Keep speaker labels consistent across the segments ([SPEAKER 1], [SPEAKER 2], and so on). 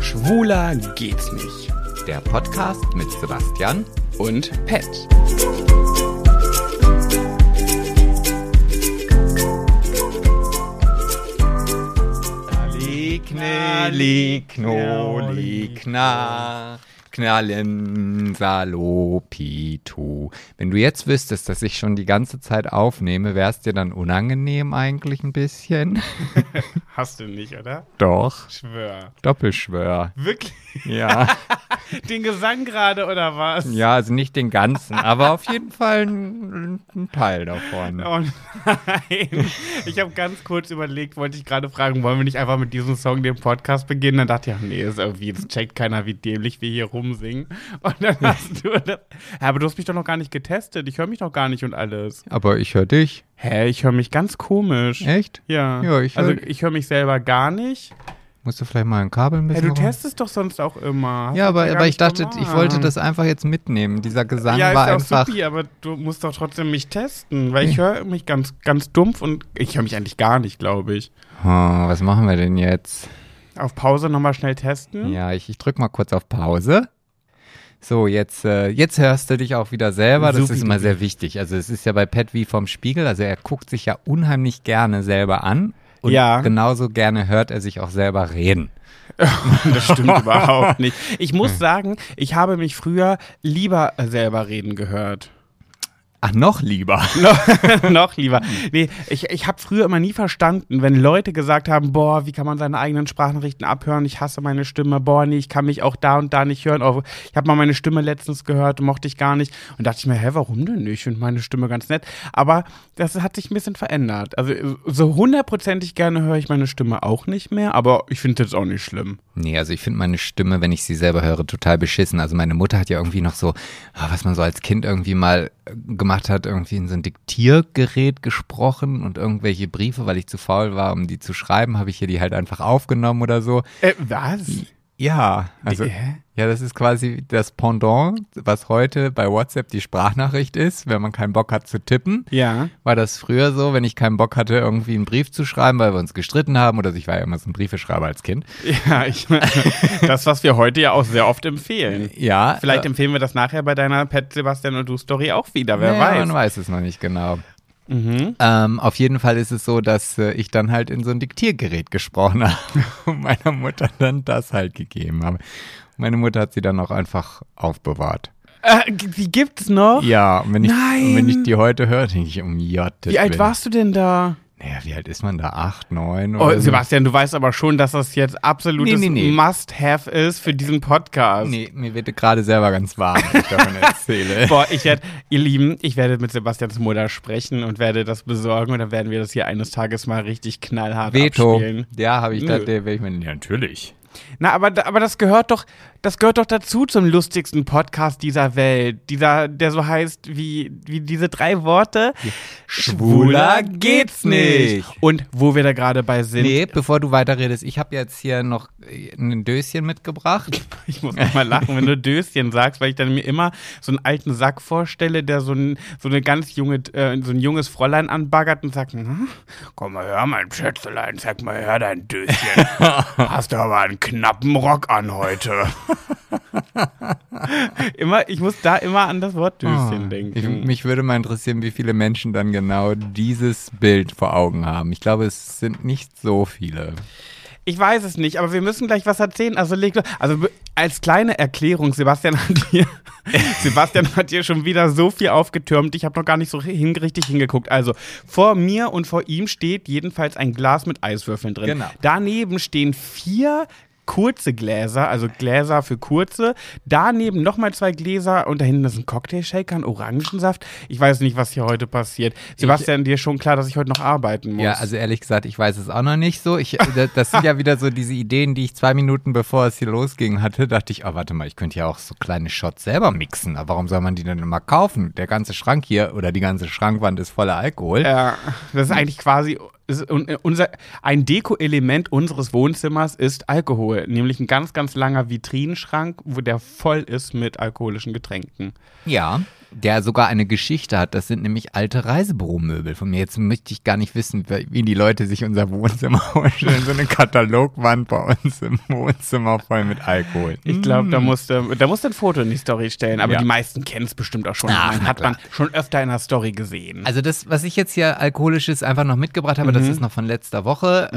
[SPEAKER 1] Schwuler geht's nicht.
[SPEAKER 2] Der Podcast mit Sebastian.
[SPEAKER 1] Und Pet.
[SPEAKER 2] Knelli, Knoli, Kna, Knallen, Salopitu. Wenn du jetzt wüsstest, dass ich schon die ganze Zeit aufnehme, wär's dir dann unangenehm eigentlich ein bisschen?
[SPEAKER 1] Hast du nicht, oder?
[SPEAKER 2] Doch.
[SPEAKER 1] Schwör.
[SPEAKER 2] Doppelschwör.
[SPEAKER 1] Wirklich?
[SPEAKER 2] Ja.
[SPEAKER 1] Den Gesang gerade, oder was?
[SPEAKER 2] Ja, also nicht den ganzen, aber auf jeden Fall ein, ein Teil davon.
[SPEAKER 1] Oh nein. Ich habe ganz kurz überlegt, wollte ich gerade fragen, wollen wir nicht einfach mit diesem Song den Podcast beginnen? Dann dachte ich, ach nee, ist irgendwie, jetzt checkt keiner, wie dämlich wir hier rumsingen. Und dann hast du das. Hä, aber du hast mich doch noch gar nicht getestet. Ich höre mich doch gar nicht und alles.
[SPEAKER 2] Aber ich höre dich.
[SPEAKER 1] Hä, ich höre mich ganz komisch.
[SPEAKER 2] Echt?
[SPEAKER 1] Ja.
[SPEAKER 2] Ja, ich
[SPEAKER 1] also
[SPEAKER 2] hör-
[SPEAKER 1] ich höre mich selber gar nicht.
[SPEAKER 2] Musst du vielleicht mal ein Kabel ein
[SPEAKER 1] Hä,
[SPEAKER 2] bisschen
[SPEAKER 1] du
[SPEAKER 2] rum-
[SPEAKER 1] testest doch sonst auch immer. Hast
[SPEAKER 2] Ja,
[SPEAKER 1] du
[SPEAKER 2] aber,
[SPEAKER 1] doch gar
[SPEAKER 2] aber ich
[SPEAKER 1] nicht
[SPEAKER 2] dachte, ich
[SPEAKER 1] gemacht.
[SPEAKER 2] wollte das einfach jetzt mitnehmen. Dieser Gesang
[SPEAKER 1] ja,
[SPEAKER 2] war
[SPEAKER 1] ist ja auch
[SPEAKER 2] einfach.
[SPEAKER 1] supi, aber du musst doch trotzdem mich testen, weil ich höre mich ganz, ganz dumpf und ich höre mich eigentlich gar nicht, glaube ich.
[SPEAKER 2] Oh, was machen wir denn jetzt?
[SPEAKER 1] Auf Pause nochmal schnell testen.
[SPEAKER 2] Ja, ich, ich drück mal kurz auf Pause. So, jetzt, äh, jetzt hörst du dich auch wieder selber. Das
[SPEAKER 1] Supi,
[SPEAKER 2] ist immer
[SPEAKER 1] dupi.
[SPEAKER 2] sehr wichtig. Also es ist ja bei Pat wie vom Spiegel. Also er guckt sich ja unheimlich gerne selber an. Und
[SPEAKER 1] Ja.
[SPEAKER 2] genauso gerne hört er sich auch selber reden.
[SPEAKER 1] Das stimmt überhaupt nicht. Ich muss sagen, ich habe mich früher lieber selber reden gehört.
[SPEAKER 2] Ach, noch lieber.
[SPEAKER 1] Noch lieber. Nee, ich, ich habe früher immer nie verstanden, wenn Leute gesagt haben, boah, wie kann man seine eigenen Sprachnachrichten abhören? Ich hasse meine Stimme. Boah, nee, ich kann mich auch da und da nicht hören. Oh, ich habe mal meine Stimme letztens gehört, mochte ich gar nicht. Und dachte ich mir, hä, warum denn nicht? Ich finde meine Stimme ganz nett. Aber das hat sich ein bisschen verändert. Also so hundertprozentig gerne höre ich meine Stimme auch nicht mehr, aber ich finde das auch nicht schlimm.
[SPEAKER 2] Nee, also ich finde meine Stimme, wenn ich sie selber höre, total beschissen. Also meine Mutter hat ja irgendwie noch so, ah, was man so als Kind irgendwie mal äh, gemacht hat, irgendwie in so ein Diktiergerät gesprochen und irgendwelche Briefe, weil ich zu faul war, um die zu schreiben, habe ich hier die halt einfach aufgenommen oder so.
[SPEAKER 1] Äh, was?
[SPEAKER 2] Ja, also
[SPEAKER 1] Hä?
[SPEAKER 2] ja, das ist quasi das Pendant, was heute bei WhatsApp die Sprachnachricht ist, wenn man keinen Bock hat zu tippen.
[SPEAKER 1] Ja.
[SPEAKER 2] War das früher so, wenn ich keinen Bock hatte, irgendwie einen Brief zu schreiben, weil wir uns gestritten haben oder so, ich war ja immer so ein Briefeschreiber als Kind.
[SPEAKER 1] Ja, ich meine, das, was wir heute ja auch sehr oft empfehlen.
[SPEAKER 2] Ja.
[SPEAKER 1] Vielleicht empfehlen wir das nachher bei deiner Pet Sebastian und du Story auch wieder, wer
[SPEAKER 2] Naja,
[SPEAKER 1] weiß. Mhm.
[SPEAKER 2] Man weiß es noch nicht genau. Ähm, auf jeden Fall ist es so, dass äh, ich dann halt in so ein Diktiergerät gesprochen habe und meiner Mutter dann das halt gegeben habe. Meine Mutter hat sie dann auch einfach aufbewahrt.
[SPEAKER 1] Äh, g- die gibt's noch?
[SPEAKER 2] Ja, und wenn ich, Und wenn ich
[SPEAKER 1] Nein!
[SPEAKER 2] die heute höre, denke ich, um J.
[SPEAKER 1] Wie alt warst du denn da?
[SPEAKER 2] Naja, wie alt ist man da? Acht, neun?
[SPEAKER 1] Oh,
[SPEAKER 2] oder so?
[SPEAKER 1] Sebastian, du weißt aber schon, dass das jetzt absolutes
[SPEAKER 2] Nee, nee, nee.
[SPEAKER 1] Must-Have ist für diesen Podcast.
[SPEAKER 2] Nee, mir wird gerade selber ganz warm, wenn ich davon erzähle.
[SPEAKER 1] Boah, ich werde, ihr Lieben, ich werde mit Sebastians Mutter sprechen und werde das besorgen und dann werden wir das hier eines Tages mal richtig knallhart
[SPEAKER 2] Veto.
[SPEAKER 1] abspielen.
[SPEAKER 2] Ja, habe ich
[SPEAKER 1] Nö.
[SPEAKER 2] da, der werde ich mir. Ja, natürlich.
[SPEAKER 1] Na, aber, da- aber das gehört doch, das gehört doch dazu zum lustigsten Podcast dieser Welt. Dieser, der so heißt wie, wie diese drei Worte.
[SPEAKER 2] Schwuler geht's nicht.
[SPEAKER 1] Und wo wir da gerade bei sind.
[SPEAKER 2] Nee, bevor du weiterredest, ich habe jetzt hier noch äh, ein Döschen mitgebracht.
[SPEAKER 1] Ich muss auch mal lachen, wenn du Döschen sagst, weil ich dann mir immer so einen alten Sack vorstelle, der so, ein, so eine ganz junge, äh, so ein junges Fräulein anbaggert und sagt, hm, komm mal her, mein Schätzelein, zeig mal her dein Döschen. Hast du aber einen knappen Rock an heute. immer, ich muss da immer an das Wort Döschen
[SPEAKER 2] Ich,
[SPEAKER 1] denken.
[SPEAKER 2] mich würde mal interessieren, wie viele Menschen dann genau dieses Bild vor Augen haben. Ich glaube, es sind nicht so viele.
[SPEAKER 1] Ich weiß es nicht, aber wir müssen gleich was erzählen. Also, leg, also be- als kleine Erklärung, Sebastian hat hier, Sebastian hat hier schon wieder so viel aufgetürmt. Ich habe noch gar nicht so hin, richtig hingeguckt. Also vor mir und vor ihm steht jedenfalls ein Glas mit Eiswürfeln drin.
[SPEAKER 2] Genau.
[SPEAKER 1] Daneben stehen vier kurze Gläser, also Gläser für kurze. Daneben nochmal zwei Gläser und da hinten ist ein Cocktailshaker, ein Orangensaft. Ich weiß nicht, was hier heute passiert. Sebastian, dir ist schon klar, dass ich heute noch arbeiten muss.
[SPEAKER 2] Ja, also ehrlich gesagt, ich weiß es auch noch nicht so. Ich, äh, da- das sind ja wieder so diese Ideen, die ich zwei Minuten bevor es hier losging hatte, dachte ich, oh, warte mal, ich könnte ja auch so kleine Shots selber mixen. Aber warum soll man die denn immer kaufen? Der ganze Schrank hier oder die ganze Schrankwand ist voller Alkohol.
[SPEAKER 1] Ja, Äh, das ist
[SPEAKER 2] Hm.
[SPEAKER 1] eigentlich quasi ist un- unser, ein Deko-Element unseres Wohnzimmers ist Alkohol, nämlich ein ganz, ganz langer Vitrinenschrank, wo der voll ist mit alkoholischen Getränken.
[SPEAKER 2] Ja, der sogar eine Geschichte hat. Das sind nämlich alte Reisebüromöbel von mir. Jetzt möchte ich gar nicht wissen, wie die Leute sich unser Wohnzimmer vorstellen. So eine Katalogwand bei uns im Wohnzimmer voll mit Alkohol.
[SPEAKER 1] Ich glaube, da musste, da musste ein Foto in die Story stellen, aber
[SPEAKER 2] Hm. Ja.
[SPEAKER 1] die meisten kennen es bestimmt auch schon.
[SPEAKER 2] Ach,
[SPEAKER 1] man,
[SPEAKER 2] na
[SPEAKER 1] hat man
[SPEAKER 2] klar.
[SPEAKER 1] schon öfter in der Story gesehen.
[SPEAKER 2] Also das, was ich jetzt hier alkoholisches einfach noch mitgebracht habe, das ist noch von letzter Woche,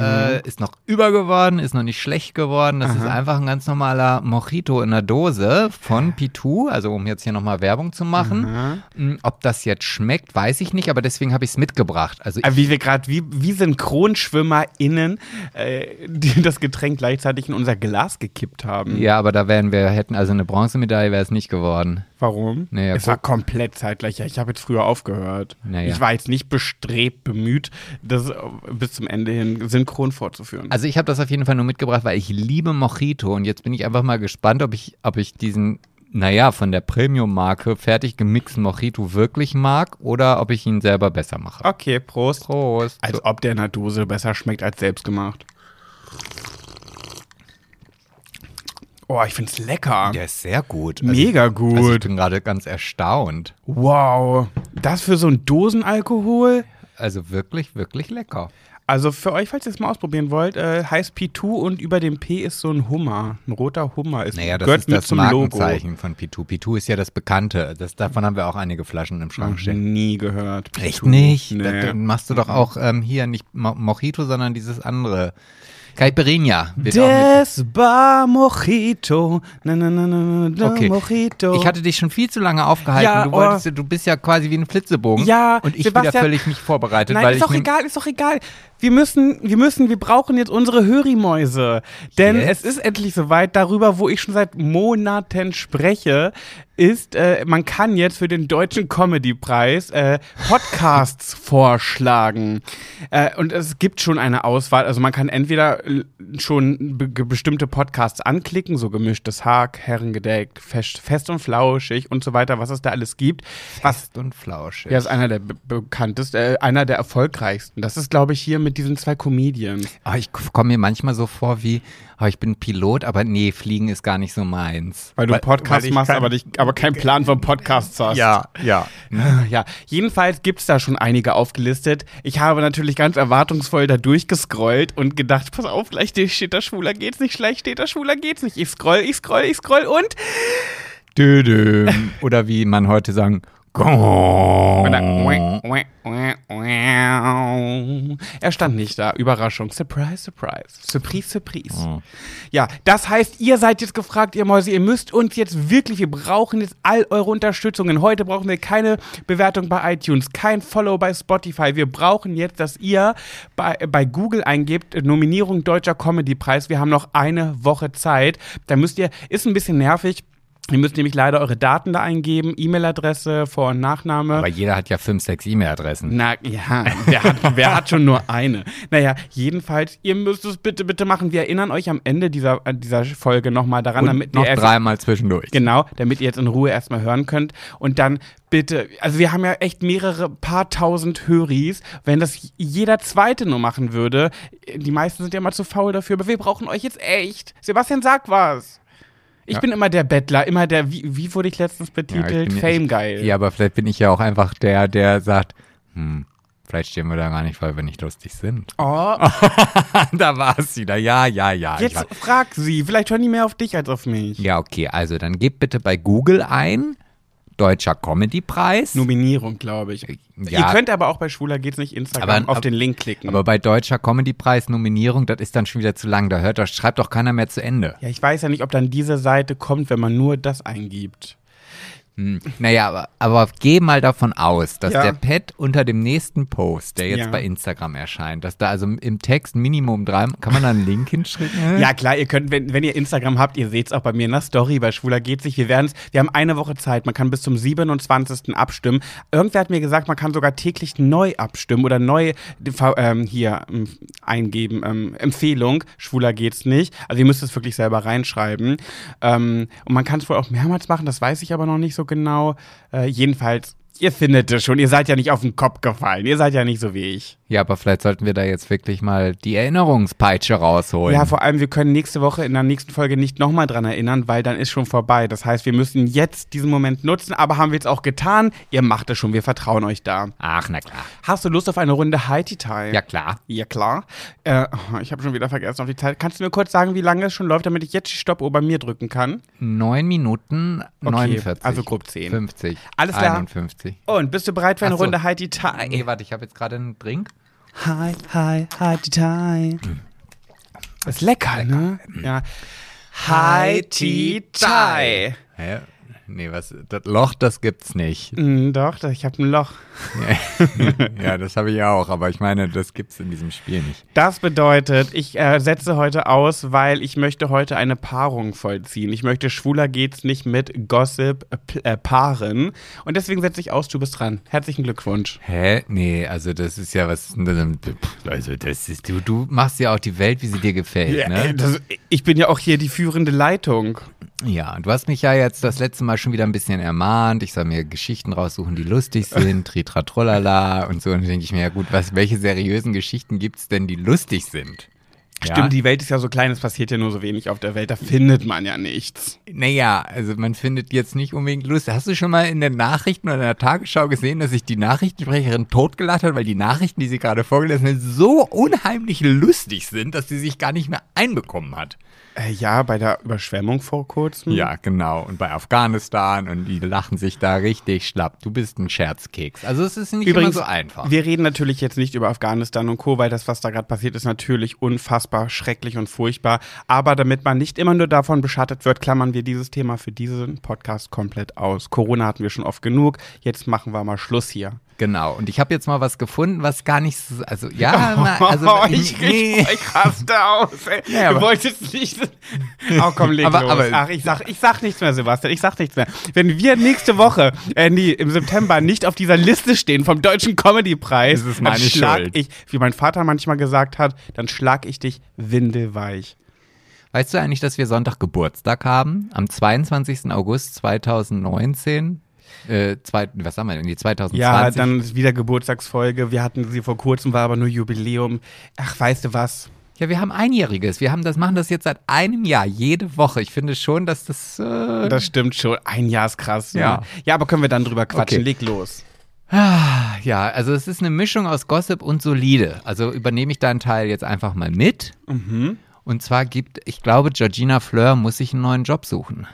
[SPEAKER 2] äh, ist noch über geworden, ist noch nicht schlecht geworden. Das ist einfach ein ganz normaler Mojito in einer Dose von Pitu, also um jetzt hier nochmal Werbung zu machen. Mm, Ob das jetzt schmeckt, weiß ich nicht, aber deswegen habe ich es mitgebracht. Also
[SPEAKER 1] Äh, Wie wir gerade, wie, wie SynchronschwimmerInnen äh, die das Getränk gleichzeitig in unser Glas gekippt haben.
[SPEAKER 2] ja, aber da wären wir, hätten also eine Bronzemedaille wäre es nicht geworden.
[SPEAKER 1] Warum?
[SPEAKER 2] Naja,
[SPEAKER 1] es
[SPEAKER 2] guck.
[SPEAKER 1] war komplett zeitgleich. Ja, Ich habe jetzt früher aufgehört.
[SPEAKER 2] Naja.
[SPEAKER 1] Ich war jetzt nicht bestrebt, bemüht, das äh, bis zum Ende hin synchron fortzuführen.
[SPEAKER 2] Also ich habe das auf jeden Fall nur mitgebracht, weil ich liebe Mojito und jetzt bin ich einfach mal gespannt, ob ich, ob ich diesen, naja, von der Premium-Marke fertig gemixten Mojito wirklich mag oder ob ich ihn selber besser mache.
[SPEAKER 1] okay, Prost.
[SPEAKER 2] Prost.
[SPEAKER 1] Als ob der in der Dose besser schmeckt als selbstgemacht. Oh, ich find's lecker.
[SPEAKER 2] Der ist sehr gut.
[SPEAKER 1] Mega
[SPEAKER 2] ich, also ich
[SPEAKER 1] gut.
[SPEAKER 2] bin gerade ganz erstaunt.
[SPEAKER 1] wow. Das für so einen Dosenalkohol?
[SPEAKER 2] Also wirklich, wirklich lecker.
[SPEAKER 1] Also für euch, falls ihr es mal ausprobieren wollt, äh, heißt P2 und über dem P ist so ein Hummer. Ein roter Hummer ist
[SPEAKER 2] Naja, das
[SPEAKER 1] gehört
[SPEAKER 2] ist
[SPEAKER 1] mit
[SPEAKER 2] das
[SPEAKER 1] zum
[SPEAKER 2] Markenzeichen von Pitu. Pitu ist ja das Bekannte. Das, davon haben wir auch einige Flaschen im Schrank
[SPEAKER 1] Logo.
[SPEAKER 2] stehen.
[SPEAKER 1] Nie gehört. P2.
[SPEAKER 2] Echt nicht?
[SPEAKER 1] Nee. Mhm.
[SPEAKER 2] Das, dann machst du doch auch ähm, hier nicht Mo Mojito, sondern dieses andere. Caipirinha. wird auch mit-
[SPEAKER 1] Desbar Mojito. Na, na, na, na, na, na,
[SPEAKER 2] Okay.
[SPEAKER 1] Mojito.
[SPEAKER 2] Ich hatte dich schon viel zu lange aufgehalten.
[SPEAKER 1] Ja, oh.
[SPEAKER 2] du, wolltest, du bist ja quasi wie ein Flitzebogen.
[SPEAKER 1] Ja,
[SPEAKER 2] und ich bin da
[SPEAKER 1] Sebastian-
[SPEAKER 2] völlig nicht vorbereitet,
[SPEAKER 1] Nein,
[SPEAKER 2] weil
[SPEAKER 1] ist
[SPEAKER 2] ich
[SPEAKER 1] doch
[SPEAKER 2] nehm-
[SPEAKER 1] egal, ist doch egal. Wir müssen, wir müssen, wir brauchen jetzt unsere Hörimäuse. Denn
[SPEAKER 2] Jetzt?
[SPEAKER 1] es ist endlich soweit, darüber, wo ich schon seit Monaten spreche, ist, äh, man kann jetzt für den Deutschen Comedy-Preis äh, Podcasts vorschlagen. Äh, und es gibt schon eine Auswahl. Also man kann entweder äh, schon be ge- bestimmte Podcasts anklicken, so gemischtes Hack, Herrengedeck, fest, fest und flauschig und so weiter, was es da alles gibt. Was
[SPEAKER 2] fest und flauschig.
[SPEAKER 1] ja, ist einer der be bekanntesten, äh, einer der erfolgreichsten. Das ist, glaube ich, hier mit diesen zwei Comedians.
[SPEAKER 2] Ah, ich komme mir manchmal so vor wie, ah, ich bin Pilot, aber nee, Fliegen ist gar nicht so meins.
[SPEAKER 1] Weil du einen Podcast
[SPEAKER 2] weil ich
[SPEAKER 1] machst,
[SPEAKER 2] kein-
[SPEAKER 1] aber, dich, aber keinen Plan von Podcasts hast.
[SPEAKER 2] Ja, ja.
[SPEAKER 1] ja. Jedenfalls gibt's da schon einige aufgelistet. Ich habe natürlich ganz erwartungsvoll da durchgescrollt und gedacht, pass auf, gleich steht da Schwuler geht's nicht, gleich steht da Schwuler geht's nicht. Ich scroll, ich scroll, ich scroll und
[SPEAKER 2] Dödö. Oder wie man heute sagen,
[SPEAKER 1] Und dann,
[SPEAKER 2] Gong.
[SPEAKER 1] Er stand nicht da. Überraschung. Surprise, surprise. Surprise, surprise. Ja, das heißt, ihr seid jetzt gefragt, ihr Mäuse, ihr müsst uns jetzt wirklich, wir brauchen jetzt all eure Unterstützungen. Heute brauchen wir keine Bewertung bei iTunes, kein Follow bei Spotify. Wir brauchen jetzt, dass ihr bei, bei Google eingebt, äh, Nominierung Deutscher Comedy-Preis. Wir haben noch eine Woche Zeit. Da müsst ihr, ist ein bisschen nervig. Ihr müsst nämlich leider eure Daten da eingeben, E-Mail-Adresse, Vor- und Nachname.
[SPEAKER 2] Aber jeder hat ja fünf, sechs E-Mail-Adressen.
[SPEAKER 1] Na ja, wer hat, wer hat schon nur eine? Naja, jedenfalls, ihr müsst es bitte, bitte machen. Wir erinnern euch am Ende dieser, an dieser Folge nochmal daran,
[SPEAKER 2] Und
[SPEAKER 1] damit
[SPEAKER 2] noch
[SPEAKER 1] ihr erst-
[SPEAKER 2] dreimal zwischendurch.
[SPEAKER 1] Genau, damit ihr jetzt in Ruhe erstmal hören könnt. Und dann bitte, also wir haben ja echt mehrere paar tausend Höris. Wenn das jeder zweite nur machen würde, die meisten sind ja mal zu faul dafür, aber wir brauchen euch jetzt echt. Sebastian, sag was. Ich bin immer der Bettler, immer der, wie, wie wurde ich letztens
[SPEAKER 2] Ja, ich
[SPEAKER 1] betitelt?
[SPEAKER 2] bin-
[SPEAKER 1] Fame
[SPEAKER 2] ich-
[SPEAKER 1] geil.
[SPEAKER 2] Ja, aber vielleicht bin ich ja auch einfach der, der sagt, hm, vielleicht stehen wir da gar nicht, weil wir nicht lustig sind.
[SPEAKER 1] Oh,
[SPEAKER 2] da war es wieder. Ja, ja, ja.
[SPEAKER 1] Jetzt
[SPEAKER 2] ja.
[SPEAKER 1] frag sie. Vielleicht hören die mehr auf dich als auf mich.
[SPEAKER 2] ja, okay. Also dann gebt bitte bei Google ein, Deutscher Comedy-Preis.
[SPEAKER 1] Nominierung, glaube ich.
[SPEAKER 2] Ja.
[SPEAKER 1] Ihr könnt aber auch bei Schwuler geht's nicht Instagram
[SPEAKER 2] Aber-
[SPEAKER 1] auf den Link klicken.
[SPEAKER 2] Aber bei Deutscher Comedy-Preis Nominierung, das ist dann schon wieder zu lang. Da hört doch, schreibt doch keiner mehr zu Ende.
[SPEAKER 1] ja, ich weiß ja nicht, ob dann diese Seite kommt, wenn man nur das eingibt.
[SPEAKER 2] Naja, aber, aber geh mal davon aus, dass
[SPEAKER 1] Ja.
[SPEAKER 2] der Pad unter dem nächsten Post, der jetzt
[SPEAKER 1] Ja.
[SPEAKER 2] bei Instagram erscheint, dass da also im Text Minimum drei, kann man da einen Link hinschreiben?
[SPEAKER 1] Ja, klar, ihr könnt, wenn, wenn ihr Instagram habt, ihr seht's auch bei mir in der Story, bei Schwuler geht's nicht. Wir werden's, wir haben eine Woche Zeit, man kann bis zum 27. abstimmen. Irgendwer hat mir gesagt, man kann sogar täglich neu abstimmen oder neu ähm, hier ähm, eingeben. Ähm, Empfehlung, Schwuler geht's nicht. Also ihr müsst es wirklich selber reinschreiben. Ähm, und man kann es wohl auch mehrmals machen, das weiß ich aber noch nicht so genau. Äh, jedenfalls Ihr findet es schon, ihr seid ja nicht auf den Kopf gefallen, ihr seid ja nicht so wie ich.
[SPEAKER 2] Ja, aber vielleicht sollten wir da jetzt wirklich mal die Erinnerungspeitsche rausholen.
[SPEAKER 1] Ja, vor allem, wir können nächste Woche in der nächsten Folge nicht nochmal dran erinnern, weil dann ist schon vorbei. Das heißt, wir müssen jetzt diesen Moment nutzen, aber haben wir jetzt auch getan. Ihr macht es schon, wir vertrauen euch da.
[SPEAKER 2] Ach, na klar.
[SPEAKER 1] Hast du Lust auf eine Runde Heidi Time?
[SPEAKER 2] Ja, klar.
[SPEAKER 1] Ja, klar. Äh, ich habe schon wieder vergessen auf die Zeit. Kannst du mir kurz sagen, wie lange es schon läuft, damit ich jetzt die Stoppuhr bei mir drücken kann?
[SPEAKER 2] Neun Minuten
[SPEAKER 1] Okay,
[SPEAKER 2] 49.
[SPEAKER 1] also grob zehn.
[SPEAKER 2] 50.
[SPEAKER 1] Alles klar.
[SPEAKER 2] 51.
[SPEAKER 1] Und bist du bereit für eine
[SPEAKER 2] Ach so.
[SPEAKER 1] Runde Heidi
[SPEAKER 2] Ah,
[SPEAKER 1] Time?
[SPEAKER 2] Ey, warte, ich habe jetzt gerade einen Drink.
[SPEAKER 1] Hi, hi, Heidi Time. Ist lecker, ne? Ja. Heidi Tai.
[SPEAKER 2] Hä? Nee, was? Das Loch, das gibt's nicht.
[SPEAKER 1] Mm, Doch, ich habe ein Loch.
[SPEAKER 2] ja, das habe ich auch, aber ich meine, das gibt's in diesem Spiel nicht.
[SPEAKER 1] Das bedeutet, ich äh, setze heute aus, weil ich möchte heute eine Paarung vollziehen. Ich möchte schwuler geht's nicht mit Gossip äh, p- äh, paaren. Und deswegen setze ich aus, du bist dran. Herzlichen Glückwunsch.
[SPEAKER 2] Hä? Nee, also das ist ja was. Also das ist. Du, du machst ja auch die Welt, wie sie dir gefällt,
[SPEAKER 1] Ja,
[SPEAKER 2] ne?
[SPEAKER 1] äh, das, ich bin ja auch hier die führende Leitung.
[SPEAKER 2] Ja, du hast mich ja jetzt das letzte Mal schon wieder ein bisschen ermahnt. Ich soll mir Geschichten raussuchen, die lustig sind, Tritra Trollala und so. Und dann denke ich mir, ja gut, was, welche seriösen Geschichten gibt's denn, die lustig sind?
[SPEAKER 1] Stimmt, die Welt ist ja so klein, es passiert ja nur so wenig auf der Welt, da findet man ja nichts.
[SPEAKER 2] Naja, also man findet jetzt nicht unbedingt Lust. Hast du schon mal in den Nachrichten oder in der Tagesschau gesehen, dass sich die Nachrichtensprecherin totgelacht hat, weil die Nachrichten, die sie gerade vorgelesen hat, so unheimlich lustig sind, dass sie sich gar nicht mehr einbekommen hat?
[SPEAKER 1] Äh, ja, bei der Überschwemmung vor kurzem.
[SPEAKER 2] Ja, genau. Und bei Afghanistan und die lachen sich da richtig schlapp. Du bist ein Scherzkeks. Also es ist nicht
[SPEAKER 1] Übrigens,
[SPEAKER 2] immer so einfach.
[SPEAKER 1] wir reden natürlich jetzt nicht über Afghanistan und Co., weil das, was da gerade passiert, ist natürlich unfassbar schrecklich und furchtbar. Aber damit man nicht immer nur davon beschattet wird, klammern wir dieses Thema für diesen Podcast komplett aus. Corona hatten wir schon oft genug, jetzt machen wir mal Schluss hier.
[SPEAKER 2] Genau. Und ich habe jetzt mal was gefunden, was gar nicht so, also ja, na, also
[SPEAKER 1] Oh, ich,
[SPEAKER 2] nee.
[SPEAKER 1] ich, ich raste aus. Ey.
[SPEAKER 2] Ja, aber-
[SPEAKER 1] du wolltest nicht. Oh, komm, leg
[SPEAKER 2] Aber-
[SPEAKER 1] los.
[SPEAKER 2] aber-
[SPEAKER 1] Ach, ich sag, ich sag nichts mehr, Sebastian. Ich sag nichts mehr. Wenn wir nächste Woche, äh, nee, im September nicht auf dieser Liste stehen vom Deutschen Comedy-Preis,
[SPEAKER 2] Das ist
[SPEAKER 1] dann
[SPEAKER 2] meine
[SPEAKER 1] schlag
[SPEAKER 2] Schuld.
[SPEAKER 1] ich, wie mein Vater manchmal gesagt hat, dann schlag ich dich windelweich.
[SPEAKER 2] Weißt du eigentlich, dass wir Sonntag Geburtstag haben? Am 22. August 2019? Äh, zwei, was haben wir denn? Die 2020?
[SPEAKER 1] Ja, dann ist wieder Geburtstagsfolge. Wir hatten sie vor kurzem, war aber nur Jubiläum. Ach, weißt du was?
[SPEAKER 2] ja, wir haben Einjähriges. Wir haben das, machen das jetzt seit einem Jahr, jede Woche. Ich finde schon, dass das. Äh,
[SPEAKER 1] Das stimmt schon. Ein Jahr ist krass. ne?
[SPEAKER 2] Ja.
[SPEAKER 1] ja aber können wir dann drüber quatschen?
[SPEAKER 2] Okay.
[SPEAKER 1] Leg los.
[SPEAKER 2] ja, also es ist eine Mischung aus Gossip und solide. Also übernehme ich deinen Teil jetzt einfach mal mit.
[SPEAKER 1] Mhm.
[SPEAKER 2] Und zwar gibt, ich glaube, Georgina Fleur muss sich einen neuen Job suchen.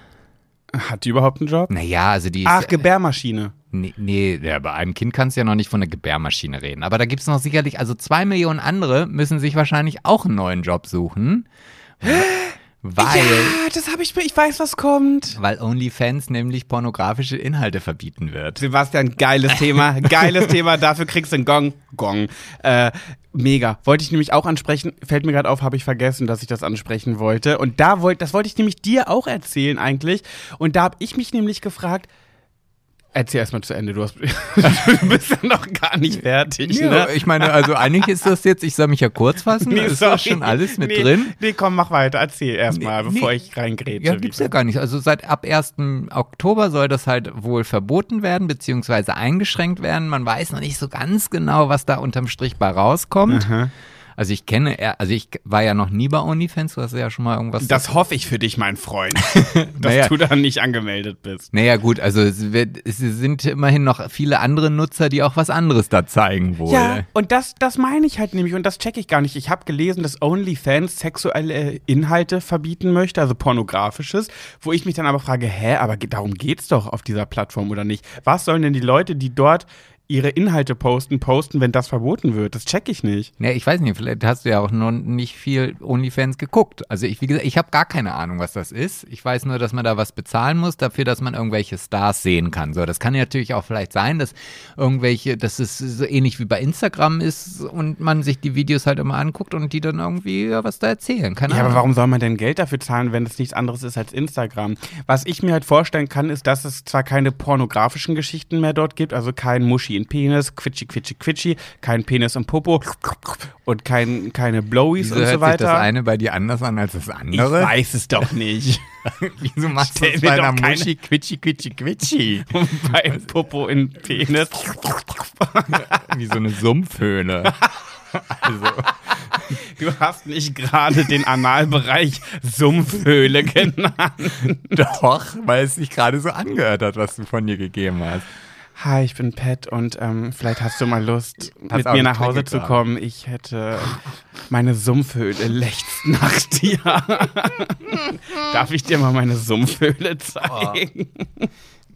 [SPEAKER 1] Hat die überhaupt einen Job?
[SPEAKER 2] Naja, also die ist.
[SPEAKER 1] Ach, Gebärmaschine.
[SPEAKER 2] Nee, nee ja, bei einem Kind kannst du ja noch nicht von der Gebärmaschine reden. Aber da gibt es noch sicherlich, also zwei Millionen andere müssen sich wahrscheinlich auch einen neuen Job suchen. Weil,
[SPEAKER 1] Ja, Ah, das habe ich mir. Ich weiß, was kommt.
[SPEAKER 2] weil OnlyFans nämlich pornografische Inhalte verbieten wird.
[SPEAKER 1] Sebastian, geiles Thema. Geiles Thema. Dafür kriegst du einen Gong. Gong. Äh, mega. Wollte ich nämlich auch ansprechen. Fällt mir gerade auf, habe ich vergessen, dass ich das ansprechen wollte. Und da wollte, das wollte ich nämlich dir auch erzählen eigentlich. Und da habe ich mich nämlich gefragt. Erzähl erstmal zu Ende. Du, hast, du bist ja noch gar nicht fertig.
[SPEAKER 2] Ja,
[SPEAKER 1] ne?
[SPEAKER 2] ich meine, also eigentlich ist das jetzt, ich soll mich ja kurz fassen, nee, ist
[SPEAKER 1] sorry.
[SPEAKER 2] das schon alles mit
[SPEAKER 1] nee,
[SPEAKER 2] drin.
[SPEAKER 1] Nee, komm, mach weiter. Erzähl erstmal,
[SPEAKER 2] Nee,
[SPEAKER 1] bevor
[SPEAKER 2] nee.
[SPEAKER 1] ich reingrätsche.
[SPEAKER 2] Ja, gibt's ja gar nicht. Also seit ab 1. Oktober soll das halt wohl verboten werden, beziehungsweise eingeschränkt werden. Man weiß noch nicht so ganz genau, was da unterm Strich bei rauskommt. Also ich kenne, eher- also ich war ja noch nie bei OnlyFans, du hast ja schon mal irgendwas.
[SPEAKER 1] Das hoffe ich für dich, mein Freund, dass
[SPEAKER 2] Naja.
[SPEAKER 1] du da nicht angemeldet bist.
[SPEAKER 2] naja gut, also es, wird, es sind immerhin noch viele andere Nutzer, die auch was anderes da zeigen wohl.
[SPEAKER 1] Ja, und das, das meine ich halt nämlich und das checke ich gar nicht. Ich habe gelesen, dass OnlyFans sexuelle Inhalte verbieten möchte, also pornografisches, wo ich mich dann aber frage, hä, aber ge- darum geht's doch auf dieser Plattform oder nicht? Was sollen denn die Leute, die dort ihre Inhalte posten, posten, wenn das verboten wird? Das checke ich nicht.
[SPEAKER 2] Ja, Ne, ich weiß nicht, vielleicht hast du ja auch noch nicht viel OnlyFans geguckt. Also ich, wie gesagt, ich habe gar keine Ahnung, was das ist. Ich weiß nur, dass man da was bezahlen muss dafür, dass man irgendwelche Stars sehen kann. So, das kann ja natürlich auch vielleicht sein, dass irgendwelche, dass es so ähnlich wie bei Instagram ist und man sich die Videos halt immer anguckt und die dann irgendwie ja, was da erzählen. Keine
[SPEAKER 1] Ja,
[SPEAKER 2] Ahnung.
[SPEAKER 1] aber warum soll man denn Geld dafür zahlen, wenn es nichts anderes ist als Instagram? Was ich mir halt vorstellen kann, ist, dass es zwar keine pornografischen Geschichten mehr dort gibt, also kein Muschi in den Penis, quitschi, quitschi, quitschi, kein Penis und Popo und kein, keine Blowies
[SPEAKER 2] Wieso
[SPEAKER 1] und
[SPEAKER 2] hört
[SPEAKER 1] so
[SPEAKER 2] sich das
[SPEAKER 1] weiter.
[SPEAKER 2] eine bei dir anders an als das
[SPEAKER 1] ich
[SPEAKER 2] andere?
[SPEAKER 1] weiß es doch nicht.
[SPEAKER 2] Wieso machst du
[SPEAKER 1] Stell
[SPEAKER 2] es
[SPEAKER 1] mir
[SPEAKER 2] bei
[SPEAKER 1] doch
[SPEAKER 2] einer
[SPEAKER 1] keine-
[SPEAKER 2] Muschi quitschi quitschi quitschi?
[SPEAKER 1] Und Beim Popo in Penis.
[SPEAKER 2] Wie so eine Sumpfhöhle. Also,
[SPEAKER 1] Du hast nicht gerade den Analbereich Sumpfhöhle genannt.
[SPEAKER 2] doch, weil es sich gerade so angehört hat, was du von dir gegeben hast.
[SPEAKER 1] Hi, ich bin Pat und ähm, vielleicht hast du mal Lust, mit
[SPEAKER 2] auf,
[SPEAKER 1] mir
[SPEAKER 2] ich
[SPEAKER 1] nach Hause
[SPEAKER 2] trinke
[SPEAKER 1] zu
[SPEAKER 2] gerade.
[SPEAKER 1] kommen. Ich hätte meine Sumpfhöhle lechzt nach dir. Darf ich dir mal meine Sumpfhöhle
[SPEAKER 2] Oh.
[SPEAKER 1] zeigen?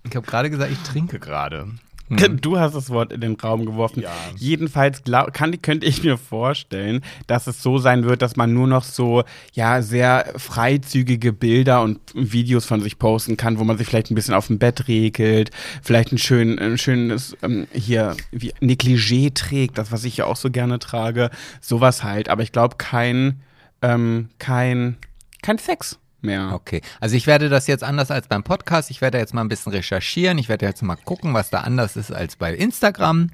[SPEAKER 2] Ich habe gerade gesagt, ich trinke gerade.
[SPEAKER 1] Du hast das Wort in den Raum geworfen.
[SPEAKER 2] Ja.
[SPEAKER 1] Jedenfalls glaub, kann, könnte ich mir vorstellen, dass es so sein wird, dass man nur noch so ja sehr freizügige Bilder und Videos von sich posten kann, wo man sich vielleicht ein bisschen auf dem Bett regelt, vielleicht ein, schön, ein schönes ähm, hier wie Negligé trägt, das was ich ja auch so gerne trage, sowas halt. Aber ich glaube kein ähm, kein kein Sex mehr.
[SPEAKER 2] Okay, also ich werde das jetzt anders als beim Podcast. Ich werde jetzt mal ein bisschen recherchieren. Ich werde jetzt mal gucken, was da anders ist als bei Instagram.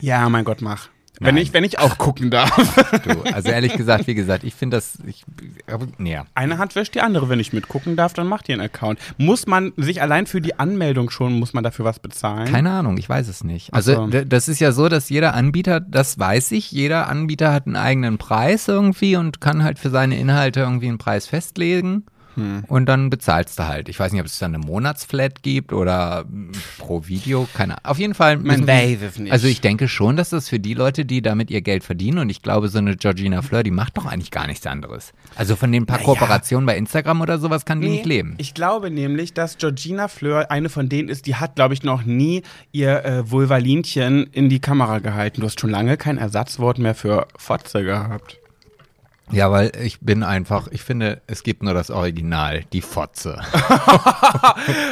[SPEAKER 1] Ja, mein Gott, mach. Wenn ich wenn ich auch gucken darf.
[SPEAKER 2] Du, also ehrlich gesagt, wie gesagt, ich finde das. Ich, aber- nee.
[SPEAKER 1] Eine Hand wäscht die andere. Wenn ich mitgucken darf, dann macht ihr einen Account. Muss man sich allein für die Anmeldung schon, muss man dafür was bezahlen?
[SPEAKER 2] Keine Ahnung, ich weiß es nicht. Also
[SPEAKER 1] so.
[SPEAKER 2] d- das ist ja so, dass jeder Anbieter, das weiß ich, jeder Anbieter hat einen eigenen Preis irgendwie und kann halt für seine Inhalte irgendwie einen Preis festlegen.
[SPEAKER 1] Hm.
[SPEAKER 2] Und dann bezahlst du halt. Ich weiß nicht, ob es dann eine Monatsflat gibt oder mm, pro Video, keine Ahnung. Auf jeden Fall. müssen-
[SPEAKER 1] weiß es nicht.
[SPEAKER 2] Also ich denke schon, dass das für die Leute, die damit ihr Geld verdienen, und ich glaube, so eine Georgina Fleur, die macht doch eigentlich gar nichts anderes. Also von den paar
[SPEAKER 1] Naja.
[SPEAKER 2] Kooperationen bei Instagram oder sowas kann die nicht leben.
[SPEAKER 1] Ich glaube nämlich, dass Georgina Fleur eine von denen ist, die hat, glaube ich, noch nie ihr äh, Vulvalinchen in die Kamera gehalten. Du hast schon lange kein Ersatzwort mehr für Fotze gehabt.
[SPEAKER 2] Ja, weil ich bin einfach, ich finde, es gibt nur das Original, die Fotze.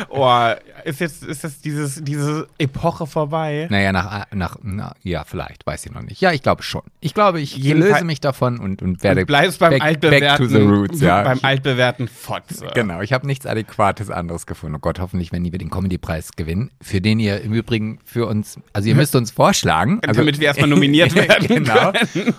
[SPEAKER 1] Oh, ist jetzt ist das dieses, diese Epoche vorbei?
[SPEAKER 2] Naja, nach, nach na, ja, vielleicht, weiß ich noch nicht. Ja, ich glaube schon. Ich glaube, ich
[SPEAKER 1] Jedenfalls-
[SPEAKER 2] löse mich davon und, und werde.
[SPEAKER 1] Du bleibst beim
[SPEAKER 2] back,
[SPEAKER 1] altbewährten,
[SPEAKER 2] back to the roots, ja.
[SPEAKER 1] beim altbewährten Fotze.
[SPEAKER 2] genau, ich habe nichts Adäquates anderes gefunden. Oh Gott, hoffentlich, wenn wir den Comedy-Preis gewinnen, für den ihr im Übrigen für uns, also ihr müsst uns vorschlagen. Also,
[SPEAKER 1] Damit wir erstmal nominiert werden
[SPEAKER 2] genau.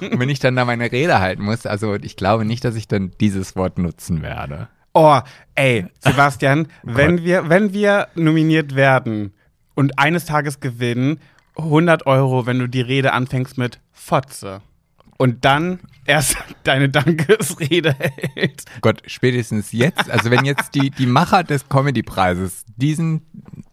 [SPEAKER 2] Und wenn ich dann da meine Rede halten muss, also ich glaube nicht, dass ich dann dieses Wort nutzen werde.
[SPEAKER 1] Oh, ey, Sebastian,
[SPEAKER 2] Oh
[SPEAKER 1] wenn wir, wenn wir nominiert werden und eines Tages gewinnen, 100 Euro, wenn du die Rede anfängst mit Fotze. Und dann erst deine Dankesrede hältst.
[SPEAKER 2] Gott, spätestens jetzt, also wenn jetzt die, die Macher des Comedy-Preises diesen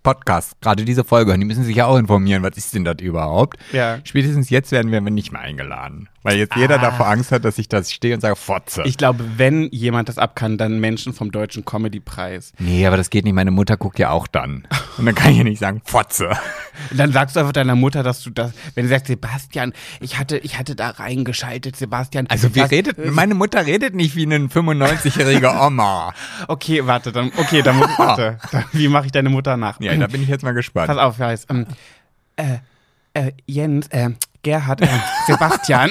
[SPEAKER 2] Podcast, gerade diese Folge hören, die müssen sich ja auch informieren, was ist denn das überhaupt?
[SPEAKER 1] Ja.
[SPEAKER 2] Spätestens jetzt werden wir nicht mehr eingeladen, weil jetzt jeder davor Angst hat, dass ich das stehe und sage, Fotze.
[SPEAKER 1] Ich glaube, wenn jemand das ab kann, dann Menschen vom Deutschen Comedy-Preis.
[SPEAKER 2] nee, aber das geht nicht, meine Mutter guckt ja auch dann. Und dann kann ich ja nicht sagen, Fotze.
[SPEAKER 1] Und dann sagst du einfach deiner Mutter, dass du das, wenn sie sagt, Sebastian, ich hatte, ich hatte da reingeschaltet, Sebastian.
[SPEAKER 2] Also wie
[SPEAKER 1] das-
[SPEAKER 2] redet, meine Mutter redet nicht wie eine 95-jährige Oma.
[SPEAKER 1] Okay, warte, dann, okay, dann, muss- warte, dann, wie mache ich deine Mutter nach?
[SPEAKER 2] Ja, da bin ich jetzt mal gespannt.
[SPEAKER 1] Pass auf, Joyce. Ähm, äh, äh, Jens, äh, Gerhard, äh, Sebastian.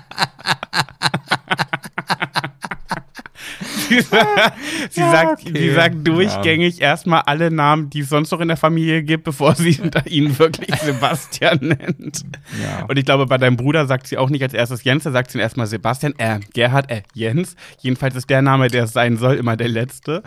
[SPEAKER 1] Sie sagt, sie, sagt, sie
[SPEAKER 2] okay.
[SPEAKER 1] sagt durchgängig erstmal alle Namen, die es sonst noch in der Familie gibt, bevor sie hinter ihnen wirklich Sebastian nennt.
[SPEAKER 2] Ja.
[SPEAKER 1] Und ich glaube, bei deinem Bruder sagt sie auch nicht als erstes Jens, da sagt sie erstmal Sebastian, äh, Gerhard, äh, Jens. Jedenfalls ist der Name, der es sein soll, immer der letzte.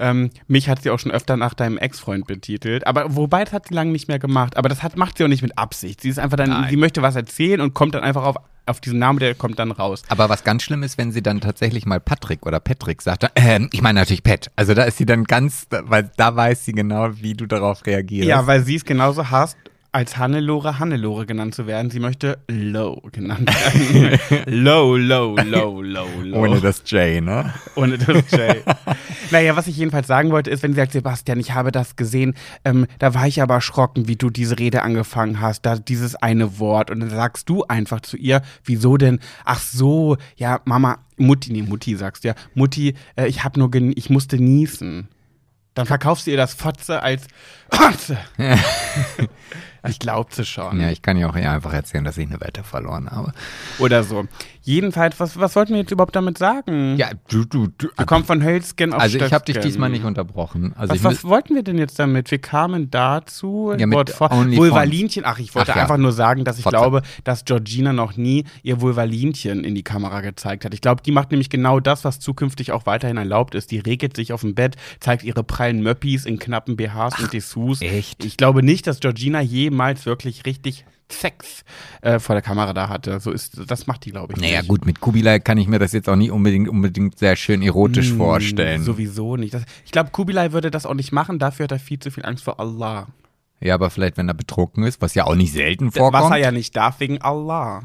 [SPEAKER 1] Ähm, mich hat sie auch schon öfter nach deinem Ex-Freund betitelt. Aber wobei, das hat sie lange nicht mehr gemacht. Aber das hat, macht sie auch nicht mit Absicht. Sie ist einfach dann,
[SPEAKER 2] Nein.
[SPEAKER 1] sie möchte was erzählen und kommt dann einfach auf, auf diesen Namen, der kommt dann raus.
[SPEAKER 2] Aber was ganz schlimm ist, wenn sie dann tatsächlich mal Patrick oder Patrick sagt, dann, ähm, ich meine natürlich Pat. Also da ist sie dann ganz, weil da weiß sie genau, wie du darauf reagierst.
[SPEAKER 1] Ja, weil sie es genauso hasst, als Hannelore Hannelore genannt zu werden. Sie möchte Low genannt werden. low, low, low, low, low.
[SPEAKER 2] ohne das J, ne?
[SPEAKER 1] Ohne das J. naja, was ich jedenfalls sagen wollte, ist, wenn sie sagt, Sebastian, ich habe das gesehen, ähm, da war ich aber erschrocken, wie du diese Rede angefangen hast, da dieses eine Wort. Und dann sagst du einfach zu ihr, wieso denn? Ach so, ja, Mama, Mutti, nee, Mutti sagst du ja, Mutti, äh, ich hab nur, gen ich musste niesen. Dann verkaufst du ihr das Fotze als Fotze. Ich glaube sie schon.
[SPEAKER 2] Ja, ich kann ja auch eher einfach erzählen, dass ich eine Wette verloren habe.
[SPEAKER 1] Oder so. Jedenfalls, was, was wollten wir jetzt überhaupt damit sagen?
[SPEAKER 2] Ja, du, du, du.
[SPEAKER 1] Wir kommen von Hölzgen auf
[SPEAKER 2] Also ich habe dich
[SPEAKER 1] Stöckskin.
[SPEAKER 2] diesmal nicht unterbrochen. Also
[SPEAKER 1] Was,
[SPEAKER 2] ich
[SPEAKER 1] was
[SPEAKER 2] müß-
[SPEAKER 1] wollten wir denn jetzt damit? Wir kamen dazu.
[SPEAKER 2] Ja, mit
[SPEAKER 1] Wort vor-
[SPEAKER 2] Only
[SPEAKER 1] Vulvalinchen. Ach, ich wollte
[SPEAKER 2] Ach ja.
[SPEAKER 1] einfach nur sagen, dass ich
[SPEAKER 2] Fotze.
[SPEAKER 1] glaube, dass Georgina noch nie ihr Vulvalinchen in die Kamera gezeigt hat. Ich glaube, die macht nämlich genau das, was zukünftig auch weiterhin erlaubt ist. Die regelt sich auf dem Bett, zeigt ihre prallen Möppis in knappen BHs und Dessous.
[SPEAKER 2] echt?
[SPEAKER 1] Ich glaube nicht, dass Georgina jemals wirklich richtig Sex äh, vor der Kamera da hatte. So ist, das macht die, glaube ich,
[SPEAKER 2] naja
[SPEAKER 1] nicht.
[SPEAKER 2] gut, mit Kubilai kann ich mir das jetzt auch nicht unbedingt, unbedingt sehr schön erotisch
[SPEAKER 1] Mm,
[SPEAKER 2] vorstellen.
[SPEAKER 1] Sowieso nicht. Das, ich glaube, Kubilai würde das auch nicht machen. Dafür hat er viel zu viel Angst vor Allah.
[SPEAKER 2] ja, aber vielleicht, wenn er betrunken ist, was ja auch nicht selten
[SPEAKER 1] Was
[SPEAKER 2] vorkommt.
[SPEAKER 1] er Äh, ja nicht darf wegen Allah.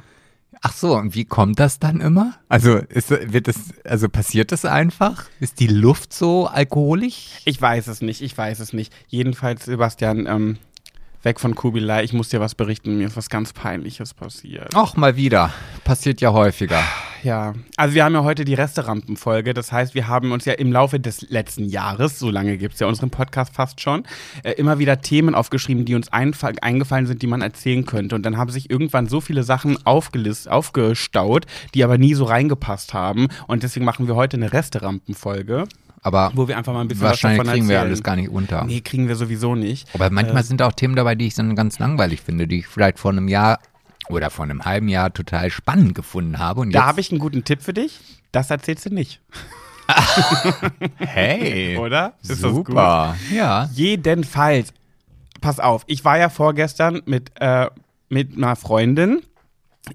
[SPEAKER 2] Ach so, und wie kommt das dann immer? Also ist, wird das, also passiert das einfach? Ist die Luft so alkoholisch?
[SPEAKER 1] Ich weiß es nicht, ich weiß es nicht. Jedenfalls, Sebastian, ähm, weg von Kubilai. Ich muss dir was berichten. Mir ist was ganz Peinliches passiert.
[SPEAKER 2] Auch mal wieder. Passiert ja häufiger.
[SPEAKER 1] Ja, also wir haben ja heute die Resterampenfolge. Das heißt, wir haben uns ja im Laufe des letzten Jahres, so lange gibt's ja unseren Podcast fast schon, äh, immer wieder Themen aufgeschrieben, die uns einfa- eingefallen sind, die man erzählen könnte. Und dann haben sich irgendwann so viele Sachen aufgelist, aufgestaut, die aber nie so reingepasst haben. Und deswegen machen wir heute eine Resterampenfolge,
[SPEAKER 2] Aber
[SPEAKER 1] wo wir einfach mal ein bisschen
[SPEAKER 2] wahrscheinlich
[SPEAKER 1] was davon
[SPEAKER 2] kriegen wir
[SPEAKER 1] erzählen.
[SPEAKER 2] alles gar nicht unter.
[SPEAKER 1] Nee, kriegen wir sowieso nicht.
[SPEAKER 2] Aber
[SPEAKER 1] Äh.
[SPEAKER 2] manchmal sind auch Themen dabei, die ich dann ganz langweilig finde, die ich vielleicht vor einem Jahr oder vor einem halben Jahr total spannend gefunden habe. Und
[SPEAKER 1] Da
[SPEAKER 2] jetzt,
[SPEAKER 1] habe ich einen guten Tipp für dich. Das erzählst du nicht,
[SPEAKER 2] hey,
[SPEAKER 1] oder? Ist Das gut?
[SPEAKER 2] super. Ja.
[SPEAKER 1] Jedenfalls, pass auf, ich war ja vorgestern mit, äh, mit einer Freundin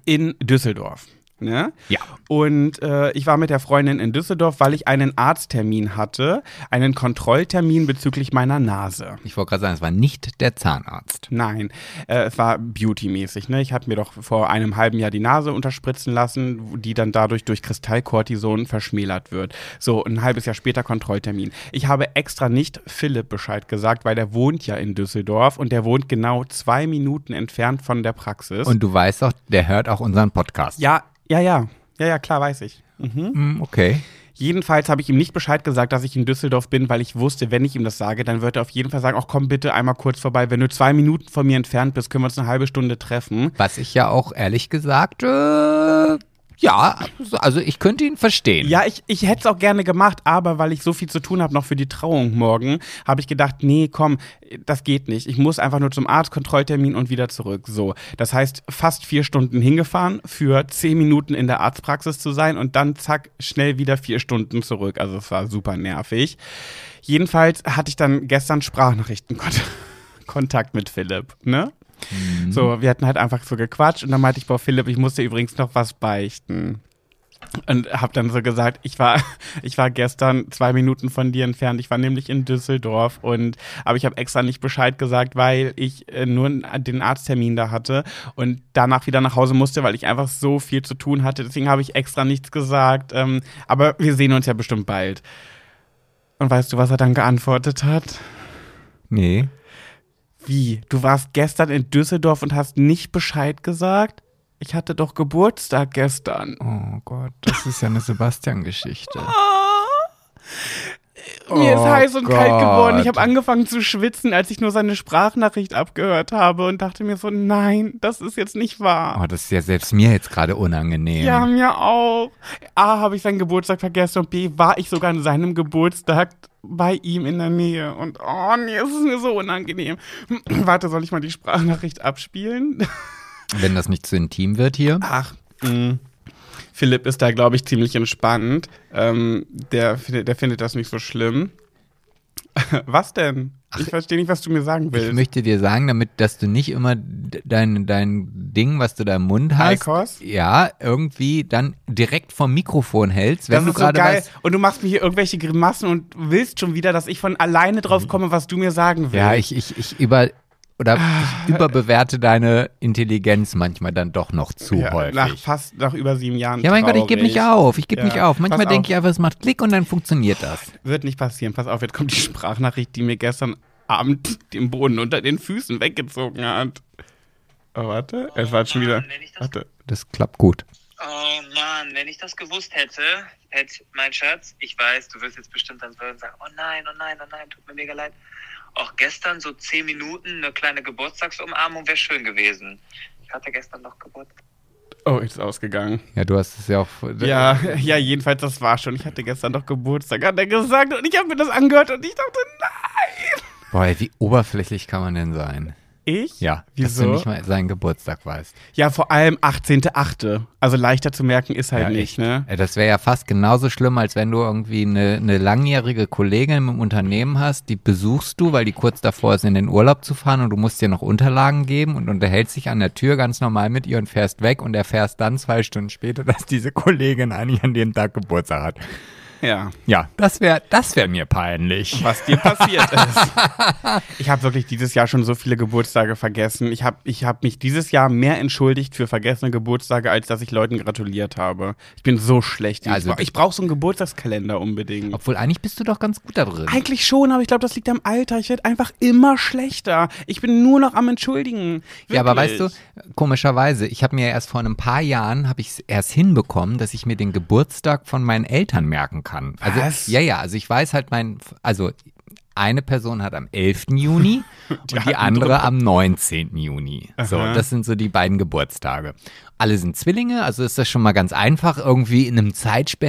[SPEAKER 1] in Düsseldorf. Ne?
[SPEAKER 2] Ja.
[SPEAKER 1] Und äh, ich war mit der Freundin in Düsseldorf, weil ich einen Arzttermin hatte, einen Kontrolltermin bezüglich meiner Nase.
[SPEAKER 2] Ich wollte gerade sagen, es war nicht der Zahnarzt.
[SPEAKER 1] Nein, äh, es war beautymäßig. Ne? Ich habe mir doch vor einem halben Jahr die Nase unterspritzen lassen, wo- die dann dadurch durch Kristallkortison verschmälert wird. So, ein halbes Jahr später Kontrolltermin. Ich habe extra nicht Philipp Bescheid gesagt, weil der wohnt ja in Düsseldorf und der wohnt genau zwei Minuten entfernt von der Praxis.
[SPEAKER 2] Und du weißt doch, der hört auch unseren Podcast.
[SPEAKER 1] ja, ja, ja. Ja, ja, klar, weiß ich.
[SPEAKER 2] Hm, Okay.
[SPEAKER 1] Jedenfalls habe ich ihm nicht Bescheid gesagt, dass ich in Düsseldorf bin, weil ich wusste, wenn ich ihm das sage, dann wird er auf jeden Fall sagen, ach komm bitte einmal kurz vorbei. Wenn du zwei Minuten von mir entfernt bist, können wir uns eine halbe Stunde treffen.
[SPEAKER 2] Was ich ja auch ehrlich gesagt, äh, ja, also ich könnte ihn verstehen.
[SPEAKER 1] Ja, ich, ich hätte es auch gerne gemacht, aber weil ich so viel zu tun habe noch für die Trauung morgen, habe ich gedacht, nee, komm, das geht nicht. Ich muss einfach nur zum Arztkontrolltermin und wieder zurück. So, das heißt, fast vier Stunden hingefahren, für zehn Minuten in der Arztpraxis zu sein und dann zack, schnell wieder vier Stunden zurück. Also es war super nervig. Jedenfalls hatte ich dann gestern Sprachnachrichtenkontakt mit Philipp, ne? So, wir hatten halt einfach so gequatscht und dann meinte ich, boah, Philipp, ich muss dir übrigens noch was beichten und habe dann so gesagt, ich war, ich war gestern zwei Minuten von dir entfernt. Ich war nämlich in Düsseldorf und aber ich habe extra nicht Bescheid gesagt, weil ich äh, nur den Arzttermin da hatte und danach wieder nach Hause musste, weil ich einfach so viel zu tun hatte. Deswegen habe ich extra nichts gesagt. Ähm, aber wir sehen uns ja bestimmt bald. Und weißt du, was er dann geantwortet hat?
[SPEAKER 2] Nee.
[SPEAKER 1] Wie? Du warst gestern in Düsseldorf und hast nicht Bescheid gesagt? Ich hatte doch Geburtstag gestern.
[SPEAKER 2] Oh Gott, das ist ja eine Sebastian-Geschichte.
[SPEAKER 1] Mir ist
[SPEAKER 2] Oh
[SPEAKER 1] heiß und kalt
[SPEAKER 2] Gott.
[SPEAKER 1] geworden. Ich habe angefangen zu schwitzen, als ich nur seine Sprachnachricht abgehört habe und dachte mir so, nein, das ist jetzt nicht wahr.
[SPEAKER 2] Oh, das ist ja selbst mir jetzt gerade unangenehm.
[SPEAKER 1] Ja, mir auch. A, habe ich seinen Geburtstag vergessen und B, war ich sogar an seinem Geburtstag bei ihm in der Nähe. Und oh, nee, es ist mir so unangenehm. Warte, soll ich mal die Sprachnachricht abspielen?
[SPEAKER 2] Wenn das nicht zu intim wird hier.
[SPEAKER 1] Ach, mh. Philipp ist da, glaube ich, ziemlich entspannt. Ähm, der, findet- der findet das nicht so schlimm. Was denn? Ich verstehe nicht, was du mir sagen
[SPEAKER 2] Ich
[SPEAKER 1] willst.
[SPEAKER 2] möchte dir sagen, damit, dass du nicht immer d- dein, dein Ding, was du da im Mund hast,
[SPEAKER 1] Eikos?
[SPEAKER 2] ja, irgendwie dann direkt vom Mikrofon hältst,
[SPEAKER 1] Das
[SPEAKER 2] wenn du
[SPEAKER 1] ist so
[SPEAKER 2] gerade
[SPEAKER 1] geil.
[SPEAKER 2] weißt,
[SPEAKER 1] Und du machst mir hier irgendwelche Grimassen und willst schon wieder, dass ich von alleine drauf komme, was du mir sagen willst.
[SPEAKER 2] Mhm. ja, äh, Ah. ich, ich, ich über, oder ich überbewerte deine Intelligenz manchmal dann doch noch zu
[SPEAKER 1] Ja,
[SPEAKER 2] häufig.
[SPEAKER 1] Nach fast nach über sieben Jahren.
[SPEAKER 2] ja, mein Gott, ich gebe
[SPEAKER 1] traurig.
[SPEAKER 2] nicht auf, ich gebe
[SPEAKER 1] Ja,
[SPEAKER 2] nicht auf. Manchmal
[SPEAKER 1] pass auf.
[SPEAKER 2] denke ich einfach, es macht Klick und dann funktioniert das.
[SPEAKER 1] Wird nicht passieren. Pass auf, jetzt kommt die Sprachnachricht, die mir gestern Abend den Boden unter den Füßen weggezogen hat. Oh, warte. Es war jetzt schon wieder.
[SPEAKER 3] Wenn ich das-
[SPEAKER 1] Warte.
[SPEAKER 2] Das klappt gut.
[SPEAKER 3] Oh Mann, wenn ich das gewusst hätte, Pat, mein Schatz, ich weiß, du wirst jetzt bestimmt dann so sagen, oh nein, oh nein, oh nein, tut mir mega leid. auch gestern so zehn Minuten eine kleine Geburtstagsumarmung wäre schön gewesen. Ich hatte gestern noch Geburtstag.
[SPEAKER 1] Oh, ist ausgegangen.
[SPEAKER 2] Ja, du hast es ja auch.
[SPEAKER 1] Ja, ja, jedenfalls, das war schon. Ich hatte gestern noch Geburtstag, hat er gesagt. Und ich habe mir das angehört und ich dachte, nein.
[SPEAKER 2] Boah, ey, wie oberflächlich kann man denn sein?
[SPEAKER 1] Ich?
[SPEAKER 2] Ja, dass du
[SPEAKER 1] Wieso?
[SPEAKER 2] nicht mal seinen Geburtstag weißt.
[SPEAKER 1] Ja, vor allem 18.8. Also leichter zu merken ist halt
[SPEAKER 2] Ja,
[SPEAKER 1] nicht,
[SPEAKER 2] echt.
[SPEAKER 1] ne?
[SPEAKER 2] Ey, Das wäre ja fast genauso schlimm, als wenn du irgendwie eine, eine langjährige Kollegin im Unternehmen hast, die besuchst du, weil die kurz davor ist, in den Urlaub zu fahren und du musst dir noch Unterlagen geben und unterhältst dich an der Tür ganz normal mit ihr und fährst weg und erfährst dann zwei Stunden später, dass diese Kollegin eigentlich an dem Tag Geburtstag hat.
[SPEAKER 1] Ja.
[SPEAKER 2] Ja, das wäre das wär mir peinlich.
[SPEAKER 1] was dir passiert ist. Ich habe wirklich dieses Jahr schon so viele Geburtstage vergessen. Ich habe ich hab mich dieses Jahr mehr entschuldigt für vergessene Geburtstage, als dass ich Leuten gratuliert habe. Ich bin so schlecht. Ich
[SPEAKER 2] Also-
[SPEAKER 1] bra- ich brauche so einen Geburtstagskalender unbedingt.
[SPEAKER 2] Obwohl, eigentlich bist du doch ganz gut da drin.
[SPEAKER 1] Eigentlich schon, aber ich glaube, das liegt am Alter. Ich werde einfach immer schlechter. Ich bin nur noch am Entschuldigen.
[SPEAKER 2] Ja, aber weißt
[SPEAKER 1] Wirklich.
[SPEAKER 2] du, komischerweise, ich habe mir erst vor ein paar Jahren, habe ich es erst hinbekommen, dass ich mir den Geburtstag von meinen Eltern merken kann. Also,
[SPEAKER 1] Was?
[SPEAKER 2] ja, ja, also ich weiß halt mein, also eine Person hat am 11. Juni und die
[SPEAKER 1] hatten
[SPEAKER 2] andere am 19. Juni. So,
[SPEAKER 1] Aha.
[SPEAKER 2] das sind so die beiden Geburtstage. Alle sind Zwillinge, also ist das schon mal ganz einfach, irgendwie in einem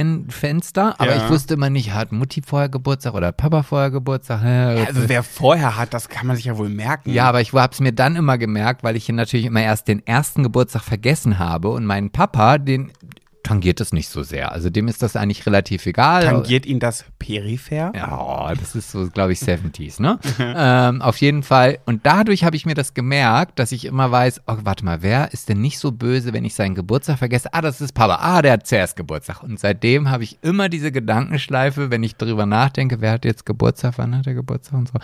[SPEAKER 2] Zeitfenster. Aber
[SPEAKER 1] Ja.
[SPEAKER 2] ich wusste immer nicht, hat Mutti vorher Geburtstag oder hat Papa vorher Geburtstag? Hä,
[SPEAKER 1] Also wer vorher hat, das kann man sich ja wohl merken.
[SPEAKER 2] ja, aber ich hab's mir dann immer gemerkt, weil ich hier natürlich immer erst den ersten Geburtstag vergessen habe und meinen Papa, den tangiert es nicht so sehr. Also dem ist das eigentlich relativ egal.
[SPEAKER 1] Tangiert ihn das peripher?
[SPEAKER 2] Ja, das ist so, glaube ich, 70s, ne? ähm, auf jeden Fall. Und dadurch habe ich mir das gemerkt, dass ich immer weiß, oh, warte mal, wer ist denn nicht so böse, wenn ich seinen Geburtstag vergesse? Ah, das ist Papa. Ah, der hat zuerst Geburtstag. Und seitdem habe ich immer diese Gedankenschleife, wenn ich drüber nachdenke, wer hat jetzt Geburtstag, wann hat er Geburtstag und so.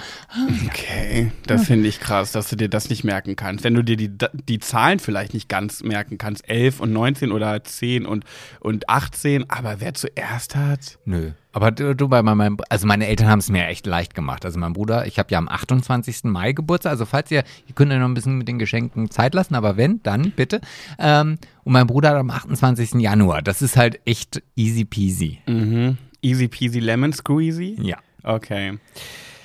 [SPEAKER 1] Okay, das finde ich krass, dass du dir das nicht merken kannst. Wenn du dir die, die Zahlen vielleicht nicht ganz merken kannst, 11 und 19 oder 10 und, und 18, aber wer zuerst hat?
[SPEAKER 2] Nö. Aber du, du bei meinem, also meine Eltern haben es mir echt leicht gemacht. Also mein Bruder, ich habe ja am 28. Mai Geburtstag. Also falls ihr, ihr könnt ja noch ein bisschen mit den Geschenken Zeit lassen, aber wenn, dann bitte. Ähm, und mein Bruder hat am 28. Januar. Das ist halt echt easy peasy.
[SPEAKER 1] Mhm. Easy peasy lemon squeezy?
[SPEAKER 2] Ja.
[SPEAKER 1] Okay.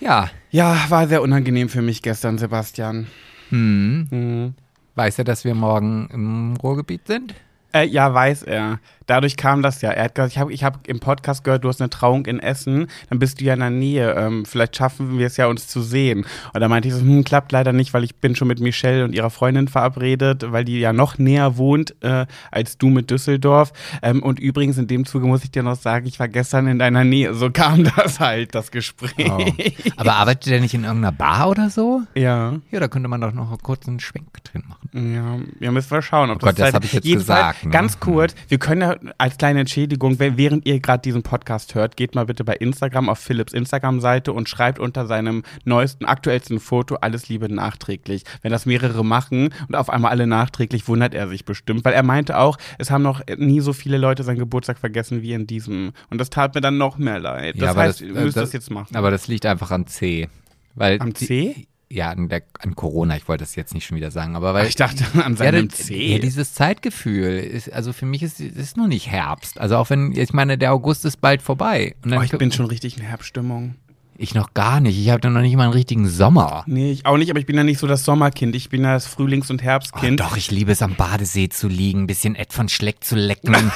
[SPEAKER 2] Ja.
[SPEAKER 1] Ja, war sehr unangenehm für mich gestern, Sebastian.
[SPEAKER 2] Hm.
[SPEAKER 1] Mhm.
[SPEAKER 2] Weiß er, dass wir morgen im Ruhrgebiet sind?
[SPEAKER 1] Äh, ja, weiß er. Dadurch kam das ja. Er hat gesagt, ich habe ich hab im Podcast gehört, du hast eine Trauung in Essen, dann bist du ja in der Nähe. Ähm, vielleicht schaffen wir es ja, uns zu sehen. Und da meinte ich so, hm, klappt leider nicht, weil ich bin schon mit Michelle und ihrer Freundin verabredet, weil die ja noch näher wohnt äh, als du mit Düsseldorf. Ähm, und übrigens, in dem Zuge muss ich dir noch sagen, ich war gestern in deiner Nähe. So kam das halt, das Gespräch.
[SPEAKER 2] Oh. aber arbeitet er nicht in irgendeiner Bar oder so?
[SPEAKER 1] Ja.
[SPEAKER 2] Ja, da könnte man doch noch kurz einen Schwenk drin machen.
[SPEAKER 1] Ja, wir müssen mal schauen, ob
[SPEAKER 2] Oh Gott, das hab ich jetzt
[SPEAKER 1] Jedenfalls,
[SPEAKER 2] gesagt, ne?
[SPEAKER 1] Ganz kurz, wir können ja als kleine Entschädigung, wenn- während ihr gerade diesen Podcast hört, geht mal bitte bei Instagram auf Philips Instagram-Seite und schreibt unter seinem neuesten, aktuellsten Foto alles Liebe nachträglich. Wenn das mehrere machen und auf einmal alle nachträglich, wundert er sich bestimmt, weil er meinte auch, es haben noch nie so viele Leute seinen Geburtstag vergessen wie in diesem. Und das tat mir dann noch mehr leid. Das heißt, ihr
[SPEAKER 2] äh,
[SPEAKER 1] müsst das jetzt machen.
[SPEAKER 2] Aber das liegt einfach am C. Weil
[SPEAKER 1] Am
[SPEAKER 2] die-
[SPEAKER 1] C?
[SPEAKER 2] Ja, an, der, an Corona, ich wollte das jetzt nicht schon wieder sagen, aber weil.
[SPEAKER 1] Ich dachte an
[SPEAKER 2] ja,
[SPEAKER 1] seinem
[SPEAKER 2] dann-
[SPEAKER 1] C.
[SPEAKER 2] Ja, dieses Zeitgefühl. Ist, also für mich ist es noch nicht Herbst. Also auch wenn, ich meine, der August ist bald vorbei. Und dann
[SPEAKER 1] oh, ich bin schon richtig in Herbststimmung.
[SPEAKER 2] ich noch gar nicht. Ich habe dann noch nicht mal einen richtigen Sommer.
[SPEAKER 1] Nee, ich auch nicht, aber ich bin ja nicht so das Sommerkind. Ich bin ja das Frühlings- und
[SPEAKER 2] Oh,
[SPEAKER 1] Herbstkind.
[SPEAKER 2] doch, ich liebe es, am Badesee zu liegen, ein bisschen Ed von Schleck zu lecken,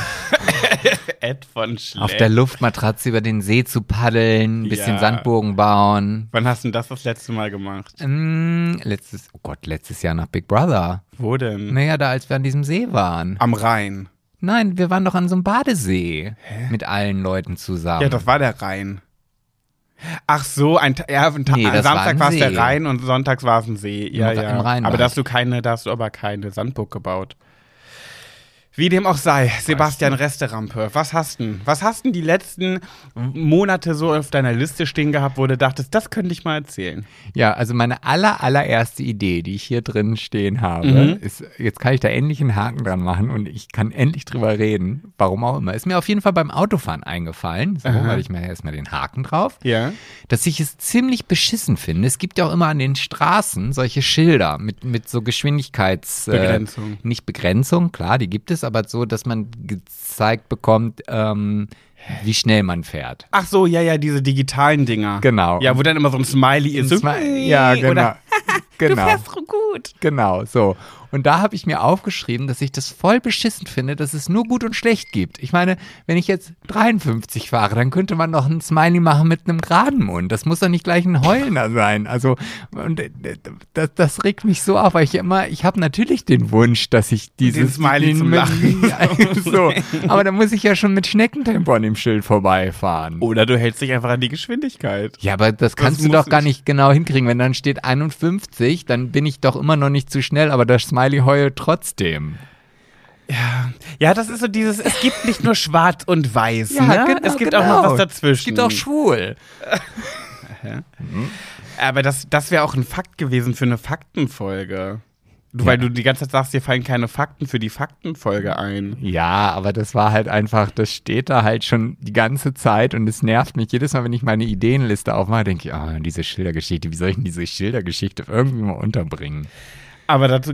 [SPEAKER 1] Ed von Schleck.
[SPEAKER 2] auf der Luftmatratze über den See zu paddeln, ein bisschen
[SPEAKER 1] Ja.
[SPEAKER 2] Sandburgen bauen.
[SPEAKER 1] Wann hast du denn das das letzte Mal gemacht?
[SPEAKER 2] Mm, letztes, oh Gott, letztes Jahr nach Big Brother.
[SPEAKER 1] Wo denn?
[SPEAKER 2] Naja, da als wir an diesem See waren.
[SPEAKER 1] Am Rhein.
[SPEAKER 2] Nein, wir waren doch an so einem Badesee mit allen Leuten zusammen.
[SPEAKER 1] Ja, das war der Rhein. Ach so, ein, Ta- ja, ein Ta-
[SPEAKER 2] Nee, das war
[SPEAKER 1] Samstag
[SPEAKER 2] ein
[SPEAKER 1] war es der
[SPEAKER 2] See.
[SPEAKER 1] Rhein und sonntags war es ein See. Ja,
[SPEAKER 2] Im Ra-
[SPEAKER 1] ja.
[SPEAKER 2] im Rhein
[SPEAKER 1] aber
[SPEAKER 2] war
[SPEAKER 1] da
[SPEAKER 2] ich.
[SPEAKER 1] hast du keine, da hast du aber keine Sandburg gebaut. Wie dem auch sei, Sebastian Resterampe, was hast denn? Was hast denn die letzten Monate so auf deiner Liste stehen gehabt, wo du dachtest, das könnte ich mal erzählen?
[SPEAKER 2] ja, also meine aller, allererste Idee, die ich hier drin stehen habe,
[SPEAKER 1] Mhm.
[SPEAKER 2] ist, jetzt kann ich da endlich einen Haken dran machen und ich kann endlich drüber reden, warum auch immer. Ist mir auf jeden Fall beim Autofahren eingefallen, so, weil ich mir erstmal den Haken drauf.
[SPEAKER 1] Ja.
[SPEAKER 2] dass ich es ziemlich beschissen finde. Es gibt ja auch immer an den Straßen solche Schilder mit, mit so Geschwindigkeits...
[SPEAKER 1] Begrenzung.
[SPEAKER 2] Äh, nicht Begrenzung, klar, die gibt es, ist aber so, dass man gezeigt bekommt, ähm, wie schnell man fährt.
[SPEAKER 1] Ach so, ja, ja, diese digitalen Dinger.
[SPEAKER 2] Genau.
[SPEAKER 1] Ja, wo dann immer so ein Smiley ist.
[SPEAKER 2] Ein
[SPEAKER 1] so,
[SPEAKER 2] Smiley, ja, genau.
[SPEAKER 1] Oder,
[SPEAKER 2] genau.
[SPEAKER 1] Du fährst so gut.
[SPEAKER 2] Genau, so. Und da habe ich mir aufgeschrieben, dass ich das voll beschissen finde, dass es nur gut und schlecht gibt. Ich meine, wenn ich jetzt 53 fahre, dann könnte man noch ein Smiley machen mit einem geraden Mund. Das muss doch nicht gleich ein Heulender sein. Also, und äh, das, das regt mich so auf, weil ich immer, ich habe natürlich den Wunsch, dass ich dieses
[SPEAKER 1] Smiley
[SPEAKER 2] den-
[SPEAKER 1] zum
[SPEAKER 2] mit-
[SPEAKER 1] Lachen.
[SPEAKER 2] Ja, so. Aber dann muss ich ja schon mit Schneckentempo an dem Schild vorbeifahren.
[SPEAKER 1] Oder du hältst dich einfach an die Geschwindigkeit.
[SPEAKER 2] Ja, aber das kannst du
[SPEAKER 1] muss
[SPEAKER 2] doch gar
[SPEAKER 1] ich.
[SPEAKER 2] nicht genau hinkriegen. Wenn dann steht 51, dann bin ich doch immer noch nicht zu schnell, aber das Smiley heult trotzdem.
[SPEAKER 1] Ja, das ist so dieses, es gibt nicht nur schwarz und weiß, ne? es gibt auch noch
[SPEAKER 2] genau.
[SPEAKER 1] was dazwischen.
[SPEAKER 2] Es gibt auch schwul.
[SPEAKER 1] Aber das, das wäre auch ein Fakt gewesen für eine Faktenfolge. Du, Weil du die ganze Zeit sagst, dir fallen keine Fakten für die Faktenfolge ein.
[SPEAKER 2] Ja, aber das war halt einfach, das steht da halt schon die ganze Zeit und es nervt mich. Jedes Mal, wenn ich meine Ideenliste aufmache, denke ich, ah, diese Schildergeschichte, wie soll ich denn diese Schildergeschichte irgendwie mal unterbringen?
[SPEAKER 1] Aber dazu.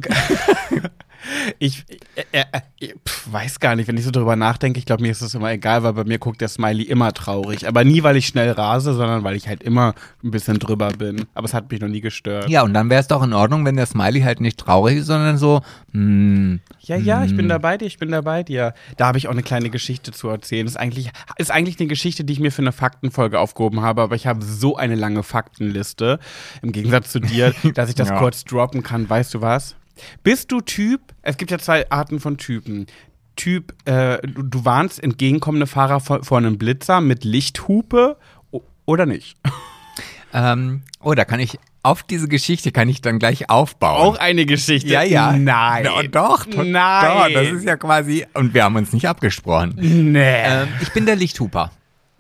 [SPEAKER 1] ich äh, äh, äh, pf, weiß gar nicht, wenn ich so drüber nachdenke. Ich glaube, mir ist es immer egal, weil bei mir guckt der Smiley immer traurig. Aber nie, weil ich schnell rase, sondern weil ich halt immer ein bisschen drüber bin. Aber es hat mich noch nie gestört.
[SPEAKER 2] Ja, und dann wäre es doch in Ordnung, wenn der Smiley halt nicht traurig ist, sondern so, hm,
[SPEAKER 1] Ja, ja, ich bin da bei dir, ich bin da bei dir. Da habe ich auch eine kleine Geschichte zu erzählen. Ist eigentlich, ist eigentlich eine Geschichte, die ich mir für eine Faktenfolge aufgehoben habe, aber ich habe so eine lange Faktenliste, im Gegensatz zu dir, dass ich das
[SPEAKER 2] Ja.
[SPEAKER 1] kurz droppen kann. Weißt du was? Bist du Typ? Es gibt ja zwei Arten von Typen. Typ, äh, du, du warnst entgegenkommende Fahrer vor, vor einem Blitzer mit Lichthupe o- oder nicht?
[SPEAKER 2] Ähm, oh, da kann ich auf diese Geschichte kann ich dann gleich aufbauen.
[SPEAKER 1] Auch eine Geschichte.
[SPEAKER 2] ja, ja.
[SPEAKER 1] Nein.
[SPEAKER 2] Na, doch, to- Doch,
[SPEAKER 1] Nein.
[SPEAKER 2] das ist ja quasi. Und wir haben uns nicht abgesprochen.
[SPEAKER 1] Nee.
[SPEAKER 2] Ähm, ich bin der Lichthuper.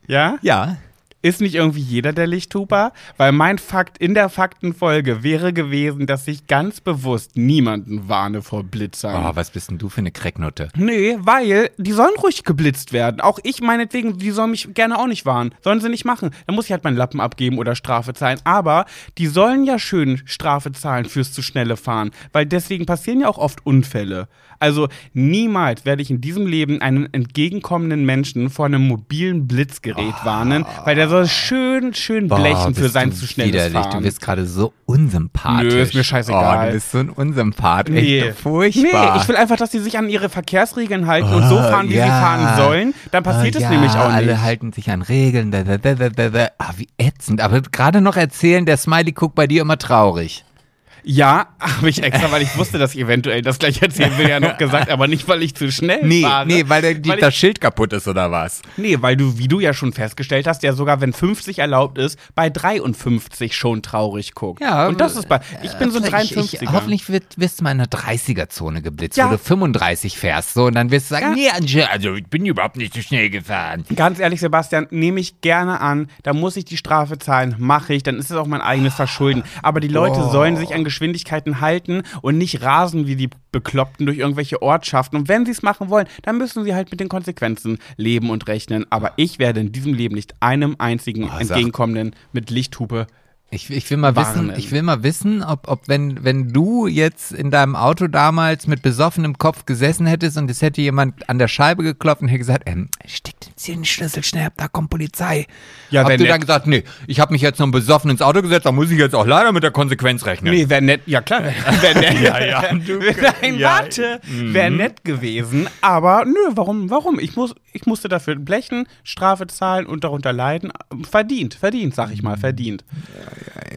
[SPEAKER 1] ja?
[SPEAKER 2] Ja.
[SPEAKER 1] Ist nicht irgendwie jeder der Lichthuber? Weil mein Fakt in der Faktenfolge wäre gewesen, dass ich ganz bewusst niemanden warne vor Blitzern.
[SPEAKER 2] Oh, was bist denn du für eine Cracknutte?
[SPEAKER 1] Nee, weil die sollen ruhig geblitzt werden. Auch ich meinetwegen, die sollen mich gerne auch nicht warnen. Sollen sie nicht machen. Dann muss ich halt meinen Lappen abgeben oder Strafe zahlen. Aber die sollen ja schön Strafe zahlen fürs zu schnelle Fahren. Weil deswegen passieren ja auch oft Unfälle. Also niemals werde ich in diesem Leben einen entgegenkommenden Menschen vor einem mobilen Blitzgerät warnen, weil der soll schön, schön blechen für
[SPEAKER 2] bist
[SPEAKER 1] sein
[SPEAKER 2] du
[SPEAKER 1] zu schnelles
[SPEAKER 2] widerlich.
[SPEAKER 1] Fahren.
[SPEAKER 2] Du bist gerade so unsympathisch.
[SPEAKER 1] Nö, ist mir scheißegal.
[SPEAKER 2] Oh, du bist so ein Unsympath.
[SPEAKER 1] Nee.
[SPEAKER 2] Echt furchtbar. Ah,
[SPEAKER 1] Nee, ich will einfach, dass sie sich an ihre Verkehrsregeln halten und so fahren, wie
[SPEAKER 2] ja.
[SPEAKER 1] sie fahren sollen. Dann passiert
[SPEAKER 2] Ah,
[SPEAKER 1] es
[SPEAKER 2] ja,
[SPEAKER 1] nämlich auch nicht.
[SPEAKER 2] Alle halten sich an Regeln. Da, da, da, da, da, da. Ah, wie ätzend. Aber gerade noch erzählen, der Smiley guckt bei dir immer traurig.
[SPEAKER 1] Ja, habe ich extra, weil ich wusste, dass ich eventuell das gleich erzählen will, ja noch gesagt, aber nicht, weil ich zu schnell
[SPEAKER 2] Nee,
[SPEAKER 1] fahre.
[SPEAKER 2] nee, weil, der, die,
[SPEAKER 1] Weil ich-
[SPEAKER 2] das Schild kaputt ist oder was?
[SPEAKER 1] Nee, weil du, wie du ja schon festgestellt hast, ja sogar, wenn 50 erlaubt ist, bei 53 schon traurig guckt.
[SPEAKER 2] Ja,
[SPEAKER 1] Und das ist bei, ich bin so ein
[SPEAKER 2] Äh,
[SPEAKER 1] 53er.
[SPEAKER 2] Ich, ich, hoffentlich wird, wirst du mal in einer 30er-Zone geblitzt,
[SPEAKER 1] Ja.
[SPEAKER 2] wo du 35 fährst. So, und dann wirst du sagen,
[SPEAKER 1] Ja.
[SPEAKER 2] nee, Angel, also ich bin überhaupt nicht so schnell gefahren.
[SPEAKER 1] Ganz ehrlich, Sebastian, nehme ich gerne an. Da muss ich die Strafe zahlen, mache ich. Dann ist es auch mein eigenes Verschulden. Aber die Leute sollen sich an Geschwindigkeiten halten und nicht rasen wie die Bekloppten durch irgendwelche Ortschaften. Und wenn sie es machen wollen, dann müssen sie halt mit den Konsequenzen leben und rechnen. Aber ich werde in diesem Leben nicht einem einzigen
[SPEAKER 2] sag-
[SPEAKER 1] entgegenkommenden mit Lichthupe.
[SPEAKER 2] Ich, ich will mal
[SPEAKER 1] Warnen.
[SPEAKER 2] wissen, ich will mal wissen, ob, ob wenn, wenn du jetzt in deinem Auto damals mit besoffenem Kopf gesessen hättest und es hätte jemand an der Scheibe geklopft und hätte gesagt, ähm, steck den Zähnenschlüssel schnell ab, da kommt Polizei.
[SPEAKER 1] Ja,
[SPEAKER 2] Ja, Habt
[SPEAKER 1] wenn
[SPEAKER 2] du
[SPEAKER 1] der-
[SPEAKER 2] dann gesagt, nee, ich habe mich jetzt noch besoffen ins Auto gesetzt, da muss ich jetzt auch leider mit der Konsequenz rechnen.
[SPEAKER 1] Nee, wäre nett. Ja, klar. Wär nett.
[SPEAKER 2] Ja, ja, du-
[SPEAKER 1] Nein,
[SPEAKER 2] ja. Mhm.
[SPEAKER 1] warte. Wäre nett gewesen. Aber nö, warum? Warum? Ich, muss, ich musste dafür blechen, Strafe zahlen und darunter leiden. Verdient, verdient, sag ich mal,
[SPEAKER 2] Mhm.
[SPEAKER 1] verdient.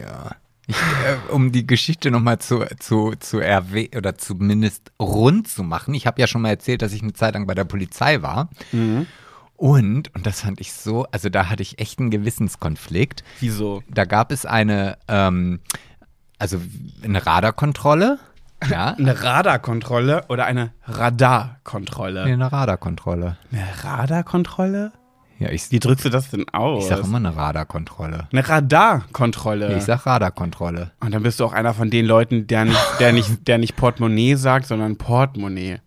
[SPEAKER 2] äh, um die Geschichte nochmal zu, zu, zu erwähnen oder zumindest rund zu machen. Ich habe ja schon mal erzählt, dass ich eine Zeit lang bei der Polizei war. Und, und das fand ich so, also da hatte ich echt einen Gewissenskonflikt.
[SPEAKER 1] Wieso?
[SPEAKER 2] Da gab es eine, ähm, also eine Radarkontrolle. Ja,
[SPEAKER 1] Eine Radarkontrolle oder eine Radarkontrolle?
[SPEAKER 2] Nee, eine Radarkontrolle.
[SPEAKER 1] Eine Radarkontrolle?
[SPEAKER 2] Ja, ich,
[SPEAKER 1] Wie drückst du das denn aus?
[SPEAKER 2] ich sag immer eine Radarkontrolle.
[SPEAKER 1] eine Radarkontrolle.
[SPEAKER 2] Ich sag Radarkontrolle.
[SPEAKER 1] und dann bist du auch einer von den Leuten, der nicht, der nicht, der nicht Portemonnaie sagt, sondern Portemonnaie.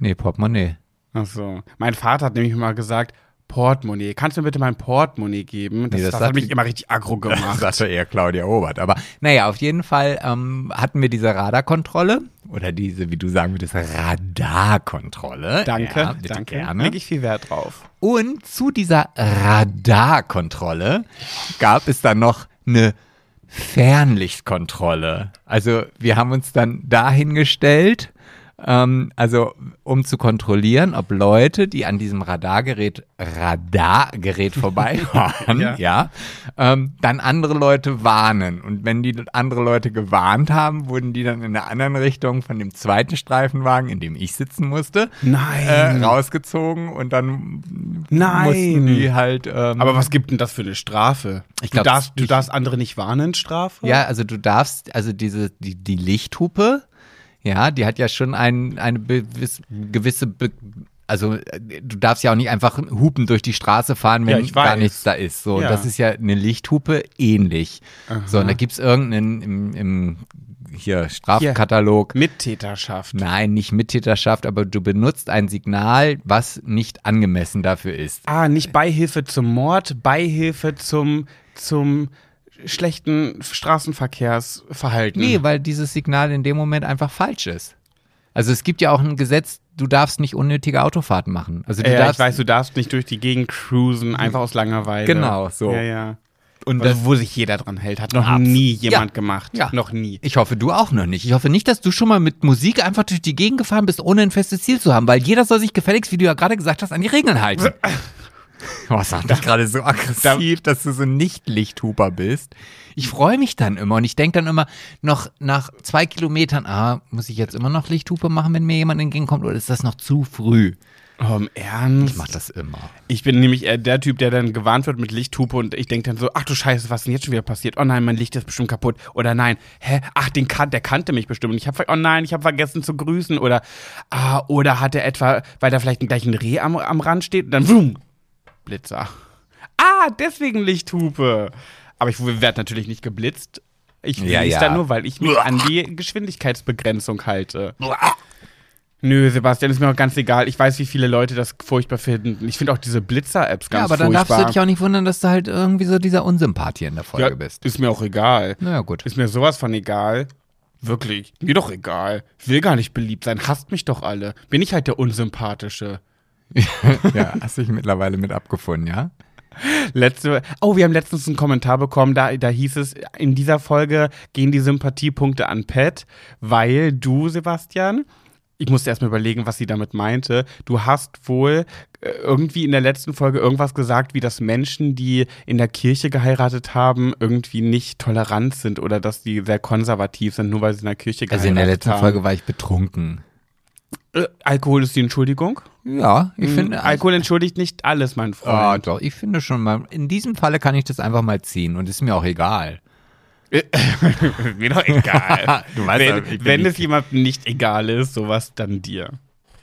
[SPEAKER 2] Nee, Portemonnaie.
[SPEAKER 1] Ach so. Mein Vater hat nämlich mal gesagt, Portemonnaie. Kannst du mir bitte mein Portemonnaie geben? Das,
[SPEAKER 2] Nee, das
[SPEAKER 1] das,
[SPEAKER 2] sagt-
[SPEAKER 1] hat mich immer richtig aggro gemacht.
[SPEAKER 2] sagte eher Claudia Obert. Aber naja, auf jeden Fall ähm, hatten wir diese Radarkontrolle oder diese, wie du sagen würdest, Radarkontrolle.
[SPEAKER 1] danke,
[SPEAKER 2] ja, bitte
[SPEAKER 1] danke.
[SPEAKER 2] Gerne.
[SPEAKER 1] Leg ich viel Wert drauf.
[SPEAKER 2] Und zu dieser Radarkontrolle gab es dann noch eine Fernlichtkontrolle. Also wir haben uns dann dahingestellt, ähm, also um zu kontrollieren, ob Leute, die an diesem Radargerät Radargerät vorbeifahren, ja,
[SPEAKER 1] Ja.
[SPEAKER 2] ähm, dann andere Leute warnen. Und wenn die andere Leute gewarnt haben, wurden die dann in der anderen Richtung von dem zweiten Streifenwagen, in dem ich sitzen musste,
[SPEAKER 1] Nein.
[SPEAKER 2] äh, rausgezogen und dann
[SPEAKER 1] Nein.
[SPEAKER 2] mussten die halt. Ähm,
[SPEAKER 1] Aber was gibt denn das für eine Strafe?
[SPEAKER 2] Ich glaub,
[SPEAKER 1] du, darfst, du
[SPEAKER 2] ich-
[SPEAKER 1] darfst andere nicht warnen, Strafe?
[SPEAKER 2] ja, also du darfst, also diese, die, die Lichthupe, ja, die hat ja schon ein, eine bewis- gewisse, Be also äh, du darfst ja auch nicht einfach hupen durch die Straße fahren,
[SPEAKER 1] Ja,
[SPEAKER 2] wenn
[SPEAKER 1] ich
[SPEAKER 2] gar
[SPEAKER 1] weiß.
[SPEAKER 2] nichts da ist. So,
[SPEAKER 1] Ja.
[SPEAKER 2] das ist ja eine Lichthupe ähnlich. So, und da gibt's irgendeinen im, im hier Strafkatalog.
[SPEAKER 1] Mittäterschaft.
[SPEAKER 2] Nein, nicht Mittäterschaft, aber du benutzt ein Signal, was nicht angemessen dafür ist.
[SPEAKER 1] Ah, nicht Beihilfe zum Mord, Beihilfe zum, zum schlechten Straßenverkehrsverhalten.
[SPEAKER 2] Nee, weil dieses Signal in dem Moment einfach falsch ist. Also es gibt ja auch ein Gesetz, du darfst nicht unnötige Autofahrten machen. Also du
[SPEAKER 1] äh,
[SPEAKER 2] darfst
[SPEAKER 1] ich weiß, du darfst nicht durch die Gegend cruisen, einfach aus Langeweile.
[SPEAKER 2] Genau, so.
[SPEAKER 1] Ja, ja.
[SPEAKER 2] und das,
[SPEAKER 1] Also, wo sich jeder dran hält, hat noch
[SPEAKER 2] Abs-
[SPEAKER 1] nie
[SPEAKER 2] Ja.
[SPEAKER 1] jemand gemacht.
[SPEAKER 2] Ja.
[SPEAKER 1] Noch nie.
[SPEAKER 2] ich hoffe, du auch noch nicht. Ich hoffe nicht, dass du schon mal mit Musik einfach durch die Gegend gefahren bist, ohne ein festes Ziel zu haben, weil jeder soll sich gefälligst, wie du ja gerade gesagt hast, an die Regeln halten. Was war das gerade so aggressiv, dass du so nicht Lichthuber bist? Ich freue mich dann immer und ich denke dann immer noch nach zwei Kilometern, ah, muss ich jetzt immer noch Lichthupe machen, wenn mir jemand entgegenkommt oder ist das noch zu früh?
[SPEAKER 1] Oh, im Ernst?
[SPEAKER 2] Ich mach das immer.
[SPEAKER 1] Ich bin nämlich eher der Typ, der dann gewarnt wird mit Lichthupe und ich denke dann so, ach du Scheiße, was ist denn jetzt schon wieder passiert? Oh nein, mein Licht ist bestimmt kaputt. Oder nein, hä, ach, den kan der kannte mich bestimmt. Und ich habe, oh nein, ich habe vergessen zu grüßen. Oder, ah, oder hat er etwa, weil da vielleicht gleich ein Reh am, am Rand steht und dann, wumm, Blitzer. Ah, deswegen Lichthupe. Aber ich werde natürlich nicht geblitzt. Ich
[SPEAKER 2] Ja,
[SPEAKER 1] blitz
[SPEAKER 2] ja.
[SPEAKER 1] da nur, weil ich mich an die Geschwindigkeitsbegrenzung halte. Nö, Sebastian, ist mir auch ganz egal. Ich weiß, wie viele Leute das furchtbar finden. Ich finde auch diese Blitzer-Apps ganz
[SPEAKER 2] ja, aber dann
[SPEAKER 1] furchtbar.
[SPEAKER 2] darfst du dich auch nicht wundern, dass du halt irgendwie so dieser Unsympathie in der Folge bist.
[SPEAKER 1] Ist mir auch egal.
[SPEAKER 2] Naja, gut.
[SPEAKER 1] Ist mir sowas von egal. Wirklich, mir doch egal. Ich will gar nicht beliebt sein. Hasst mich doch alle. Bin ich halt der Unsympathische.
[SPEAKER 2] ja, hast dich mittlerweile mit abgefunden, ja?
[SPEAKER 1] Letzte, oh, wir haben letztens einen Kommentar bekommen, da, da hieß es, in dieser Folge gehen die Sympathiepunkte an Pat, weil du, Sebastian, ich musste erst mal überlegen, was sie damit meinte, du hast wohl äh, irgendwie in der letzten Folge irgendwas gesagt, wie dass Menschen, die in der Kirche geheiratet haben, irgendwie nicht tolerant sind oder dass die sehr konservativ sind, nur weil sie in der Kirche geheiratet
[SPEAKER 2] Also in der letzten
[SPEAKER 1] haben.
[SPEAKER 2] Folge war ich betrunken.
[SPEAKER 1] Äh, Alkohol ist die Entschuldigung.
[SPEAKER 2] Ja, ich finde.
[SPEAKER 1] Alkohol entschuldigt nicht alles, mein Freund.
[SPEAKER 2] Ah, Hm, also, doch, ich finde schon mal, in diesem Falle kann ich das einfach mal ziehen und ist mir auch egal.
[SPEAKER 1] Mir doch egal.
[SPEAKER 2] Du weißt aber, Also, ich bin
[SPEAKER 1] wenn wenn
[SPEAKER 2] nicht-
[SPEAKER 1] es jemandem nicht egal ist, sowas dann dir.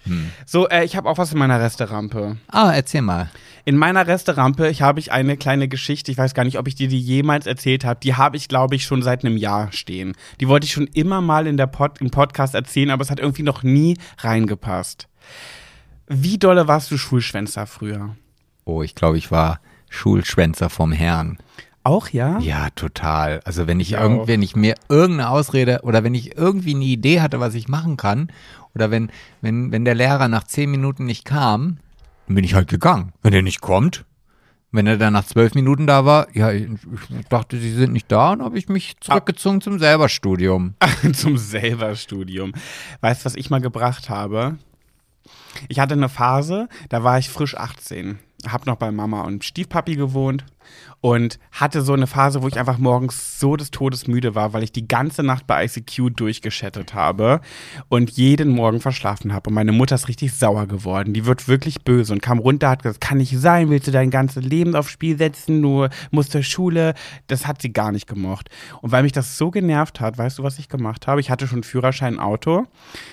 [SPEAKER 2] Hm.
[SPEAKER 1] So, äh, ich habe auch was in meiner Resterampe.
[SPEAKER 2] Ah, erzähl mal.
[SPEAKER 1] In meiner Resterampe ich, habe ich eine kleine Geschichte. Ich weiß gar nicht, ob ich dir die jemals erzählt habe. Die habe ich, glaube ich, schon seit einem Jahr stehen. Die wollte ich schon immer mal in der Pod im Podcast erzählen, aber es hat irgendwie noch nie reingepasst. Wie dolle warst du Schulschwänzer früher?
[SPEAKER 2] Oh, ich glaube, ich war Schulschwänzer vom Herrn.
[SPEAKER 1] Auch ja?
[SPEAKER 2] Ja, total. Also wenn ich,
[SPEAKER 1] Ich
[SPEAKER 2] irgend,
[SPEAKER 1] auch.
[SPEAKER 2] wenn ich mir irgendeine Ausrede oder wenn ich irgendwie eine Idee hatte, was ich machen kann, oder wenn, wenn, wenn der Lehrer nach zehn Minuten nicht kam, dann bin ich halt gegangen. Wenn er nicht kommt, wenn er dann nach zwölf Minuten da war, ja, ich, ich dachte, sie sind nicht da und habe ich mich zurückgezogen zum selber Studium.
[SPEAKER 1] zum selber Studium. Weißt du, was ich mal gebracht habe? Ich hatte eine Phase, da war ich frisch 18, hab noch bei Mama und Stiefpapi gewohnt und hatte so eine Phase, wo ich einfach morgens so des Todes müde war, weil ich die ganze Nacht bei ICQ durchgeschattet habe und jeden Morgen verschlafen habe. Und meine Mutter ist richtig sauer geworden. Die wird wirklich böse und kam runter, hat gesagt, kann nicht sein, willst du dein ganzes Leben aufs Spiel setzen, du musst zur Schule. Das hat sie gar nicht gemocht. Und weil mich das so genervt hat, weißt du, was ich gemacht habe? Ich hatte schon Führerschein Auto.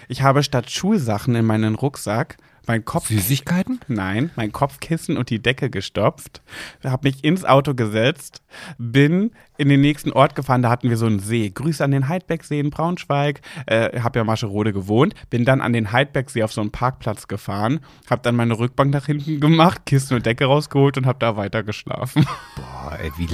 [SPEAKER 1] Ich habe statt Schulsachen in meinen Rucksack mein Kopf
[SPEAKER 2] Süßigkeiten?
[SPEAKER 1] Nein, mein Kopfkissen und die Decke gestopft, habe mich ins Auto gesetzt, bin in den nächsten Ort gefahren, da hatten wir so einen See. Grüße an den Heidbecksee in Braunschweig, äh, habe ja Mascherode gewohnt, bin dann an den Heidbecksee auf so einen Parkplatz gefahren, habe dann meine Rückbank nach hinten gemacht, Kissen und Decke rausgeholt und habe da weiter geschlafen.
[SPEAKER 2] Boah, Oh, ey, wie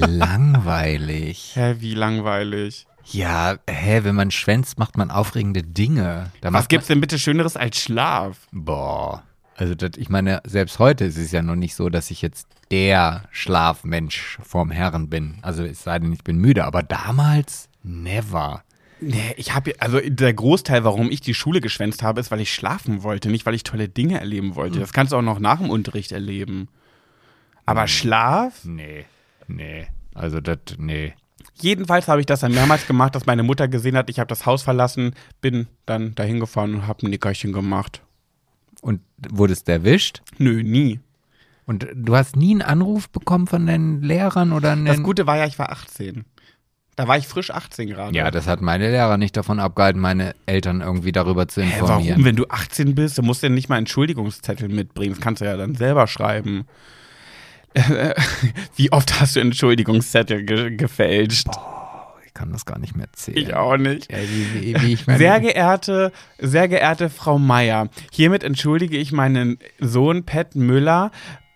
[SPEAKER 2] langweilig.
[SPEAKER 1] Hä, wie langweilig.
[SPEAKER 2] Ja, hä, wenn man schwänzt, macht man aufregende Dinge. Da
[SPEAKER 1] Was
[SPEAKER 2] macht
[SPEAKER 1] gibt's denn bitte Schöneres als Schlaf?
[SPEAKER 2] man, Boah. Also das, ich meine, selbst heute ist es ja noch nicht so, dass ich jetzt der Schlafmensch vorm Herren bin. Also es sei denn, ich bin müde, aber damals never.
[SPEAKER 1] Nee, ich habe also der Großteil, warum ich die Schule geschwänzt habe, ist, weil ich schlafen wollte, nicht weil ich tolle Dinge erleben wollte. Das kannst du auch noch nach dem Unterricht erleben. Aber Schlaf?
[SPEAKER 2] Nee, nee. Also das, nee.
[SPEAKER 1] Jedenfalls habe ich das dann mehrmals gemacht, dass meine Mutter gesehen hat, ich habe das Haus verlassen, bin dann dahin gefahren und habe ein Nickerchen gemacht.
[SPEAKER 2] Und wurdest du erwischt?
[SPEAKER 1] Nö, nie.
[SPEAKER 2] Und du hast nie einen Anruf bekommen von deinen Lehrern oder einen
[SPEAKER 1] Das Gute war ja, ich war 18. Da war ich frisch 18 gerade.
[SPEAKER 2] Ja, das hat meine Lehrer nicht davon abgehalten, meine Eltern irgendwie darüber zu
[SPEAKER 1] Hä, warum?
[SPEAKER 2] informieren.
[SPEAKER 1] Wenn du 18 bist, du musst ja nicht mal einen Entschuldigungszettel mitbringen. Das kannst du ja dann selber schreiben. Wie oft hast du Entschuldigungszettel ge gefälscht?
[SPEAKER 2] ich kann das gar nicht mehr erzählen.
[SPEAKER 1] ich auch nicht.
[SPEAKER 2] Ja, wie, wie, wie ich meine,
[SPEAKER 1] Sehr geehrte, sehr geehrte Frau Meier, hiermit entschuldige ich meinen Sohn Pat Müller,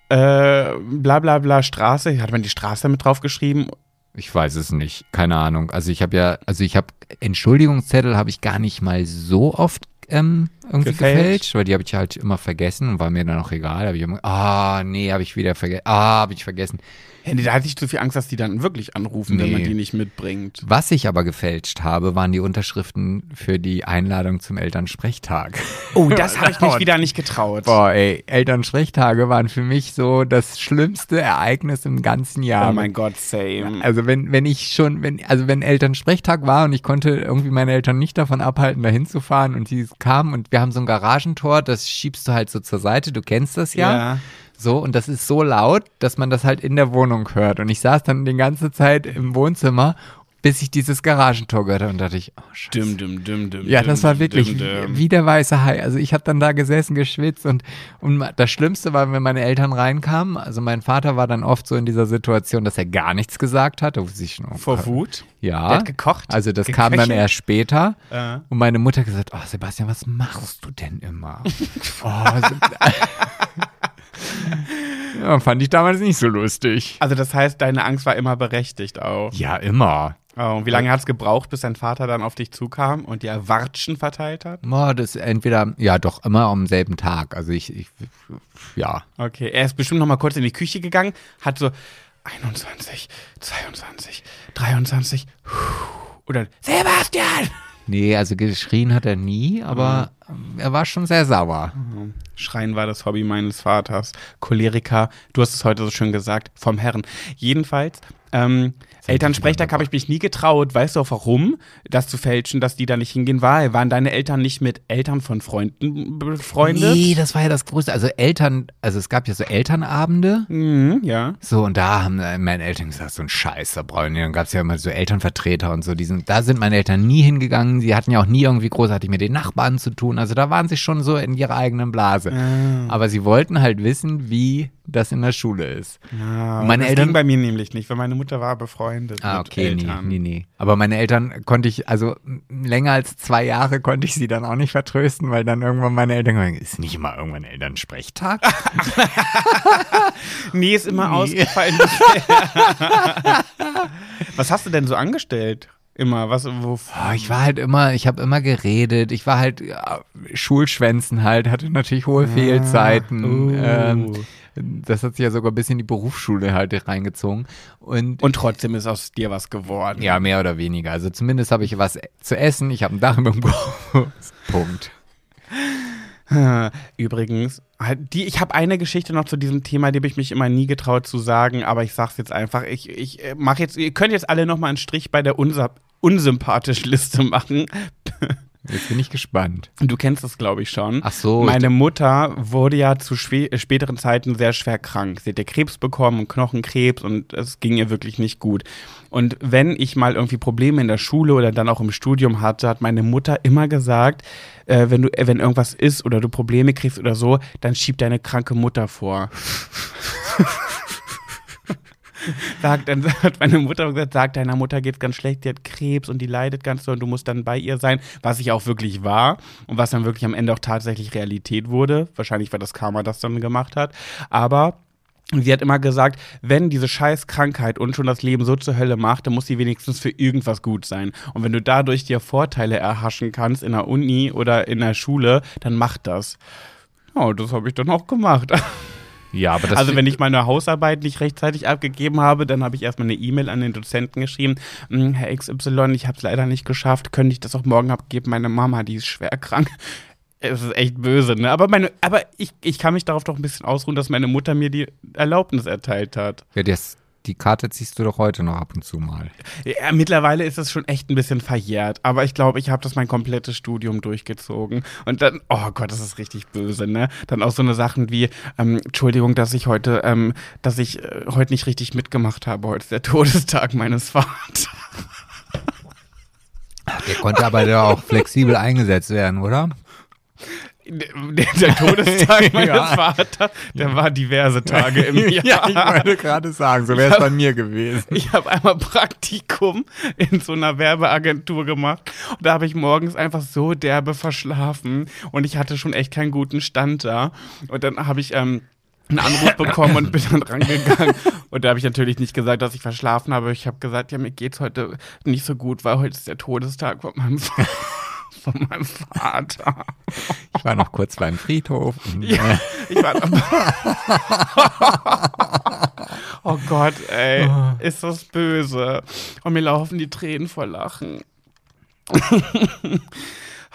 [SPEAKER 1] äh, bla bla bla Straße, hat man die Straße mit draufgeschrieben?
[SPEAKER 2] ich weiß es nicht, keine Ahnung. Also ich habe ja, also ich habe Entschuldigungszettel habe ich gar nicht mal so oft ähm, irgendwie gefälscht.
[SPEAKER 1] Gefälscht.
[SPEAKER 2] weil die habe ich halt immer vergessen und war mir dann auch egal. Hab ich immer, ah nee, habe ich wieder vergessen. Ah, habe ich vergessen.
[SPEAKER 1] Hey, nee, da hatte ich zu viel Angst, dass die dann wirklich anrufen, wenn
[SPEAKER 2] Nee.
[SPEAKER 1] man die nicht mitbringt.
[SPEAKER 2] Was ich aber gefälscht habe, waren die Unterschriften für die Einladung zum Elternsprechtag.
[SPEAKER 1] Oh, das habe ich mich wieder nicht getraut.
[SPEAKER 2] Boah, ey, Elternsprechtage waren für mich so das schlimmste Ereignis im ganzen Jahr.
[SPEAKER 1] Oh mein Gott, same.
[SPEAKER 2] Also wenn, wenn ich schon, wenn, also wenn Elternsprechtag war und ich konnte irgendwie meine Eltern nicht davon abhalten, da hinzufahren und die kamen und wir haben so ein Garagentor, das schiebst du halt so zur Seite, du kennst das ja.
[SPEAKER 1] Ja.
[SPEAKER 2] So, und das ist so laut, dass man das halt in der Wohnung hört. Und ich saß dann die ganze Zeit im Wohnzimmer, bis ich dieses Garagentor gehört habe und dachte ich, oh scheiße.
[SPEAKER 1] Düm, düm, düm, düm,
[SPEAKER 2] Ja,
[SPEAKER 1] düm,
[SPEAKER 2] das war
[SPEAKER 1] düm,
[SPEAKER 2] wirklich
[SPEAKER 1] düm, düm.
[SPEAKER 2] wie- wie der weiße Hai. Also ich habe dann da gesessen, geschwitzt und, und ma- das Schlimmste war, wenn meine Eltern reinkamen. Also mein Vater war dann oft so in dieser Situation, dass er gar nichts gesagt hat. Obwohl ich nur-
[SPEAKER 1] Vor Wut?
[SPEAKER 2] oh Ja.
[SPEAKER 1] Der hat gekocht?
[SPEAKER 2] Also das kam dann
[SPEAKER 1] Geköchelt?
[SPEAKER 2] erst später.
[SPEAKER 1] Äh.
[SPEAKER 2] Und meine Mutter gesagt, oh Sebastian, was machst du denn immer? oh, Se- ja, fand ich damals nicht so lustig.
[SPEAKER 1] Also das heißt, deine Angst war immer berechtigt auch.
[SPEAKER 2] Ja, immer.
[SPEAKER 1] Oh, wie lange hat es gebraucht, bis dein Vater dann auf dich zukam und dir Watschen verteilt hat?
[SPEAKER 2] Oh, das entweder, ja doch, immer am selben Tag. Also ich, ich ja.
[SPEAKER 1] Okay, er ist bestimmt noch mal kurz in die Küche gegangen, hat so 21, 22, 23 puh, und dann Sebastian!
[SPEAKER 2] Nee, also geschrien hat er nie, aber er war schon sehr sauer.
[SPEAKER 1] Schreien war das Hobby meines Vaters. Choleriker, du hast es heute so schön gesagt, vom Herrn. Jedenfalls, ähm, Elternsprechtag habe ich mich nie getraut. Weißt du auch warum? Das zu fälschen, dass die da nicht hingehen, weil waren deine Eltern nicht mit Eltern von Freunden befreundet?
[SPEAKER 2] Nee, das war ja das Größte. Also Eltern, also es gab ja so Elternabende.
[SPEAKER 1] Mhm, ja.
[SPEAKER 2] So, und da haben äh, meine Eltern gesagt, so ein Scheiß, da brauchen die. Dann gab es ja immer so Elternvertreter und so. Die sind, da sind meine Eltern nie hingegangen. Sie hatten ja auch nie irgendwie großartig mit den Nachbarn zu tun. Also da waren sie schon so in ihrer eigenen Blase. Aber sie wollten halt wissen, wie das in der Schule ist.
[SPEAKER 1] Ah,
[SPEAKER 2] Und meine
[SPEAKER 1] das
[SPEAKER 2] Eltern-
[SPEAKER 1] ging bei mir nämlich nicht, weil meine Mutter war befreundet
[SPEAKER 2] Ah,
[SPEAKER 1] mit
[SPEAKER 2] okay, nee,
[SPEAKER 1] Eltern.
[SPEAKER 2] nee, nee. Aber meine Eltern konnte ich, also m- länger als zwei Jahre konnte ich sie dann auch nicht vertrösten, weil dann irgendwann meine Eltern gesagt haben, ist nicht immer irgendwann Elternsprechtag?
[SPEAKER 1] Nee, ist immer ausgefallen. Was hast du denn so angestellt? Immer, was, wo,
[SPEAKER 2] Oh, ich war halt immer, ich habe immer geredet, ich war halt äh, Schulschwänzen halt, hatte natürlich hohe Fehlzeiten.
[SPEAKER 1] uh.
[SPEAKER 2] Ähm, das hat sich ja sogar bis in die Berufsschule halt reingezogen. Und,
[SPEAKER 1] und trotzdem ist aus dir was geworden.
[SPEAKER 2] ja, mehr oder weniger. Also zumindest habe ich was zu essen, ich habe ein Dach über dem Kopf. Punkt.
[SPEAKER 1] Übrigens, halt die, ich habe eine Geschichte noch zu diesem Thema, die habe ich mich immer nie getraut zu sagen, aber ich sag's jetzt einfach. Ich, ich äh, mach jetzt, ihr könnt jetzt alle nochmal einen Strich bei der unser, unsympathisch Liste machen.
[SPEAKER 2] Jetzt bin ich gespannt.
[SPEAKER 1] Du kennst es, glaube ich, schon.
[SPEAKER 2] Ach so,
[SPEAKER 1] Meine Mutter wurde ja zu schwe- äh, späteren Zeiten sehr schwer krank. Sie hat ja Krebs bekommen und Knochenkrebs und es ging ihr wirklich nicht gut. Und wenn ich mal irgendwie Probleme in der Schule oder dann auch im Studium hatte, hat meine Mutter immer gesagt, äh, wenn du, äh, wenn irgendwas ist oder du Probleme kriegst oder so, dann schieb deine kranke Mutter vor. Sagt, dann hat meine Mutter gesagt, sag deiner Mutter geht's ganz schlecht, die hat Krebs und die leidet ganz so und du musst dann bei ihr sein, was ich auch wirklich war und was dann wirklich am Ende auch tatsächlich Realität wurde. Wahrscheinlich, weil das Karma das dann gemacht hat. Aber sie hat immer gesagt, wenn diese scheiß Krankheit uns schon das Leben so zur Hölle macht, dann muss sie wenigstens für irgendwas gut sein. Und wenn du dadurch dir Vorteile erhaschen kannst in der Uni oder in der Schule, dann mach das. Ja, das habe ich dann auch gemacht.
[SPEAKER 2] Ja, aber das
[SPEAKER 1] Also wenn ich meine Hausarbeit nicht rechtzeitig abgegeben habe, dann habe ich erstmal eine E-Mail an den Dozenten geschrieben, "Hm, Herr XY, ich habe es leider nicht geschafft, könnte ich das auch morgen abgeben, meine Mama, die ist schwer krank. Es ist echt böse, ne? Aber, meine, aber ich, ich kann mich darauf doch ein bisschen ausruhen, dass meine Mutter mir die Erlaubnis erteilt hat.
[SPEAKER 2] ja, das, die Karte ziehst du doch heute noch ab und zu mal.
[SPEAKER 1] Ja, mittlerweile ist es schon echt ein bisschen verjährt, aber ich glaube, ich habe das mein komplettes Studium durchgezogen. Und dann, oh Gott, das ist richtig böse, ne? Dann auch so eine Sachen wie, ähm, Entschuldigung, dass ich heute, ähm, dass ich äh, heute nicht richtig mitgemacht habe. Heute ist der Todestag meines Vaters.
[SPEAKER 2] Der konnte aber doch auch flexibel eingesetzt werden, oder?
[SPEAKER 1] Der, der Todestag meines
[SPEAKER 2] Ja.
[SPEAKER 1] Vaters, der war diverse Tage im Jahr.
[SPEAKER 2] gerade sagen, so wäre es bei mir gewesen.
[SPEAKER 1] Ich habe einmal Praktikum in so einer Werbeagentur gemacht und da habe ich morgens einfach so derbe verschlafen und ich hatte schon echt keinen guten Stand da. Und dann habe ich ähm, einen Anruf bekommen und bin dann rangegangen. Und da habe ich natürlich nicht gesagt, dass ich verschlafen habe. Ich habe gesagt, ja, mir geht's heute nicht so gut, weil heute ist der Todestag von meinem, Fa- von meinem Vater.
[SPEAKER 2] Ich war noch kurz beim Friedhof. Und, äh,
[SPEAKER 1] Ich war Oh Gott, ey, ist das böse. Und mir laufen die Tränen vor Lachen.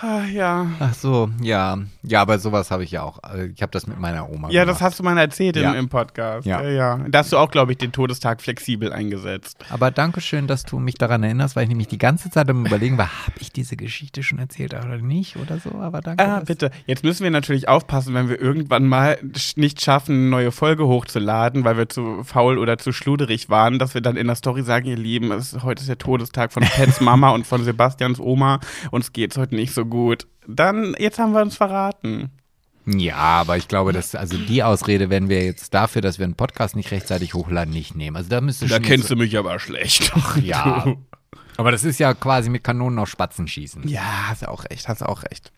[SPEAKER 1] ah, ja.
[SPEAKER 2] Ach so, ja. Ja, aber sowas habe ich ja auch. Also Ich habe das mit meiner Oma
[SPEAKER 1] Ja, das
[SPEAKER 2] gemacht.
[SPEAKER 1] hast du mal erzählt
[SPEAKER 2] Ja.
[SPEAKER 1] im, im Podcast.
[SPEAKER 2] Ja.
[SPEAKER 1] Ja. ja. Da hast du auch, glaube ich, den Todestag flexibel eingesetzt.
[SPEAKER 2] Aber danke schön, dass du mich daran erinnerst, weil ich nämlich die ganze Zeit am überlegen war, habe ich diese Geschichte schon erzählt oder nicht oder so, aber danke.
[SPEAKER 1] Ah,
[SPEAKER 2] dass-
[SPEAKER 1] bitte. Jetzt müssen wir natürlich aufpassen, wenn wir irgendwann mal sch- nicht schaffen, eine neue Folge hochzuladen, weil wir zu faul oder zu schluderig waren, dass wir dann in der Story sagen, ihr Lieben, es, heute ist der Todestag von Pets Mama und von Sebastians Oma. Uns geht's heute nicht so gut. Dann, jetzt haben wir uns verraten.
[SPEAKER 2] Ja, aber ich glaube, dass also die Ausrede werden wir jetzt dafür, dass wir einen Podcast nicht rechtzeitig hochladen, nicht nehmen. Also da müsste schon jetzt,
[SPEAKER 1] du mich aber schlecht.
[SPEAKER 2] ja. Aber das ist ja quasi mit Kanonen auf Spatzen schießen.
[SPEAKER 1] Ja, hast du auch recht, hast du auch recht.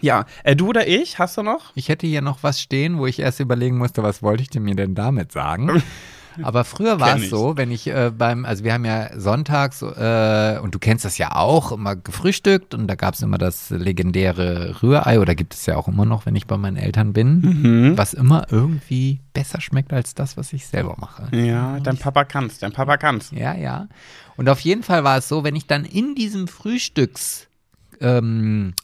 [SPEAKER 1] Ja, äh, du oder ich, hast du noch?
[SPEAKER 2] Ich hätte hier noch was stehen, wo ich erst überlegen musste, was wollte ich denn mir denn damit sagen? Aber früher war
[SPEAKER 1] Kenn
[SPEAKER 2] es
[SPEAKER 1] ich.
[SPEAKER 2] so, wenn ich äh, beim, also wir haben ja sonntags, äh, und du kennst das ja auch, immer gefrühstückt und da gab es immer das legendäre Rührei oder gibt es ja auch immer noch, wenn ich bei meinen Eltern bin,
[SPEAKER 1] Mhm.
[SPEAKER 2] was immer irgendwie besser schmeckt als das, was ich selber mache.
[SPEAKER 1] Ja, dein Papa kann's, dein Papa kann's.
[SPEAKER 2] Ja, ja. Und auf jeden Fall war es so, wenn ich dann in diesem Frühstücks ähm,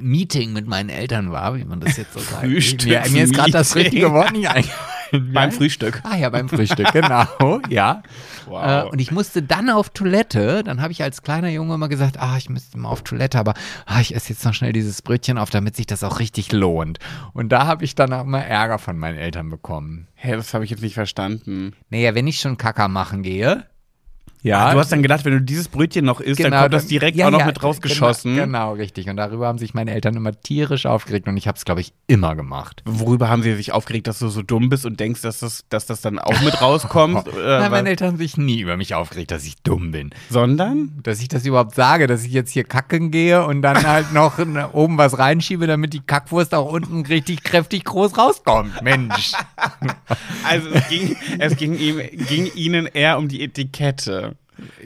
[SPEAKER 2] Meeting mit meinen Eltern war, wie man das jetzt so sagt. Mir, mir ist gerade das
[SPEAKER 1] Frühstücks-Meeting.
[SPEAKER 2] richtige Wort nicht eingefallen.
[SPEAKER 1] Beim Frühstück.
[SPEAKER 2] Ah ja, beim Frühstück, genau, ja.
[SPEAKER 1] Wow.
[SPEAKER 2] Äh, und ich musste dann auf Toilette, dann habe ich als kleiner Junge immer gesagt, ah, ich müsste mal auf Toilette, aber ah, ich esse jetzt noch schnell dieses Brötchen auf, damit sich das auch richtig lohnt. Und da habe ich dann auch immer Ärger von meinen Eltern bekommen.
[SPEAKER 1] Hä, das habe ich jetzt nicht verstanden.
[SPEAKER 2] Naja, wenn ich schon Kacker machen gehe, ah, ja,
[SPEAKER 1] Du hast dann gedacht, wenn du dieses Brötchen noch isst, dann kommt das direkt
[SPEAKER 2] Genau, ja,
[SPEAKER 1] auch noch
[SPEAKER 2] ja,
[SPEAKER 1] mit rausgeschossen.
[SPEAKER 2] Genau, genau, richtig. Und darüber haben sich meine Eltern immer tierisch aufgeregt und ich habe es, glaube ich, immer gemacht.
[SPEAKER 1] Worüber haben sie sich aufgeregt, dass du so dumm bist und denkst, dass das, dass das dann auch mit rauskommt? äh,
[SPEAKER 2] Nein, meine
[SPEAKER 1] was-
[SPEAKER 2] Eltern haben sich nie über mich aufgeregt, dass ich dumm bin.
[SPEAKER 1] sondern?
[SPEAKER 2] Dass ich das überhaupt sage, dass ich jetzt hier kacken gehe und dann halt noch ne- oben was reinschiebe, damit die Kackwurst auch unten richtig kräftig groß rauskommt. Mensch.
[SPEAKER 1] Also es ging, es ging, ihm, ging ihnen eher um die Etikette.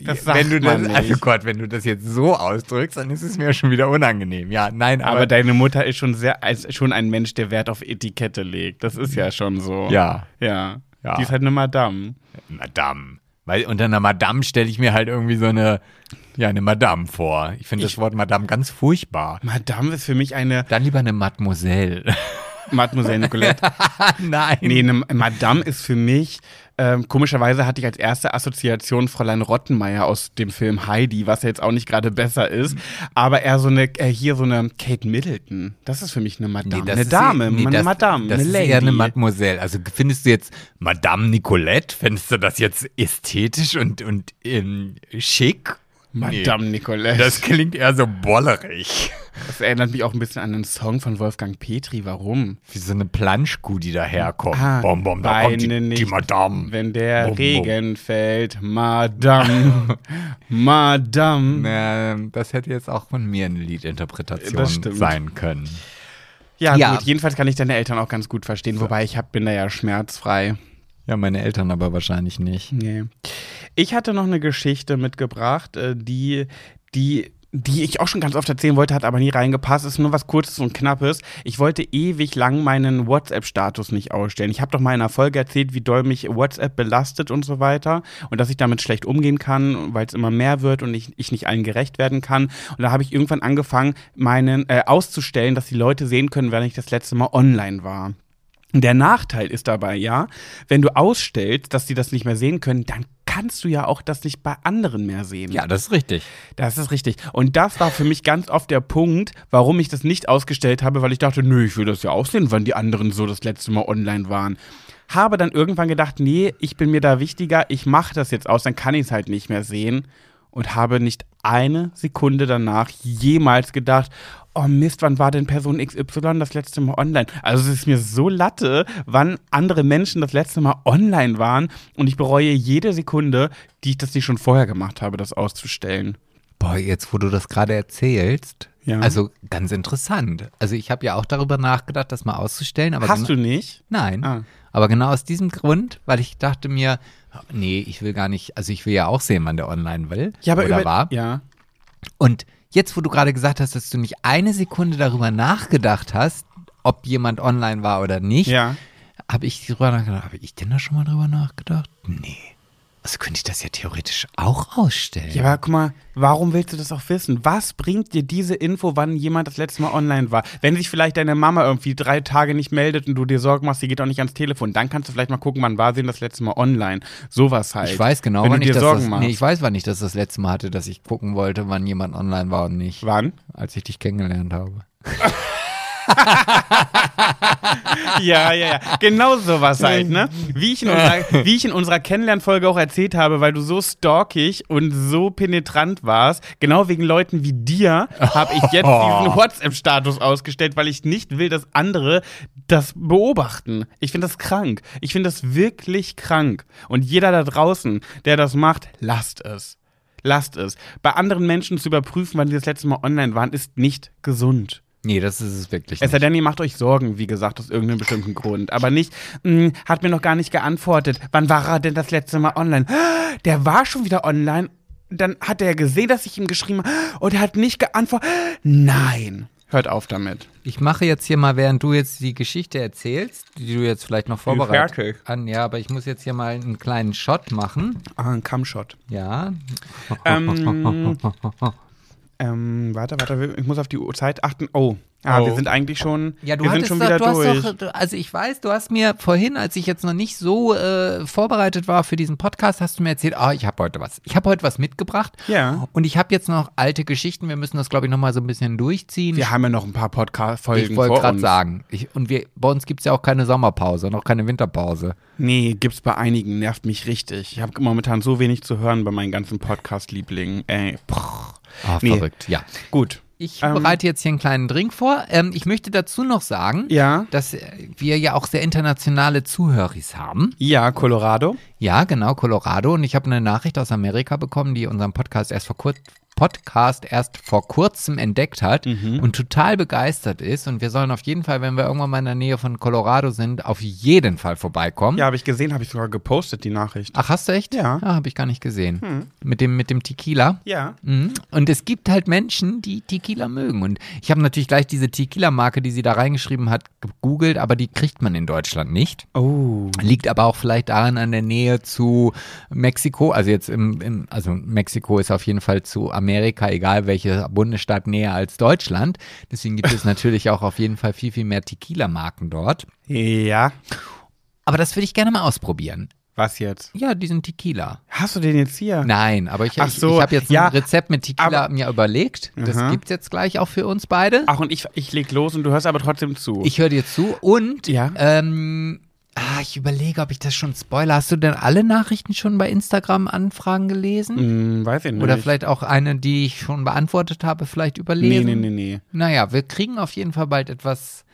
[SPEAKER 1] Das sagt
[SPEAKER 2] wenn du
[SPEAKER 1] man
[SPEAKER 2] das,
[SPEAKER 1] nicht.
[SPEAKER 2] also Gott, wenn du das jetzt so ausdrückst, dann ist es mir schon wieder unangenehm. Ja, nein,
[SPEAKER 1] aber,
[SPEAKER 2] aber,
[SPEAKER 1] deine Mutter ist schon sehr, ist schon ein Mensch, der Wert auf Etikette legt. Das ist ja schon so.
[SPEAKER 2] ja.
[SPEAKER 1] Ja.
[SPEAKER 2] Ja.
[SPEAKER 1] Die ist halt eine Madame.
[SPEAKER 2] Madame. Weil unter einer Madame stelle ich mir halt irgendwie so eine, ja, eine Madame vor. Ich finde das Wort Madame ganz furchtbar.
[SPEAKER 1] Madame ist für mich eine,
[SPEAKER 2] Dann lieber eine Mademoiselle.
[SPEAKER 1] Mademoiselle Nicolette.
[SPEAKER 2] Nein.
[SPEAKER 1] Nee, ne, Madame ist für mich, ähm, komischerweise hatte ich als erste Assoziation Fräulein Rottenmeier aus dem Film Heidi, was ja jetzt auch nicht gerade besser ist, aber eher so eine, äh, hier so eine Kate Middleton. Das ist für mich eine Madame.
[SPEAKER 2] das
[SPEAKER 1] eine
[SPEAKER 2] ist- eh-
[SPEAKER 1] Dame,
[SPEAKER 2] nee,
[SPEAKER 1] eine
[SPEAKER 2] das,
[SPEAKER 1] Madame,
[SPEAKER 2] Das
[SPEAKER 1] eine
[SPEAKER 2] ist
[SPEAKER 1] Lady.
[SPEAKER 2] eher eine Mademoiselle. Also findest du jetzt Madame Nicolette, findest du das jetzt ästhetisch und, und ähm, schick?
[SPEAKER 1] Madame Nicolette.
[SPEAKER 2] Das klingt eher so bollerig.
[SPEAKER 1] Das erinnert mich auch ein bisschen an einen Song von Wolfgang Petri. Warum?
[SPEAKER 2] Wie so eine Planschkuh, die daherkommt.
[SPEAKER 1] Ah,
[SPEAKER 2] bom, bom, da kommt die,
[SPEAKER 1] weine
[SPEAKER 2] die
[SPEAKER 1] nicht,
[SPEAKER 2] Madame.
[SPEAKER 1] Wenn der
[SPEAKER 2] Bum, bum.
[SPEAKER 1] Regen fällt, Madame, Madame.
[SPEAKER 2] Ähm, das hätte jetzt auch von mir eine
[SPEAKER 1] Das
[SPEAKER 2] Liedinterpretation
[SPEAKER 1] stimmt.
[SPEAKER 2] sein können.
[SPEAKER 1] Ja,
[SPEAKER 2] Ja.
[SPEAKER 1] gut. Jedenfalls kann ich deine Eltern auch ganz gut verstehen, wobei ich hab, bin da ja schmerzfrei.
[SPEAKER 2] Ja, meine Eltern aber wahrscheinlich nicht.
[SPEAKER 1] Nee. Ich hatte noch eine Geschichte mitgebracht, äh, die, die, die ich auch schon ganz oft erzählen wollte, hat aber nie reingepasst. Ist nur was Kurzes und Knappes. Ich wollte ewig lang meinen WhatsApp-Status nicht ausstellen. Ich habe doch mal in einer Folge erzählt, wie doll mich WhatsApp belastet und so weiter und dass ich damit schlecht umgehen kann, weil es immer mehr wird und ich, ich nicht allen gerecht werden kann. Und da habe ich irgendwann angefangen, meinen äh, auszustellen, dass die Leute sehen können, wann ich das letzte Mal online war. Der Nachteil ist dabei ja, wenn du ausstellst, dass die das nicht mehr sehen können, dann kannst du ja auch das nicht bei anderen mehr sehen.
[SPEAKER 2] Ja, das ist richtig.
[SPEAKER 1] Das ist richtig. Und das war für mich ganz oft der Punkt, warum ich das nicht ausgestellt habe, weil ich dachte, nö, ich will das ja auch sehen, wann die anderen so das letzte Mal online waren. Habe dann irgendwann gedacht, nee, ich bin mir da wichtiger, ich mache das jetzt aus, dann kann ich es halt nicht mehr sehen. Und habe nicht eine Sekunde danach jemals gedacht, oh Mist, wann war denn Person XY das letzte Mal online? Also es ist mir so latte, wann andere Menschen das letzte Mal online waren. Und ich bereue jede Sekunde, die ich das nicht schon vorher gemacht habe, das auszustellen.
[SPEAKER 2] Boah, jetzt wo du das gerade erzählst,
[SPEAKER 1] Ja.
[SPEAKER 2] also ganz interessant. Also ich habe ja auch darüber nachgedacht, das mal auszustellen. Aber
[SPEAKER 1] Hast
[SPEAKER 2] gena-
[SPEAKER 1] du nicht?
[SPEAKER 2] Nein.
[SPEAKER 1] Ah.
[SPEAKER 2] Aber genau aus diesem Grund, weil ich dachte mir, nee, ich will gar nicht, also ich will ja auch sehen, wann der online will oder war.
[SPEAKER 1] Ja.
[SPEAKER 2] Und jetzt, wo du gerade gesagt hast, dass du nicht eine Sekunde darüber nachgedacht hast, ob jemand online war oder nicht,
[SPEAKER 1] Ja.
[SPEAKER 2] habe ich drüber nachgedacht. Habe ich denn da schon mal drüber nachgedacht? Nee. Also könnte ich das ja theoretisch auch ausstellen.
[SPEAKER 1] Ja, aber guck mal, warum willst du das auch wissen? Was bringt dir diese Info, wann jemand das letzte Mal online war? Wenn sich vielleicht deine Mama irgendwie drei Tage nicht meldet und du dir Sorgen machst, sie geht auch nicht ans Telefon, dann kannst du vielleicht mal gucken, wann war sie denn das letzte Mal online? Sowas halt.
[SPEAKER 2] Ich weiß genau,
[SPEAKER 1] Wenn
[SPEAKER 2] wann
[SPEAKER 1] du
[SPEAKER 2] ich
[SPEAKER 1] dir
[SPEAKER 2] das,
[SPEAKER 1] Sorgen
[SPEAKER 2] das
[SPEAKER 1] machst.
[SPEAKER 2] nee, ich weiß, wann ich das das letzte Mal hatte, dass ich gucken wollte, wann jemand online war und nicht,
[SPEAKER 1] Wann?
[SPEAKER 2] als ich dich kennengelernt habe.
[SPEAKER 1] Ja, ja, ja. Genau sowas halt, ne? Wie ich in unserer, wie ich in unserer Kennenlernfolge auch erzählt habe, weil du so stalkig und so penetrant warst, genau wegen Leuten wie dir, habe ich jetzt diesen WhatsApp-Status ausgestellt, weil ich nicht will, dass andere das beobachten. Ich finde das krank. Ich finde das wirklich krank. Und jeder da draußen, der das macht, lasst es. Lasst es. Bei anderen Menschen zu überprüfen, wann sie das letzte Mal online waren, ist nicht gesund.
[SPEAKER 2] Nee, das ist es wirklich
[SPEAKER 1] Es sei
[SPEAKER 2] nicht.
[SPEAKER 1] denn, ihr macht euch Sorgen, wie gesagt, aus irgendeinem bestimmten Grund. Aber nicht, mh, hat mir noch gar nicht geantwortet. Wann war er denn das letzte Mal online? Der war schon wieder online. Dann hat er gesehen, dass ich ihm geschrieben habe und er hat nicht geantwortet. Nein. Hört auf damit.
[SPEAKER 2] Ich mache jetzt hier mal, während du jetzt die Geschichte erzählst, die du jetzt vielleicht noch vorbereitet
[SPEAKER 1] fertig.
[SPEAKER 2] an, ja, aber ich muss jetzt hier mal einen kleinen Shot machen.
[SPEAKER 1] Ah, ein Kammshot.
[SPEAKER 2] Ja.
[SPEAKER 1] Ähm, ähm, warte, warte, ich muss auf die Uhr- Zeit achten. Oh. Ah,
[SPEAKER 2] Oh.
[SPEAKER 1] wir sind eigentlich schon,
[SPEAKER 2] Ja, du
[SPEAKER 1] wir sind
[SPEAKER 2] hattest
[SPEAKER 1] schon
[SPEAKER 2] doch,
[SPEAKER 1] wieder
[SPEAKER 2] du
[SPEAKER 1] durch.
[SPEAKER 2] hast doch, du- also ich weiß, du hast mir vorhin, als ich jetzt noch nicht so äh, vorbereitet war für diesen Podcast, hast du mir erzählt, ah, ich habe heute was. Ich habe heute was mitgebracht.
[SPEAKER 1] Ja.
[SPEAKER 2] Und ich habe jetzt noch alte Geschichten. Wir müssen das, glaube ich, nochmal so ein bisschen durchziehen.
[SPEAKER 1] wir haben ja noch ein paar Podcast-Folgen
[SPEAKER 2] ich
[SPEAKER 1] vor
[SPEAKER 2] wollte gerade
[SPEAKER 1] uns.
[SPEAKER 2] sagen. Ich, und wir, bei uns gibt es ja auch keine Sommerpause und auch keine Winterpause.
[SPEAKER 1] Nee, gibt's bei einigen, nervt mich richtig. Ich habe momentan so wenig zu hören bei meinen ganzen Podcast-Lieblingen. Ey, prr.
[SPEAKER 2] Ah,
[SPEAKER 1] Nee.
[SPEAKER 2] verrückt. Ja.
[SPEAKER 1] Gut.
[SPEAKER 2] Ich
[SPEAKER 1] Ähm.
[SPEAKER 2] bereite jetzt hier einen kleinen Drink vor. Ähm, ich möchte dazu noch sagen,
[SPEAKER 1] Ja.
[SPEAKER 2] dass äh, wir ja auch sehr internationale Zuhörer haben.
[SPEAKER 1] Ja, Colorado.
[SPEAKER 2] Ja, genau, Colorado. Und ich habe eine Nachricht aus Amerika bekommen, die unseren Podcast erst vor kurzem. Podcast erst vor kurzem entdeckt hat
[SPEAKER 1] Mhm.
[SPEAKER 2] und total begeistert ist. Und wir sollen auf jeden Fall, wenn wir irgendwann mal in der Nähe von Colorado sind, auf jeden Fall vorbeikommen.
[SPEAKER 1] Ja, habe ich gesehen, habe ich sogar gepostet, die Nachricht.
[SPEAKER 2] Ach, hast du echt?
[SPEAKER 1] Ja. Hm.
[SPEAKER 2] Ah, habe ich gar nicht gesehen. Mit, dem, mit dem Tequila.
[SPEAKER 1] Ja.
[SPEAKER 2] Mhm. Und es gibt halt Menschen, die Tequila mögen. Und ich habe natürlich gleich diese Tequila-Marke, die sie da reingeschrieben hat, gegoogelt, aber die kriegt man in Deutschland nicht.
[SPEAKER 1] Oh.
[SPEAKER 2] Liegt aber auch vielleicht daran an der Nähe Nähe zu Mexiko. Also jetzt im, im, also Mexiko ist auf jeden Fall zu Amerika, egal welcher Bundesstaat, näher als Deutschland. Deswegen gibt es natürlich auch auf jeden Fall viel, viel mehr Tequila-Marken dort.
[SPEAKER 1] Ja.
[SPEAKER 2] Aber das würde ich gerne mal ausprobieren.
[SPEAKER 1] Was jetzt?
[SPEAKER 2] Ja, diesen Tequila.
[SPEAKER 1] Hast du den jetzt hier?
[SPEAKER 2] Nein, aber ich,
[SPEAKER 1] Ach
[SPEAKER 2] ich,
[SPEAKER 1] so,
[SPEAKER 2] ich habe jetzt
[SPEAKER 1] ja,
[SPEAKER 2] ein Rezept mit Tequila mir überlegt. Das
[SPEAKER 1] Mhm.
[SPEAKER 2] gibt's jetzt gleich auch für uns beide.
[SPEAKER 1] Ach, und ich, ich leg los und du hörst aber trotzdem zu.
[SPEAKER 2] Ich höre dir zu und
[SPEAKER 1] Ja.
[SPEAKER 2] ähm, ah, ich überlege, ob ich das schon spoiler. Hast du denn alle Nachrichten schon bei Instagram-Anfragen gelesen?
[SPEAKER 1] hm, weiß ich nicht.
[SPEAKER 2] Oder vielleicht auch eine, die ich schon beantwortet habe, vielleicht
[SPEAKER 1] Nee,
[SPEAKER 2] überlesen?
[SPEAKER 1] nee, nee, nee.
[SPEAKER 2] Naja, wir kriegen auf jeden Fall bald etwas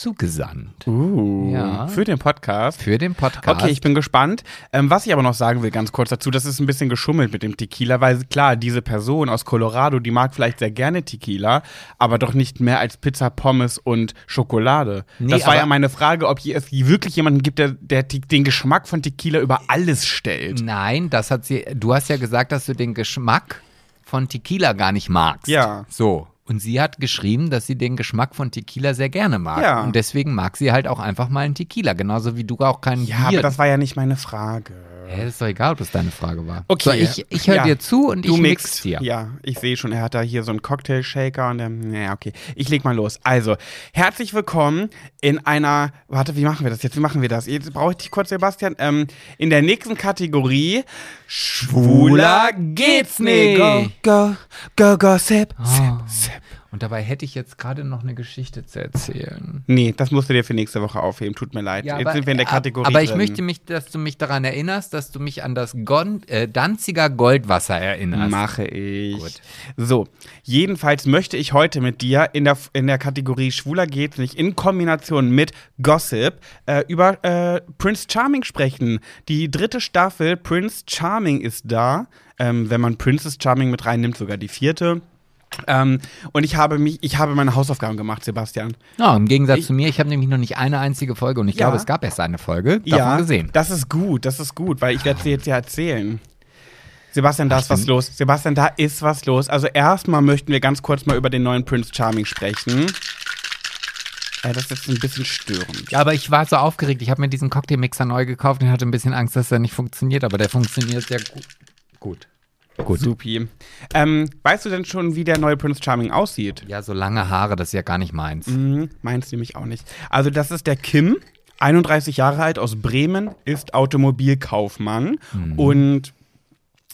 [SPEAKER 2] zugesandt
[SPEAKER 1] Uh,
[SPEAKER 2] Ja.
[SPEAKER 1] für den Podcast.
[SPEAKER 2] für den Podcast.
[SPEAKER 1] Okay, ich bin gespannt. Ähm, was ich aber noch sagen will, ganz kurz dazu, das ist ein bisschen geschummelt mit dem Tequila, weil klar, diese Person aus Colorado, die mag vielleicht sehr gerne Tequila, aber doch nicht mehr als Pizza, Pommes und Schokolade.
[SPEAKER 2] Nee,
[SPEAKER 1] das war
[SPEAKER 2] aber-
[SPEAKER 1] ja meine Frage, ob je- es wirklich jemanden gibt, der, der Te- den Geschmack von Tequila über alles stellt.
[SPEAKER 2] Nein, das hat sie. Du hast ja gesagt, dass du den Geschmack von Tequila gar nicht magst.
[SPEAKER 1] Ja.
[SPEAKER 2] So. Und sie hat geschrieben, dass sie den Geschmack von Tequila sehr gerne mag.
[SPEAKER 1] Ja.
[SPEAKER 2] Und deswegen mag sie halt auch einfach mal einen Tequila, genauso wie du auch keinen
[SPEAKER 1] Ja,
[SPEAKER 2] Bier.
[SPEAKER 1] aber das war ja nicht meine Frage.
[SPEAKER 2] Hä, ist doch egal, ob das deine Frage war.
[SPEAKER 1] Okay.
[SPEAKER 2] So, ich ich höre
[SPEAKER 1] Ja.
[SPEAKER 2] dir zu und
[SPEAKER 1] Du
[SPEAKER 2] ich mix
[SPEAKER 1] mixt.
[SPEAKER 2] dir.
[SPEAKER 1] Ja, ich sehe schon, er hat da hier so einen Cocktail-Shaker und dann, naja, okay. Ich leg mal los. Also, herzlich willkommen in einer, warte, wie machen wir das jetzt? Wie machen wir das? Jetzt brauche ich dich kurz, Sebastian. Ähm, in der nächsten Kategorie, Schwuler geht's nicht. Ah. Go, go, go, go, sip, sip, sip.
[SPEAKER 2] Und dabei hätte ich jetzt gerade noch eine Geschichte zu erzählen.
[SPEAKER 1] Nee, das musst du dir für nächste Woche aufheben. Tut mir leid. jetzt sind wir in der Kategorie
[SPEAKER 2] Aber ich
[SPEAKER 1] drin.
[SPEAKER 2] möchte mich, dass du mich daran erinnerst, dass du mich an das Gon äh, Danziger Goldwasser erinnerst.
[SPEAKER 1] Mache ich.
[SPEAKER 2] Gut.
[SPEAKER 1] So, jedenfalls möchte ich heute mit dir in der, in der Kategorie Schwuler geht's nicht in Kombination mit Gossip äh, über äh, Prince Charming sprechen. Die dritte Staffel Prince Charming ist da. Ähm, wenn man Princess Charming mit reinnimmt, sogar die vierte. Ähm, und ich habe mich, ich habe meine Hausaufgaben gemacht, Sebastian.
[SPEAKER 2] Ja, im Gegensatz
[SPEAKER 1] Ich-
[SPEAKER 2] zu mir, ich habe nämlich noch nicht eine einzige Folge und ich
[SPEAKER 1] Ja.
[SPEAKER 2] glaube, es gab erst eine Folge davon gesehen.
[SPEAKER 1] Das ist gut, das ist gut, weil ich werde dir jetzt ja erzählen. Sebastian, da ist was
[SPEAKER 2] bin-
[SPEAKER 1] los. Sebastian, da ist was los. Also erstmal möchten wir ganz kurz mal über den neuen Prince Charming sprechen. Äh, das ist jetzt ein bisschen störend.
[SPEAKER 2] Ja, aber ich war so aufgeregt. Ich habe mir diesen Cocktailmixer neu gekauft und hatte ein bisschen Angst, dass der nicht funktioniert, aber der funktioniert sehr gu gut. Gut.
[SPEAKER 1] Supi. Ähm, weißt du denn schon, wie der neue Prince Charming aussieht?
[SPEAKER 2] Ja, so lange Haare, das ist ja gar nicht meins.
[SPEAKER 1] Hm, meins nämlich auch nicht. Also das ist der Kim, 31 Jahre alt, aus Bremen, ist Automobilkaufmann und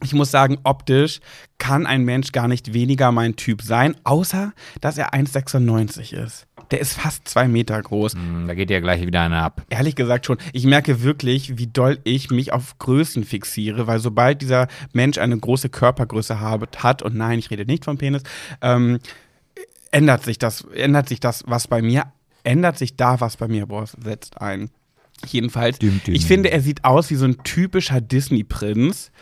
[SPEAKER 1] ich muss sagen, optisch kann ein Mensch gar nicht weniger mein Typ sein, außer dass er 1,96 ist. Der ist fast zwei Meter groß.
[SPEAKER 2] Hm, Da geht ja gleich wieder einer ab.
[SPEAKER 1] Ehrlich gesagt schon. Ich merke wirklich, wie doll ich mich auf Größen fixiere, weil sobald dieser Mensch eine große Körpergröße habe, hat, und nein, ich rede nicht vom Penis, ähm, ändert sich das, ändert sich das, was bei mir, ändert sich da was bei mir, boah, es setzt ein. Jedenfalls,
[SPEAKER 2] Dim, dim.
[SPEAKER 1] ich finde, er sieht aus wie so ein typischer Disney-Prinz.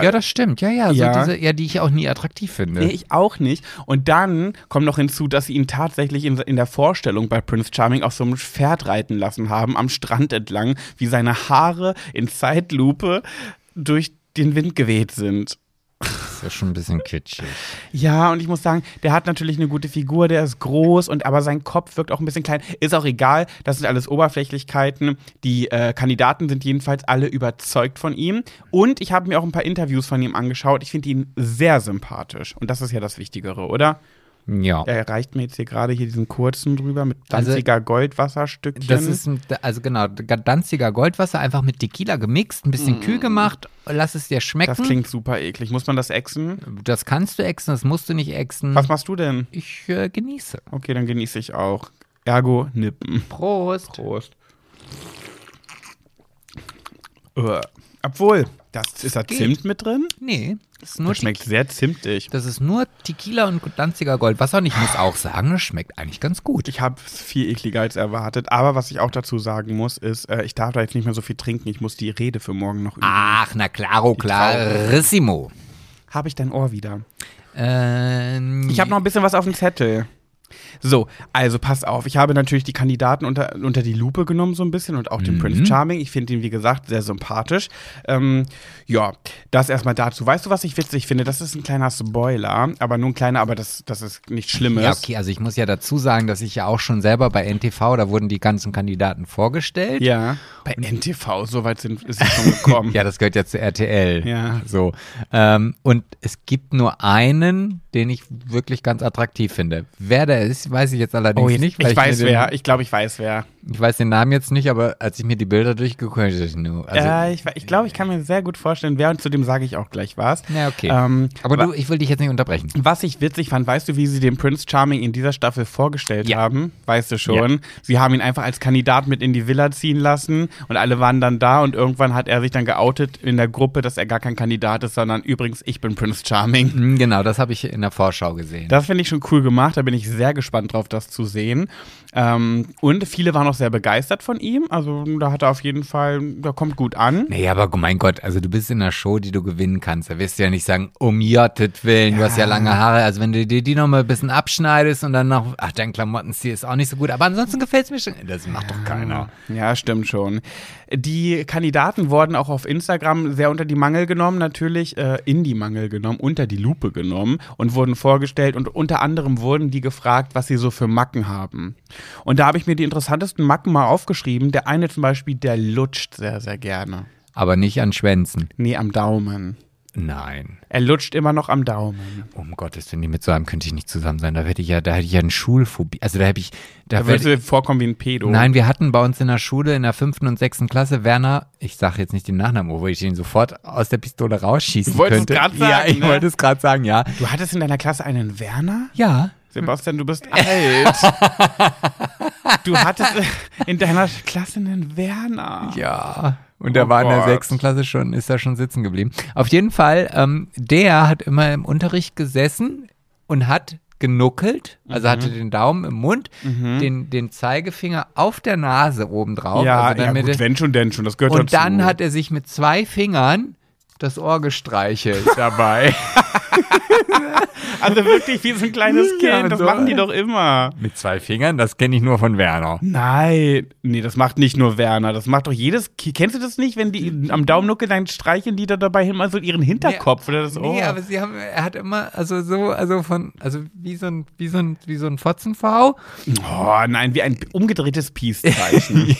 [SPEAKER 2] Ja, das stimmt. Ja, ja, so
[SPEAKER 1] Ja.
[SPEAKER 2] diese, ja, die ich auch nie attraktiv finde.
[SPEAKER 1] Nee, ich auch nicht. Und dann kommt noch hinzu, dass sie ihn tatsächlich in, in der Vorstellung bei Prince Charming auf so einem Pferd reiten lassen haben, am Strand entlang, wie seine Haare in Zeitlupe durch den Wind geweht sind.
[SPEAKER 2] Das ist ja schon ein bisschen kitschig.
[SPEAKER 1] Ja, und ich muss sagen, der hat natürlich eine gute Figur, der ist groß und aber sein Kopf wirkt auch ein bisschen klein. Ist auch egal, das sind alles Oberflächlichkeiten. Die äh, Kandidaten sind jedenfalls alle überzeugt von ihm. Und ich habe mir auch ein paar Interviews von ihm angeschaut. Ich finde ihn sehr sympathisch. Und das ist ja das Wichtigere, oder?
[SPEAKER 2] Ja.
[SPEAKER 1] Er reicht mir jetzt hier gerade hier diesen kurzen drüber mit
[SPEAKER 2] Also,
[SPEAKER 1] Danziger Goldwasserstückchen.
[SPEAKER 2] Das ist, ein- also genau, Danziger Goldwasser, einfach mit Tequila gemixt, ein bisschen kühl gemacht, lass es dir schmecken.
[SPEAKER 1] Mm. das klingt super eklig. Muss man das exen?
[SPEAKER 2] Das kannst du exen, das musst du nicht exen.
[SPEAKER 1] Was machst du denn?
[SPEAKER 2] Ich äh, genieße.
[SPEAKER 1] Okay, dann genieße ich auch. Ergo Nippen.
[SPEAKER 2] Prost.
[SPEAKER 1] Prost. Äh, Obwohl, das ist da
[SPEAKER 2] geht.
[SPEAKER 1] Zimt mit drin?
[SPEAKER 2] Nee, das ist nur,
[SPEAKER 1] Das schmeckt sehr zimtig.
[SPEAKER 2] Te- das ist nur Tequila und Danziger Goldwasser. Und ich muss auch sagen, das schmeckt eigentlich ganz gut.
[SPEAKER 1] Ich habe es viel ekliger als erwartet. Aber was ich auch dazu sagen muss, ist, äh, ich darf da jetzt nicht mehr so viel trinken. Ich muss die Rede für morgen noch üben.
[SPEAKER 2] Ach, na claro, clarissimo.
[SPEAKER 1] Habe ich dein Ohr wieder?
[SPEAKER 2] Ähm,
[SPEAKER 1] Ich habe noch ein bisschen was auf dem Zettel. So, also pass auf. Ich habe natürlich die Kandidaten unter, unter die Lupe genommen, so ein bisschen und auch den Prince Charming. Ich finde ihn, wie gesagt, sehr sympathisch. Ähm, ja, das erstmal dazu. Weißt du, was ich witzig finde? Das ist ein kleiner Spoiler, aber nur ein kleiner, aber das, das ist nichts Schlimmes.
[SPEAKER 2] Ja, okay, also ich muss ja dazu sagen, dass ich ja auch schon selber bei NTV, da wurden die ganzen Kandidaten vorgestellt.
[SPEAKER 1] Ja, bei NTV, so weit sind, ist es schon gekommen.
[SPEAKER 2] Ja, das gehört ja zu RTL.
[SPEAKER 1] Ja.
[SPEAKER 2] So. Ähm, und es gibt nur einen, den ich wirklich ganz attraktiv finde. Wer der ist, weiß ich jetzt allerdings
[SPEAKER 1] Oh, jetzt,
[SPEAKER 2] nicht.
[SPEAKER 1] ich,
[SPEAKER 2] weil
[SPEAKER 1] weiß
[SPEAKER 2] mir
[SPEAKER 1] wer. Ich glaube, ich weiß wer.
[SPEAKER 2] Den, ich weiß den Namen jetzt nicht, aber als ich mir die Bilder durchgeguckt habe, ich nur. Also,
[SPEAKER 1] äh, ich we- ich glaube, ich kann mir sehr gut vorstellen, wer und zu dem sage ich auch gleich was.
[SPEAKER 2] na, okay.
[SPEAKER 1] Ähm,
[SPEAKER 2] aber du, ich will dich jetzt nicht unterbrechen.
[SPEAKER 1] Was ich witzig fand, weißt du, wie sie den Prince Charming in dieser Staffel vorgestellt
[SPEAKER 2] Ja.
[SPEAKER 1] haben? Weißt du schon. Sie haben ihn einfach als Kandidat mit in die Villa ziehen lassen und alle waren dann da und irgendwann hat er sich dann geoutet in der Gruppe, dass er gar kein Kandidat ist, sondern übrigens, ich bin Prince Charming.
[SPEAKER 2] Hm, Genau, das habe ich in der Vorschau gesehen.
[SPEAKER 1] Das finde ich schon cool gemacht, da bin ich sehr gespannt drauf, das zu sehen. Ähm, und viele waren auch sehr begeistert von ihm, also da hat er auf jeden Fall, da kommt gut an.
[SPEAKER 2] Nee, aber mein Gott, also du bist in einer Show, die du gewinnen kannst. Da wirst du ja nicht sagen, um Jottet willen, du hast ja lange Haare. Also wenn du dir die nochmal ein bisschen abschneidest und dann noch, ach, dein Klamottenstil ist auch nicht so gut. Aber ansonsten gefällt es mir schon. Das macht doch keiner.
[SPEAKER 1] Ja, stimmt schon. Die Kandidaten wurden auch auf Instagram sehr unter die Mangel genommen, natürlich äh, in die Mangel genommen, unter die Lupe genommen und wurden vorgestellt und unter anderem wurden die gefragt, was sie so für Macken haben. Und da habe ich mir die interessantesten Macken mal aufgeschrieben. Der eine zum Beispiel, der lutscht sehr, sehr gerne.
[SPEAKER 2] Aber nicht an Schwänzen.
[SPEAKER 1] Nee, am Daumen.
[SPEAKER 2] Nein.
[SPEAKER 1] Er lutscht immer noch am Daumen.
[SPEAKER 2] Um Gottes Willen, mit so einem könnte ich nicht zusammen sein. Da hätte ich ja, da hätte ich ja einen Schulphobie. Also da hätte ich, da,
[SPEAKER 1] Da
[SPEAKER 2] wär-
[SPEAKER 1] würdest du vorkommen wie ein Pedo.
[SPEAKER 2] Nein, wir hatten bei uns in der Schule in der fünften und sechsten Klasse Werner, ich sage jetzt nicht den Nachnamen, obwohl ich ihn sofort aus der Pistole rausschießen
[SPEAKER 1] Du wolltest
[SPEAKER 2] könnte.
[SPEAKER 1] es grad
[SPEAKER 2] ja,
[SPEAKER 1] sagen,
[SPEAKER 2] ich
[SPEAKER 1] ne?
[SPEAKER 2] wollte es gerade sagen, ja.
[SPEAKER 1] Du hattest in deiner Klasse einen Werner?
[SPEAKER 2] Ja.
[SPEAKER 1] Sebastian, du bist alt. Du hattest in deiner Klasse einen Werner.
[SPEAKER 2] Ja. Und der
[SPEAKER 1] Oh
[SPEAKER 2] war in der
[SPEAKER 1] Gott.
[SPEAKER 2] sechsten Klasse schon, ist da schon sitzen geblieben. Auf jeden Fall, ähm, der hat immer im Unterricht gesessen und hat genuckelt, also hatte den Daumen im Mund, den, den Zeigefinger auf der Nase obendrauf. also damit er-
[SPEAKER 1] wenn schon, denn schon, das gehört
[SPEAKER 2] Und dann hat er sich mit zwei Fingern das Ohr gestreichelt dabei.
[SPEAKER 1] also wirklich wie so ein kleines Kind,
[SPEAKER 2] Ja,
[SPEAKER 1] das
[SPEAKER 2] so.
[SPEAKER 1] machen die doch immer.
[SPEAKER 2] mit zwei Fingern? Das kenne ich nur von Werner.
[SPEAKER 1] Nein, nee, das macht nicht nur Werner, das macht doch jedes Ki- Kennst du das nicht, wenn die am Daumennuckel dann streicheln die da dabei immer so ihren Hinterkopf oder das Ohr?
[SPEAKER 2] Nee, aber sie haben, er hat immer, also so, also von, also wie so ein, wie so ein, wie so ein Fotzenv.
[SPEAKER 1] oh nein, wie ein umgedrehtes Peace-Zeichen.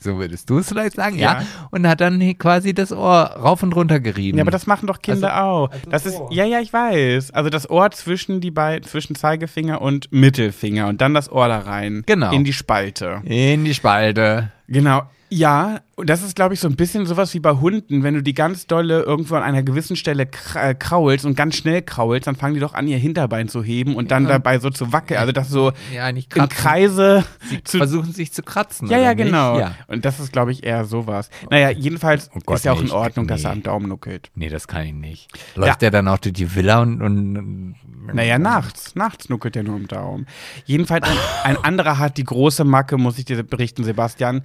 [SPEAKER 2] So würdest du es vielleicht sagen, ja.
[SPEAKER 1] Ja.
[SPEAKER 2] Und hat dann hier quasi das Ohr rauf und runter gerieben.
[SPEAKER 1] ja, aber das machen doch Kinder auch. das
[SPEAKER 2] Mhm.
[SPEAKER 1] ist,
[SPEAKER 2] Also, Ohr.
[SPEAKER 1] ja, ja, ich weiß. Also das Ohr zwischen die beiden, zwischen Zeigefinger und Mittelfinger und dann das Ohr da rein.
[SPEAKER 2] Genau.
[SPEAKER 1] In die Spalte.
[SPEAKER 2] in die Spalte.
[SPEAKER 1] Genau. Ja, und das ist, glaube ich, so ein bisschen sowas wie bei Hunden. Wenn du die ganz dolle irgendwo an einer gewissen Stelle kra- äh, kraulst und ganz schnell kraulst, dann fangen die doch an, ihr Hinterbein zu heben und dann dabei so zu wackeln. Also das so
[SPEAKER 2] Ja, nicht
[SPEAKER 1] im
[SPEAKER 2] kratzen.
[SPEAKER 1] Kreise zu.
[SPEAKER 2] Versuchen sich zu kratzen.
[SPEAKER 1] Ja,
[SPEAKER 2] oder
[SPEAKER 1] ja,
[SPEAKER 2] nicht?
[SPEAKER 1] genau.
[SPEAKER 2] Ja. Oh
[SPEAKER 1] Und das ist, glaube ich, eher sowas. Naja, jedenfalls
[SPEAKER 2] Gott,
[SPEAKER 1] ist ja auch
[SPEAKER 2] nee,
[SPEAKER 1] in
[SPEAKER 2] ich-
[SPEAKER 1] Ordnung, dass
[SPEAKER 2] nee.
[SPEAKER 1] er am Daumen nuckelt.
[SPEAKER 2] Nee, das kann ich nicht. Läuft der dann auch durch die Villa und, und
[SPEAKER 1] Naja, nachts. Nachts nuckelt er nur am Daumen. Jedenfalls ein, ein anderer hat die große Macke, muss ich dir berichten, Sebastian.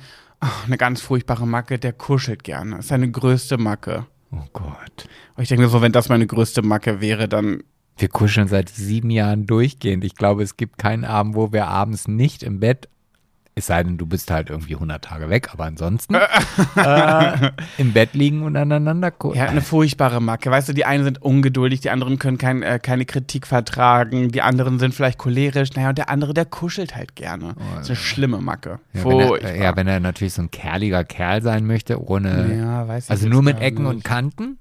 [SPEAKER 1] Ach, eine ganz furchtbare Macke, der kuschelt gerne. Ist seine größte Macke.
[SPEAKER 2] Oh Gott.
[SPEAKER 1] Und Ich denke mir so, wenn das meine größte Macke wäre, dann.
[SPEAKER 2] Wir kuscheln seit sieben Jahren durchgehend. Ich glaube, es gibt keinen Abend, wo wir abends nicht im Bett, es sei denn, du bist halt irgendwie 100 Tage weg, aber ansonsten äh, im Bett liegen und aneinander
[SPEAKER 1] Ja,
[SPEAKER 2] kuscheln.
[SPEAKER 1] eine furchtbare Macke. Weißt du, die einen sind ungeduldig, die anderen können kein, äh, keine Kritik vertragen, die anderen sind vielleicht cholerisch. Naja, und der andere, der kuschelt halt gerne. Das ist eine schlimme Macke.
[SPEAKER 2] Oh, Ja, wenn
[SPEAKER 1] Furchtbar.
[SPEAKER 2] er, äh, ja, wenn er natürlich so ein kerliger Kerl sein möchte, ohne,
[SPEAKER 1] Ja, weiß ich
[SPEAKER 2] also
[SPEAKER 1] jetzt
[SPEAKER 2] nur mit
[SPEAKER 1] gar
[SPEAKER 2] Ecken
[SPEAKER 1] nicht.
[SPEAKER 2] und Kanten.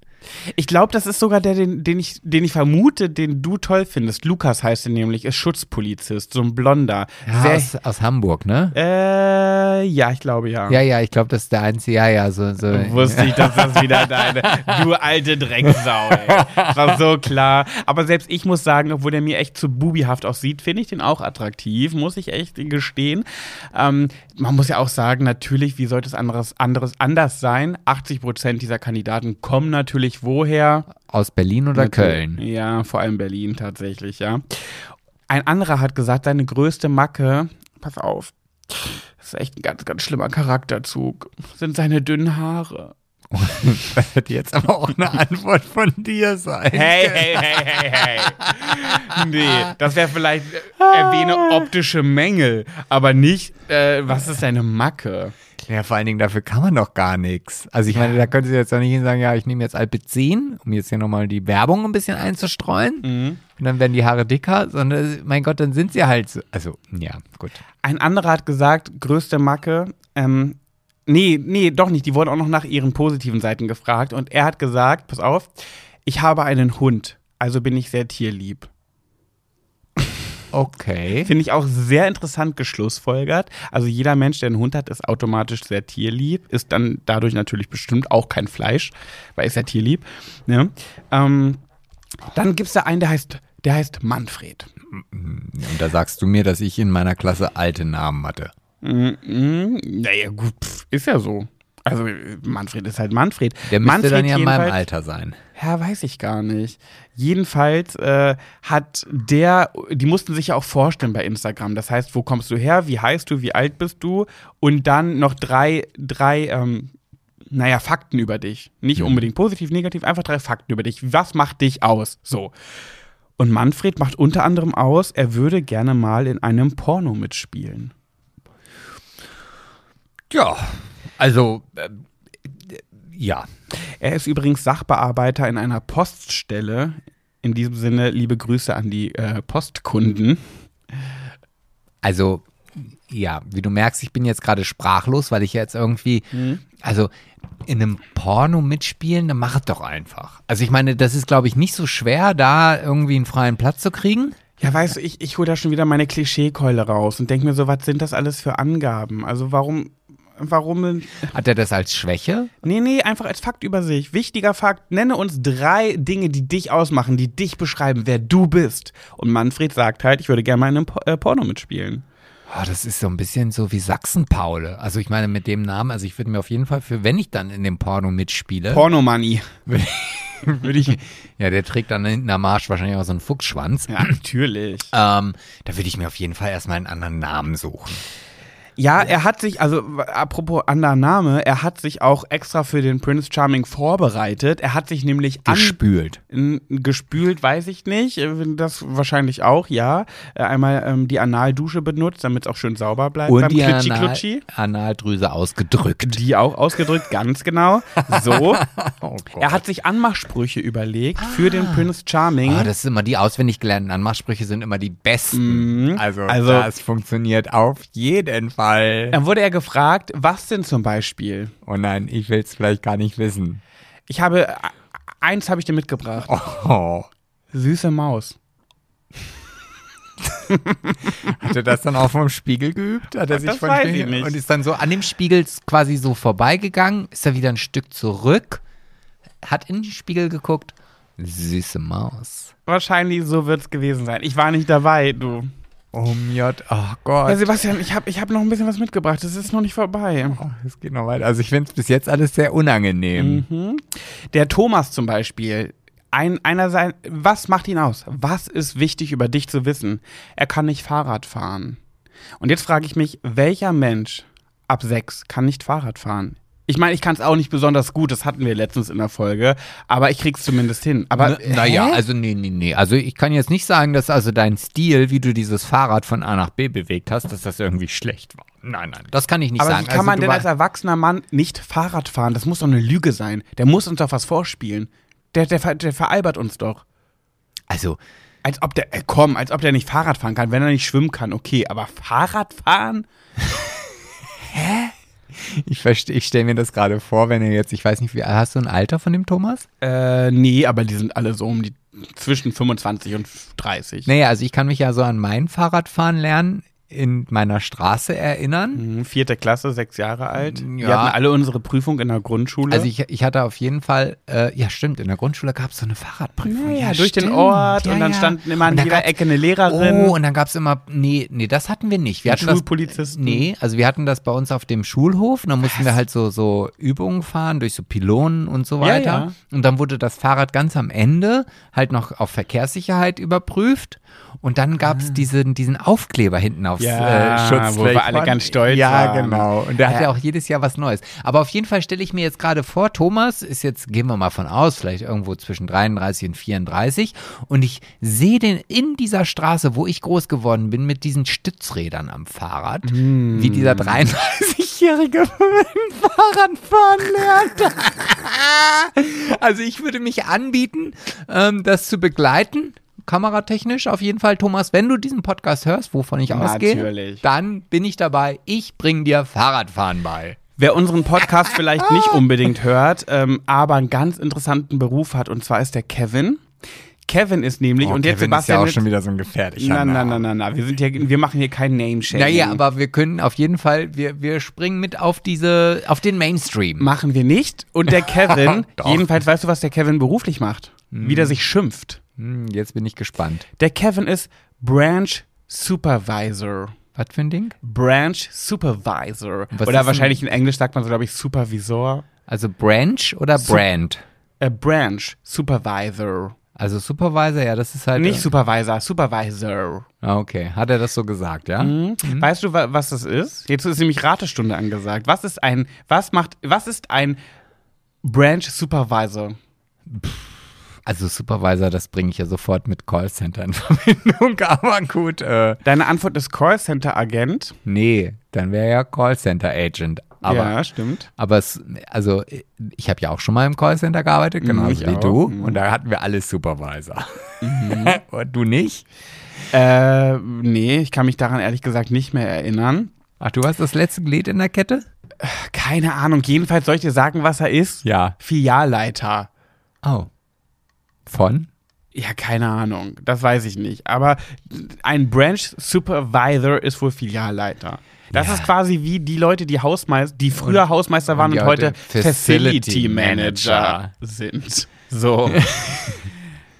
[SPEAKER 1] Ich glaube, das ist sogar der, den, den, ich, den ich vermute, den du toll findest. Lukas heißt er nämlich, ist Schutzpolizist, so ein Blonder.
[SPEAKER 2] Ja, aus, aus Hamburg, ne?
[SPEAKER 1] äh, ja, ich glaube ja.
[SPEAKER 2] Ja, ja, ich glaube, das ist der einzige, ja, ja, so, so.
[SPEAKER 1] Wusste ich, dass das wieder deine, du alte Drecksau, ey. Das war so klar. Aber selbst ich muss sagen, obwohl der mir echt zu bubihaft aussieht, finde ich den auch attraktiv, muss ich echt gestehen. Ähm, man muss ja auch sagen, natürlich, wie sollte es anderes, anderes anders sein? 80 Prozent dieser Kandidaten kommen natürlich woher?
[SPEAKER 2] Aus Berlin oder Köln?
[SPEAKER 1] Ja, vor allem Berlin tatsächlich, ja. Ein anderer hat gesagt, seine größte Macke, pass auf, das ist echt ein ganz, ganz schlimmer Charakterzug, sind seine dünnen Haare.
[SPEAKER 2] wird jetzt aber auch eine Antwort von dir sein.
[SPEAKER 1] Hey, hey, hey, hey, hey. Nee, das wäre vielleicht äh, erwähne optische Mängel, aber nicht, äh, was ist eine Macke?
[SPEAKER 2] Ja, vor allen Dingen, dafür kann man doch gar nichts. Also ich meine, da können Sie jetzt doch nicht hin sagen, ja, ich nehme jetzt Alpizin, um jetzt hier nochmal die Werbung ein bisschen einzustreuen. Und dann werden die Haare dicker, sondern äh, mein Gott, dann sind sie halt so. Also, ja, gut.
[SPEAKER 1] Ein anderer hat gesagt, größte Macke, ähm, nee, nee, doch nicht. Die wurden auch noch nach ihren positiven Seiten gefragt. Und er hat gesagt, pass auf, ich habe einen Hund, also bin ich sehr tierlieb.
[SPEAKER 2] Okay.
[SPEAKER 1] Finde ich auch sehr interessant geschlussfolgert. Also jeder Mensch, der einen Hund hat, ist automatisch sehr tierlieb, ist dann dadurch natürlich bestimmt auch kein Fleisch, weil ist ja tierlieb. Ne? Ähm, dann gibt es da einen, der heißt, der heißt Manfred.
[SPEAKER 2] Und da sagst du mir, dass ich in meiner Klasse alte Namen hatte.
[SPEAKER 1] Mhm, naja, gut, pff, ist ja so. Also Manfred ist halt Manfred.
[SPEAKER 2] Der müsste
[SPEAKER 1] Manfred
[SPEAKER 2] dann ja in meinem
[SPEAKER 1] jedenfalls-
[SPEAKER 2] Alter sein.
[SPEAKER 1] Ja, weiß ich gar nicht. Jedenfalls äh, hat der, die mussten sich ja auch vorstellen bei Instagram. Das heißt, wo kommst du her, wie heißt du, wie alt bist du und dann noch drei, drei, ähm, naja, Fakten über dich. Nicht unbedingt positiv, negativ, einfach drei Fakten über dich. Was macht dich aus? So. Und Manfred macht unter anderem aus, er würde gerne mal in einem Porno mitspielen.
[SPEAKER 2] Ja, also, ähm, ja.
[SPEAKER 1] Er ist übrigens Sachbearbeiter in einer Poststelle. In diesem Sinne, liebe Grüße an die äh, Postkunden.
[SPEAKER 2] Also, ja, wie du merkst, ich bin jetzt gerade sprachlos, weil ich jetzt irgendwie, also in einem Porno mitspielen, dann mach es doch einfach. Also ich meine, das ist, glaube ich, nicht so schwer, da irgendwie einen freien Platz zu kriegen.
[SPEAKER 1] Ja, weißt du, ich, ich hole da schon wieder meine Klischeekeule raus und denke mir so, was sind das alles für Angaben? Also warum, warum,
[SPEAKER 2] Hat er das als Schwäche?
[SPEAKER 1] nee, nee, einfach als Fakt über sich. Wichtiger Fakt, nenne uns drei Dinge, die dich ausmachen, die dich beschreiben, wer du bist. Und Manfred sagt halt, ich würde gerne mal in einem Po- äh, Porno mitspielen.
[SPEAKER 2] Oh, das ist so ein bisschen so wie Sachsen-Paule. Also ich meine, mit dem Namen, also ich würde mir auf jeden Fall für, wenn ich dann in dem Porno mitspiele,
[SPEAKER 1] Pornomoney.
[SPEAKER 2] würde ich, ja, der trägt dann hinten am Arsch wahrscheinlich auch so einen Fuchsschwanz.
[SPEAKER 1] Ja, natürlich.
[SPEAKER 2] Ähm, da würde ich mir auf jeden Fall erstmal einen anderen Namen suchen.
[SPEAKER 1] Ja, er hat sich, also w- apropos anderer Name, er hat sich auch extra für den Prince Charming vorbereitet. Er hat sich nämlich an
[SPEAKER 2] Gespült.
[SPEAKER 1] N- Gespült weiß ich nicht. Äh, Das wahrscheinlich auch, ja. Äh, Einmal ähm, die Analdusche benutzt, damit es auch schön sauber bleibt.
[SPEAKER 2] Und
[SPEAKER 1] beim
[SPEAKER 2] die
[SPEAKER 1] Klitschi
[SPEAKER 2] Anal
[SPEAKER 1] Klutschi.
[SPEAKER 2] Analdrüse ausgedrückt.
[SPEAKER 1] Die auch ausgedrückt, ganz genau. So.
[SPEAKER 2] Oh Gott.
[SPEAKER 1] Er hat sich Anmachsprüche überlegt für den Prince Charming.
[SPEAKER 2] Ah, das ist immer die auswendig gelernten Anmachsprüche sind immer die besten. Also,
[SPEAKER 1] Also-
[SPEAKER 2] das funktioniert auf jeden Fall.
[SPEAKER 1] dann wurde er gefragt, was denn zum Beispiel?
[SPEAKER 2] Oh nein, ich will es vielleicht gar nicht wissen.
[SPEAKER 1] Ich habe, äh, eins habe ich dir mitgebracht.
[SPEAKER 2] Oh,
[SPEAKER 1] Süße Maus.
[SPEAKER 2] hat er das dann auch vom Spiegel geübt? Hat er sich
[SPEAKER 1] Das
[SPEAKER 2] vom
[SPEAKER 1] weiß ich
[SPEAKER 2] Spiegel
[SPEAKER 1] nicht.
[SPEAKER 2] und ist dann so an dem Spiegel quasi so vorbeigegangen, ist er wieder ein Stück zurück, hat in den Spiegel geguckt. Süße Maus.
[SPEAKER 1] Wahrscheinlich so wird es gewesen sein. Ich war nicht dabei, du.
[SPEAKER 2] Oh Miot, oh
[SPEAKER 1] Ja,
[SPEAKER 2] Gott.
[SPEAKER 1] Sebastian, ich habe ich hab noch ein bisschen was mitgebracht. Es ist noch nicht vorbei.
[SPEAKER 2] Oh, Es geht noch weiter. Also ich finde es bis jetzt alles sehr unangenehm.
[SPEAKER 1] Der Thomas zum Beispiel. Ein, einer sein, was macht ihn aus? Was ist wichtig über dich zu wissen? Er kann nicht Fahrrad fahren. Und jetzt frage ich mich, welcher Mensch ab sechs kann nicht Fahrrad fahren? Ich meine, ich kann es auch nicht besonders gut, das hatten wir letztens in der Folge, aber ich krieg's zumindest hin. Aber
[SPEAKER 2] N- Naja,
[SPEAKER 1] Hä?
[SPEAKER 2] also nee, nee, nee. Also ich kann jetzt nicht sagen, dass also dein Stil, wie du dieses Fahrrad von A nach B bewegt hast, dass das irgendwie schlecht war. Nein, nein, das kann ich nicht
[SPEAKER 1] aber
[SPEAKER 2] sagen.
[SPEAKER 1] wie kann
[SPEAKER 2] also,
[SPEAKER 1] man
[SPEAKER 2] du
[SPEAKER 1] denn
[SPEAKER 2] war-
[SPEAKER 1] als erwachsener Mann nicht Fahrrad fahren? Das muss doch eine Lüge sein. Der muss uns doch was vorspielen. Der, der, ver- der veralbert uns doch.
[SPEAKER 2] also
[SPEAKER 1] Als ob der, äh, komm, als ob der nicht Fahrrad fahren kann. Wenn er nicht schwimmen kann, okay. Aber Fahrrad fahren?
[SPEAKER 2] ich verstehe, ich stelle mir das gerade vor, wenn er jetzt, ich weiß nicht, wie hast du ein Alter von dem Thomas?
[SPEAKER 1] Äh, nee, aber die sind alle so um die zwischen 25 und 30.
[SPEAKER 2] Naja, also ich kann mich ja so an mein Fahrradfahren lernen in meiner Straße erinnern.
[SPEAKER 1] Mhm, Vierte Klasse, sechs Jahre alt. Wir
[SPEAKER 2] Hm, Ja.
[SPEAKER 1] hatten alle unsere Prüfung in der Grundschule.
[SPEAKER 2] Also ich, ich hatte auf jeden Fall, äh, ja stimmt, in der Grundschule gab es so eine Fahrradprüfung.
[SPEAKER 1] ja,
[SPEAKER 2] ja,
[SPEAKER 1] durch den
[SPEAKER 2] stimmt.
[SPEAKER 1] Ort
[SPEAKER 2] Ja,
[SPEAKER 1] und dann
[SPEAKER 2] ja.
[SPEAKER 1] standen immer
[SPEAKER 2] Und
[SPEAKER 1] an
[SPEAKER 2] dann
[SPEAKER 1] jeder
[SPEAKER 2] gab's-
[SPEAKER 1] Ecke eine Lehrerin.
[SPEAKER 2] Oh, und dann gab es immer, nee, nee, das hatten wir nicht. Wir
[SPEAKER 1] Den
[SPEAKER 2] hatten das,
[SPEAKER 1] Schulpolizisten.
[SPEAKER 2] Nee, also wir hatten das bei uns auf dem Schulhof und dann mussten wir halt so, so Übungen fahren durch so Pylonen und so
[SPEAKER 1] Ja,
[SPEAKER 2] weiter.
[SPEAKER 1] ja.
[SPEAKER 2] Und dann wurde das Fahrrad ganz am Ende halt noch auf Verkehrssicherheit überprüft und dann gab es diesen, diesen Aufkleber hinten auf Geburtstagsschutz.
[SPEAKER 1] Ah. Ja,
[SPEAKER 2] äh,
[SPEAKER 1] wo wir alle
[SPEAKER 2] Lake
[SPEAKER 1] ganz stolz
[SPEAKER 2] Ja,
[SPEAKER 1] waren.
[SPEAKER 2] genau. Und der hat
[SPEAKER 1] Ja.
[SPEAKER 2] ja auch jedes Jahr was Neues. Aber auf jeden Fall stelle ich mir jetzt gerade vor, Thomas ist jetzt, gehen wir mal von aus, vielleicht irgendwo zwischen 33 und 34. Und ich sehe den in dieser Straße, wo ich groß geworden bin, mit diesen Stützrädern am Fahrrad,
[SPEAKER 1] Hm.
[SPEAKER 2] wie dieser 33-Jährige mit dem Fahrrad fahren lernt. Also ich würde mich anbieten, ähm, das zu begleiten. Kameratechnisch auf jeden Fall, Thomas, wenn du diesen Podcast hörst, wovon ich ausgehe,
[SPEAKER 1] Natürlich.
[SPEAKER 2] dann bin ich dabei. Ich bring dir Fahrradfahren bei.
[SPEAKER 1] Wer unseren Podcast vielleicht nicht unbedingt hört, ähm, aber einen ganz interessanten Beruf hat, und zwar ist der Kevin. Kevin ist nämlich, und
[SPEAKER 2] Oh,
[SPEAKER 1] jetzt
[SPEAKER 2] Kevin ist
[SPEAKER 1] Sebastian.
[SPEAKER 2] ja auch
[SPEAKER 1] mit-
[SPEAKER 2] schon wieder so ein gefährlicher
[SPEAKER 1] na, na,
[SPEAKER 2] Name.
[SPEAKER 1] na, na, na, wir sind hier, wir machen hier kein Name-Shaming.
[SPEAKER 2] Naja, aber wir können auf jeden Fall, wir, wir springen mit auf diese, auf den Mainstream.
[SPEAKER 1] Machen wir nicht. Und der Kevin,
[SPEAKER 2] Doch.
[SPEAKER 1] jedenfalls weißt du, was der Kevin beruflich macht? Wie der sich schimpft.
[SPEAKER 2] Hm, jetzt bin ich gespannt.
[SPEAKER 1] Der Kevin ist Branch Supervisor.
[SPEAKER 2] Was für ein Ding?
[SPEAKER 1] Branch Supervisor.
[SPEAKER 2] Was ist
[SPEAKER 1] Oder
[SPEAKER 2] denn-
[SPEAKER 1] wahrscheinlich in Englisch sagt man so, glaube ich, Supervisor.
[SPEAKER 2] Also Branch oder Brand?
[SPEAKER 1] Äh, Branch Supervisor.
[SPEAKER 2] Also Supervisor, ja, das ist halt.
[SPEAKER 1] Nicht Supervisor, Supervisor.
[SPEAKER 2] Ah, Okay, hat er das so gesagt, ja?
[SPEAKER 1] Mhm. Weißt du, wa was das ist? Jetzt ist nämlich Ratestunde angesagt. Was ist ein, was macht, was ist ein Branch Supervisor?
[SPEAKER 2] Also Supervisor, das bringe ich ja sofort mit Callcenter in Verbindung, aber gut, äh,
[SPEAKER 1] Deine Antwort ist Callcenter-Agent.
[SPEAKER 2] nee, dann wäre ja Callcenter Agent. Aber,
[SPEAKER 1] Ja, stimmt.
[SPEAKER 2] aber es, also ich habe ja auch schon mal im Callcenter gearbeitet, genauso
[SPEAKER 1] ich
[SPEAKER 2] wie
[SPEAKER 1] auch, Mhm.
[SPEAKER 2] du. Und da hatten wir alle Supervisor. Und du nicht?
[SPEAKER 1] Äh, nee, ich kann mich daran ehrlich gesagt nicht mehr erinnern.
[SPEAKER 2] Ach, du hast das letzte Glied in der Kette?
[SPEAKER 1] Keine Ahnung. Jedenfalls soll ich dir sagen, was er ist?
[SPEAKER 2] Ja.
[SPEAKER 1] Filialleiter.
[SPEAKER 2] Oh. Von?
[SPEAKER 1] Ja, keine Ahnung. Das weiß ich nicht. Aber ein Branch Supervisor ist wohl Filialleiter. Das ist quasi wie die Leute, die Hausmeister, die früher Hausmeister waren
[SPEAKER 2] die
[SPEAKER 1] und, heute
[SPEAKER 2] heute
[SPEAKER 1] Facility,
[SPEAKER 2] Facility
[SPEAKER 1] Manager sind. So.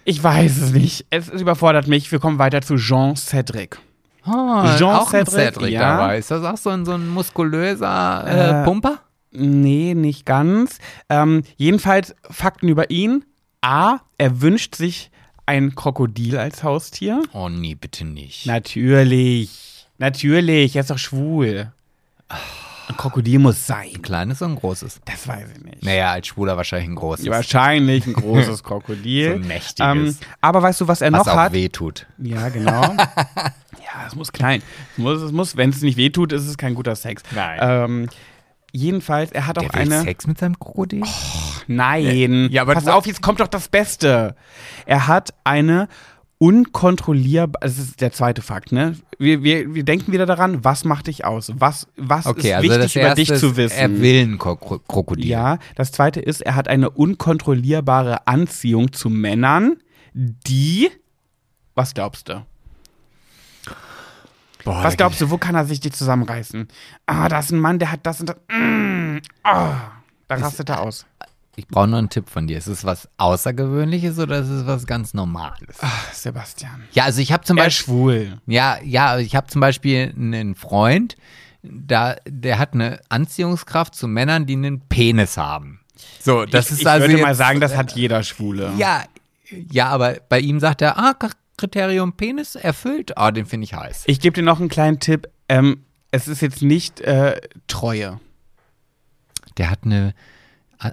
[SPEAKER 1] ich weiß es nicht. Es, es überfordert mich. Wir kommen weiter zu Jean Cedric.
[SPEAKER 2] Oh,
[SPEAKER 1] Jean
[SPEAKER 2] auch ein
[SPEAKER 1] Ah, Cedric,
[SPEAKER 2] Cedric
[SPEAKER 1] ja.
[SPEAKER 2] dabei. Ist das auch so ein, so ein muskulöser äh, Pumper?
[SPEAKER 1] Nee, nicht ganz. Ähm, jedenfalls Fakten über ihn. A, er wünscht sich ein Krokodil als Haustier.
[SPEAKER 2] Oh nee, bitte nicht.
[SPEAKER 1] Natürlich. Natürlich. Er ist doch schwul. Ein Krokodil muss sein.
[SPEAKER 2] Kleines und großes.
[SPEAKER 1] Das weiß ich nicht.
[SPEAKER 2] Naja, als Schwuler wahrscheinlich ein großes.
[SPEAKER 1] Wahrscheinlich ein großes Krokodil. Ähm,
[SPEAKER 2] So ein mächtiges.
[SPEAKER 1] aber weißt du, was er
[SPEAKER 2] was
[SPEAKER 1] noch
[SPEAKER 2] auch
[SPEAKER 1] hat?
[SPEAKER 2] wehtut.
[SPEAKER 1] Ja, genau. ja, es muss klein. Es muss, es muss wenn es nicht wehtut, ist es kein guter Sex.
[SPEAKER 2] Nein.
[SPEAKER 1] Ähm, jedenfalls, er hat auch
[SPEAKER 2] Der will
[SPEAKER 1] eine. Oh,
[SPEAKER 2] Sex mit seinem Krokodil?
[SPEAKER 1] Nein.
[SPEAKER 2] Ja, aber
[SPEAKER 1] Pass
[SPEAKER 2] du-
[SPEAKER 1] auf, jetzt kommt doch das Beste. Er hat eine unkontrollierbare, das ist der zweite Fakt, ne? Wir, wir, wir denken wieder daran, was macht dich aus? Was, was
[SPEAKER 2] okay,
[SPEAKER 1] ist
[SPEAKER 2] also das
[SPEAKER 1] wichtig über
[SPEAKER 2] erste
[SPEAKER 1] dich zu
[SPEAKER 2] ist,
[SPEAKER 1] wissen?
[SPEAKER 2] er will ein Kro Kro- Krokodil.
[SPEAKER 1] ja, das zweite ist, er hat eine unkontrollierbare Anziehung zu Männern, die, was glaubst du?
[SPEAKER 2] Boah,
[SPEAKER 1] Was glaubst du, wo kann er sich die zusammenreißen? Ah, da ist ein Mann, der hat das und das. Mm, ah, da rastet er aus.
[SPEAKER 2] Ich brauche noch einen Tipp von dir. Ist es was Außergewöhnliches oder ist es was ganz Normales?
[SPEAKER 1] Ach, Sebastian.
[SPEAKER 2] Ja, also ich habe zum
[SPEAKER 1] Er ist
[SPEAKER 2] Beispiel...
[SPEAKER 1] schwul.
[SPEAKER 2] Ja, ja, ich habe zum Beispiel einen Freund, da, der hat eine Anziehungskraft zu Männern, die einen Penis haben. So, das
[SPEAKER 1] ich,
[SPEAKER 2] ist
[SPEAKER 1] ich
[SPEAKER 2] also
[SPEAKER 1] würde mal
[SPEAKER 2] jetzt-
[SPEAKER 1] sagen, das hat jeder Schwule.
[SPEAKER 2] Ja, ja, aber bei ihm sagt er, ah, Kriterium Penis erfüllt. Ah, den finde ich heiß.
[SPEAKER 1] Ich gebe dir noch einen kleinen Tipp. Ähm, es ist jetzt nicht äh, Treue.
[SPEAKER 2] Der hat eine,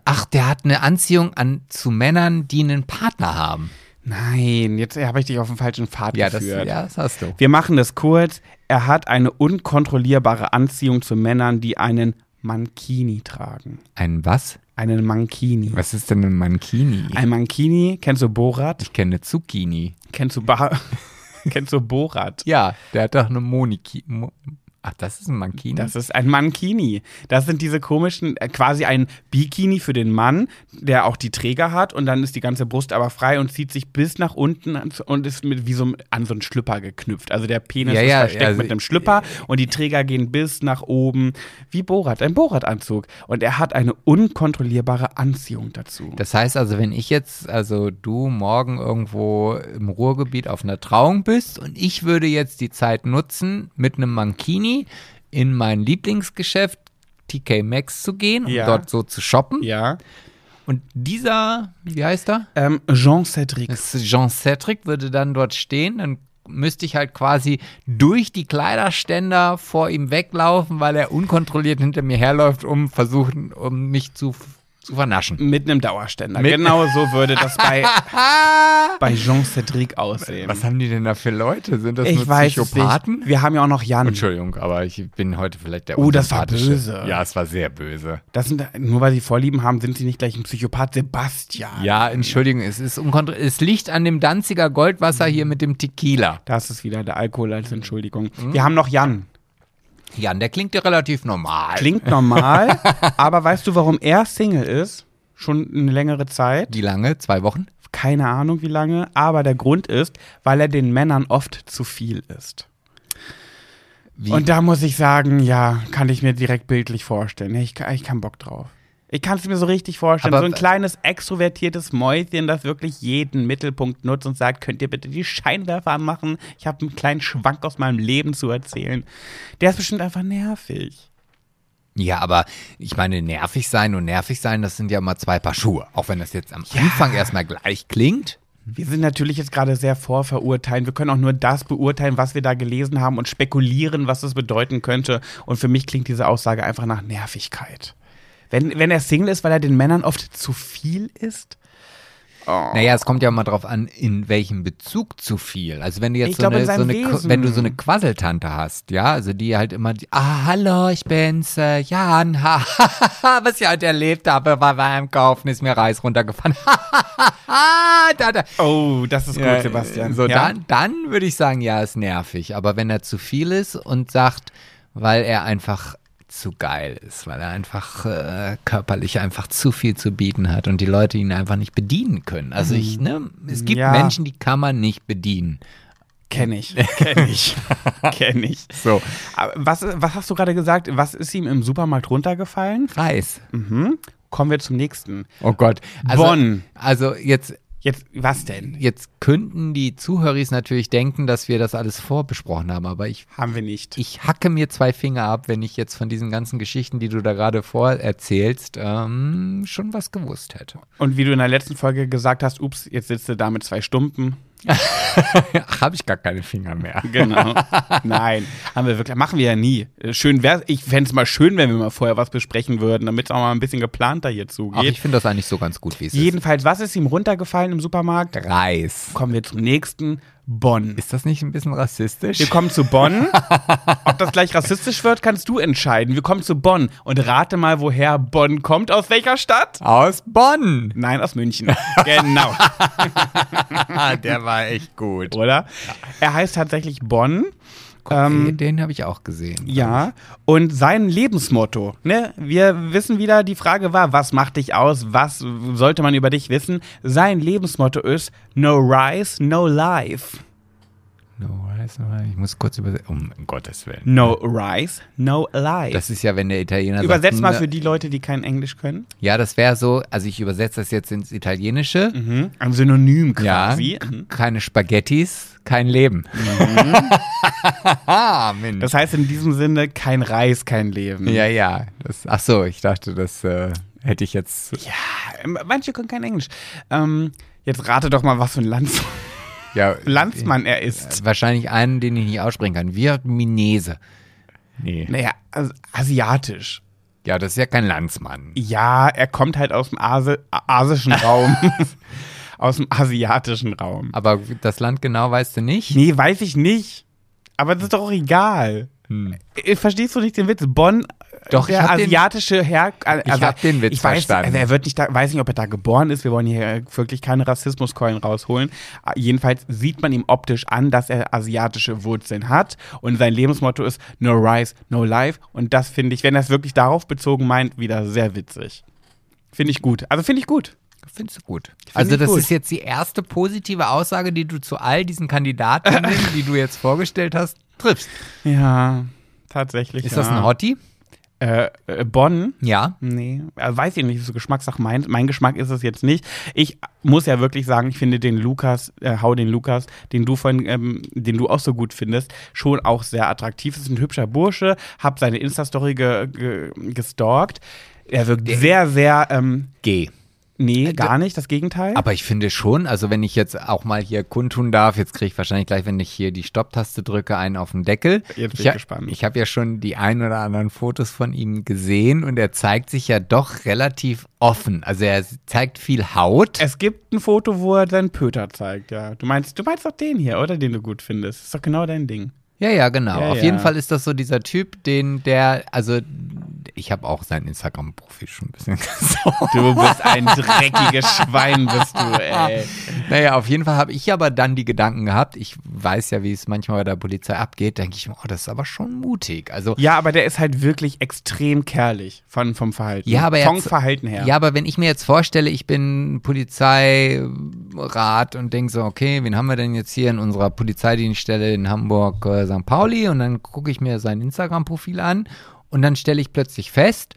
[SPEAKER 2] ach, der hat eine Anziehung an zu Männern, die einen Partner haben.
[SPEAKER 1] Nein, jetzt habe ich dich auf den falschen Pfad
[SPEAKER 2] Ja, das,
[SPEAKER 1] geführt.
[SPEAKER 2] ja, das hast du.
[SPEAKER 1] Wir machen das kurz. Er hat eine unkontrollierbare Anziehung zu Männern, die einen Mankini tragen.
[SPEAKER 2] Ein was?
[SPEAKER 1] Einen Mankini.
[SPEAKER 2] Was ist denn ein Mankini?
[SPEAKER 1] Ein Mankini, kennst du Borat?
[SPEAKER 2] ich kenne eine Zucchini.
[SPEAKER 1] Kennst du, ba kennst du Borat?
[SPEAKER 2] Ja, der hat doch eine Moniki. Mo ach, das ist ein Mankini?
[SPEAKER 1] Das ist ein Mankini. Das sind diese komischen, äh, quasi ein Bikini für den Mann, der auch die Träger hat und dann ist die ganze Brust aber frei und zieht sich bis nach unten an- und ist mit wie so ein- an so einen Schlüpper geknüpft. Also der Penis
[SPEAKER 2] Ja,
[SPEAKER 1] ist
[SPEAKER 2] ja,
[SPEAKER 1] versteckt
[SPEAKER 2] also-
[SPEAKER 1] mit einem Schlüpper und die Träger gehen bis nach oben, wie Borat, ein Borat-Anzug. Und er hat eine unkontrollierbare Anziehung dazu.
[SPEAKER 2] Das heißt also, wenn ich jetzt, also du morgen irgendwo im Ruhrgebiet auf einer Trauung bist und ich würde jetzt die Zeit nutzen, mit einem Mankini in mein Lieblingsgeschäft TK Maxx zu gehen und
[SPEAKER 1] Ja.
[SPEAKER 2] dort so zu shoppen.
[SPEAKER 1] ja.
[SPEAKER 2] Und dieser, wie heißt er?
[SPEAKER 1] Ähm, Jean Cedric.
[SPEAKER 2] Das ist Jean Cedric würde dann dort stehen, dann müsste ich halt quasi durch die Kleiderständer vor ihm weglaufen, weil er unkontrolliert hinter mir herläuft, um versuchen, um mich zu, zu vernaschen.
[SPEAKER 1] Mit einem Dauerständer.
[SPEAKER 2] Mit-
[SPEAKER 1] genau so würde das bei, bei Jean Cedric aussehen.
[SPEAKER 2] Was haben die denn da für Leute? Sind das
[SPEAKER 1] ich
[SPEAKER 2] nur
[SPEAKER 1] weiß es
[SPEAKER 2] Psychopathen?
[SPEAKER 1] nicht. Wir haben ja auch noch Jan.
[SPEAKER 2] Entschuldigung, aber ich bin heute vielleicht der
[SPEAKER 1] Oh, das war
[SPEAKER 2] Unsympathische.
[SPEAKER 1] böse.
[SPEAKER 2] Ja, es war sehr böse.
[SPEAKER 1] Das sind, nur weil sie Vorlieben haben, sind sie nicht gleich ein Psychopath. Sebastian.
[SPEAKER 2] Ja, Entschuldigung, es ist unkontro- Es liegt an dem Danziger Goldwasser hier mit dem Tequila.
[SPEAKER 1] Das ist wieder der Alkohol als Entschuldigung.
[SPEAKER 2] Mhm.
[SPEAKER 1] Wir haben noch Jan.
[SPEAKER 2] Jan, der klingt ja relativ normal.
[SPEAKER 1] Klingt normal, aber weißt du, warum er Single ist? Schon eine längere Zeit.
[SPEAKER 2] Wie lange? Zwei Wochen?
[SPEAKER 1] Keine Ahnung, wie lange. Aber der Grund ist, weil er den Männern oft zu viel ist.
[SPEAKER 2] Wie?
[SPEAKER 1] Und da muss ich sagen, ja, kann ich mir direkt bildlich vorstellen. Ich, kann- ich kann Bock drauf. Ich kann es mir so richtig vorstellen.
[SPEAKER 2] Aber-
[SPEAKER 1] so ein kleines extrovertiertes Mäuschen, das wirklich jeden Mittelpunkt nutzt und sagt, könnt ihr bitte die Scheinwerfer anmachen? Ich habe einen kleinen Schwank aus meinem Leben zu erzählen. Der ist bestimmt einfach nervig.
[SPEAKER 2] ja, aber ich meine, nervig sein und nervig sein, das sind ja immer zwei Paar Schuhe. Auch wenn das jetzt am Anfang erstmal gleich klingt.
[SPEAKER 1] Wir sind natürlich jetzt gerade sehr vorverurteilen. Wir können auch nur das beurteilen, was wir da gelesen haben und spekulieren, was das bedeuten könnte. Und für mich klingt diese Aussage einfach nach Nervigkeit. Wenn, wenn er Single ist, weil er den Männern oft zu viel ist,
[SPEAKER 2] Naja, es kommt ja immer drauf an, in welchem Bezug zu viel. Also wenn du jetzt
[SPEAKER 1] Ich
[SPEAKER 2] so,
[SPEAKER 1] glaube,
[SPEAKER 2] eine,
[SPEAKER 1] in
[SPEAKER 2] so
[SPEAKER 1] seinem
[SPEAKER 2] eine, Qu-
[SPEAKER 1] Wesen.
[SPEAKER 2] wenn du so eine Quasseltante hast, ja, also die halt immer, die, ah, hallo, ich bin's, äh, Jan, ha, ha, ha, ha, was ich heute erlebt habe, war beim Kaufen, ist mir Reis runtergefahren, ha, ha, ha, ha, da, da.
[SPEAKER 1] Oh, das ist gut,
[SPEAKER 2] Ja,
[SPEAKER 1] Sebastian.
[SPEAKER 2] So,
[SPEAKER 1] ja?
[SPEAKER 2] dann, dann würde ich sagen, ja, ist nervig. Aber wenn er zu viel ist und sagt, weil er einfach zu geil ist, weil er einfach äh, körperlich einfach zu viel zu bieten hat und die Leute ihn einfach nicht bedienen können. Also ich, ne, es gibt
[SPEAKER 1] Ja.
[SPEAKER 2] Menschen, die kann man nicht bedienen.
[SPEAKER 1] Kenn ich, kenn ich, kenn ich.
[SPEAKER 2] So,
[SPEAKER 1] Aber Was, was hast du gerade gesagt? Was ist ihm im Supermarkt runtergefallen?
[SPEAKER 2] Reis.
[SPEAKER 1] Kommen wir zum nächsten.
[SPEAKER 2] Oh Gott. Also,
[SPEAKER 1] Bonn.
[SPEAKER 2] Also jetzt
[SPEAKER 1] Jetzt, was denn?
[SPEAKER 2] jetzt könnten die Zuhörer natürlich denken, dass wir das alles vorbesprochen haben, aber ich
[SPEAKER 1] Haben wir nicht.
[SPEAKER 2] ich hacke mir zwei Finger ab, wenn ich jetzt von diesen ganzen Geschichten, die du da gerade vorerzählst, ähm, schon was gewusst hätte.
[SPEAKER 1] Und wie du in der letzten Folge gesagt hast, ups, jetzt sitzt du da mit zwei Stumpen.
[SPEAKER 2] Ach, habe ich gar keine Finger mehr.
[SPEAKER 1] Genau. Nein, haben wir wirklich, machen wir ja nie. Äh, Schön wär's, ich fänd's mal schön, wenn wir mal vorher was besprechen würden, damit es auch mal ein bisschen geplanter hier
[SPEAKER 2] Ach,
[SPEAKER 1] zugeht.
[SPEAKER 2] ich finde das eigentlich so ganz gut, wie es
[SPEAKER 1] Jedenfalls, was ist ihm runtergefallen im Supermarkt?
[SPEAKER 2] ist. Reis.
[SPEAKER 1] Kommen wir zum nächsten. Bonn.
[SPEAKER 2] Ist das nicht ein bisschen rassistisch?
[SPEAKER 1] Wir kommen zu Bonn. Ob das gleich rassistisch wird, kannst du entscheiden. Wir kommen zu Bonn und rate mal, woher Bonn kommt, aus welcher Stadt?
[SPEAKER 2] Aus Bonn.
[SPEAKER 1] Nein, aus München. Genau,
[SPEAKER 2] Ah, der war echt gut.
[SPEAKER 1] oder? Er heißt tatsächlich Bonn.
[SPEAKER 2] den Oh, den habe ich auch gesehen.
[SPEAKER 1] Ähm, Ja, und sein Lebensmotto, ne? Wir wissen wieder, die Frage war, was macht dich aus? Was sollte man über dich wissen? Sein Lebensmotto ist No Rice, No Life.
[SPEAKER 2] No, Reis, no, Reis. ich muss kurz übersetzen. Um Gottes Willen.
[SPEAKER 1] No Rice, No Life.
[SPEAKER 2] Das ist ja, wenn der Italiener
[SPEAKER 1] Übersetzt
[SPEAKER 2] sagt,
[SPEAKER 1] mal
[SPEAKER 2] ne-
[SPEAKER 1] für die Leute, die kein Englisch können.
[SPEAKER 2] Ja, das wäre so, also ich übersetze das jetzt ins Italienische.
[SPEAKER 1] Mhm. Ein Synonym
[SPEAKER 2] Ja,
[SPEAKER 1] quasi. Mhm.
[SPEAKER 2] keine Spaghettis, kein Leben. ah, Mensch.
[SPEAKER 1] Das heißt in diesem Sinne kein Reis, kein Leben.
[SPEAKER 2] ja, ja. Das, ach so, ich dachte, das äh, hätte ich jetzt.
[SPEAKER 1] Ähm, Manche können kein Englisch. Ähm, jetzt rate doch mal, was für ein Lands
[SPEAKER 2] Ja,
[SPEAKER 1] Landsmann er ist.
[SPEAKER 2] wahrscheinlich einen, den ich nicht aussprechen kann. Vietminese. Nee.
[SPEAKER 1] Naja, as- asiatisch.
[SPEAKER 2] Ja, das ist ja kein Landsmann.
[SPEAKER 1] Ja, er kommt halt aus dem Asi a- asischen Raum. aus dem asiatischen Raum.
[SPEAKER 2] Aber das Land genau weißt du nicht?
[SPEAKER 1] Nee, weiß ich nicht. Aber das ist doch auch egal. Äh, Verstehst du nicht den Witz? Bonn, äh,
[SPEAKER 2] Hm. Doch, ich
[SPEAKER 1] der
[SPEAKER 2] hab den-
[SPEAKER 1] asiatische Herr. äh,
[SPEAKER 2] Ich hab den Witz
[SPEAKER 1] ich weiß,
[SPEAKER 2] verstanden.
[SPEAKER 1] Also er wird nicht da, weiß nicht, ob er da geboren ist. Wir wollen hier äh, wirklich keine Rassismuskeulen rausholen. Äh, Jedenfalls sieht man ihm optisch an, dass er asiatische Wurzeln hat. Und sein Lebensmotto ist No Rice, No Life. Und das finde ich, wenn er es wirklich darauf bezogen meint, wieder sehr witzig. Finde ich gut. Also finde ich gut.
[SPEAKER 2] Findest du gut. also,
[SPEAKER 1] ich
[SPEAKER 2] das
[SPEAKER 1] gut.
[SPEAKER 2] ist jetzt die erste positive Aussage, die du zu all diesen Kandidaten, die du jetzt vorgestellt hast, triffst.
[SPEAKER 1] Ja, tatsächlich.
[SPEAKER 2] Ist
[SPEAKER 1] ja.
[SPEAKER 2] das ein Hottie?
[SPEAKER 1] Äh, äh, Bonn.
[SPEAKER 2] Ja.
[SPEAKER 1] Nee, äh, weiß ich nicht, so Geschmackssache mein, mein Geschmack ist es jetzt nicht. Ich muss ja wirklich sagen, ich finde den Lukas, äh, hau den Lukas, den du von, ähm, den du auch so gut findest, schon auch sehr attraktiv. Ist ein hübscher Bursche, hab seine Insta-Story ge, ge, gestalkt. Er wirkt sehr, sehr ähm,
[SPEAKER 2] G.
[SPEAKER 1] Nee, gar nicht, das Gegenteil.
[SPEAKER 2] Aber ich finde schon, also wenn ich jetzt auch mal hier kundtun darf, jetzt kriege ich wahrscheinlich gleich, wenn ich hier die Stopptaste drücke, einen auf den Deckel.
[SPEAKER 1] Jetzt bin
[SPEAKER 2] ich
[SPEAKER 1] ich
[SPEAKER 2] ha-
[SPEAKER 1] gespannt.
[SPEAKER 2] Ich habe ja schon die ein oder anderen Fotos von ihm gesehen und er zeigt sich ja doch relativ offen. Also er zeigt viel Haut.
[SPEAKER 1] es gibt ein Foto, wo er seinen Pöter zeigt, ja. Du meinst, du meinst doch den hier, oder? Den du gut findest. Ist doch genau dein Ding.
[SPEAKER 2] Ja, ja, genau.
[SPEAKER 1] Ja,
[SPEAKER 2] auf jeden
[SPEAKER 1] ja.
[SPEAKER 2] Fall ist das so dieser Typ, den der, also ich habe auch sein Instagram-Profil schon ein bisschen gesehen.
[SPEAKER 1] Du bist ein dreckiges Schwein, bist du, ey.
[SPEAKER 2] Naja, auf jeden Fall habe ich aber dann die Gedanken gehabt, ich weiß ja, wie es manchmal bei der Polizei abgeht, denke ich mir, oh, das ist aber schon mutig. Also
[SPEAKER 1] Ja, aber der ist halt wirklich extrem kerlich von, vom Verhalten.
[SPEAKER 2] Ja, aber er
[SPEAKER 1] Vom
[SPEAKER 2] hat-
[SPEAKER 1] Verhalten her.
[SPEAKER 2] Ja, aber wenn ich mir jetzt vorstelle, ich bin Polizeirat und denke so, okay, wen haben wir denn jetzt hier in unserer Polizeidienststelle in Hamburg, äh, St. Pauli? Und dann gucke ich mir sein Instagram-Profil an und dann stelle ich plötzlich fest,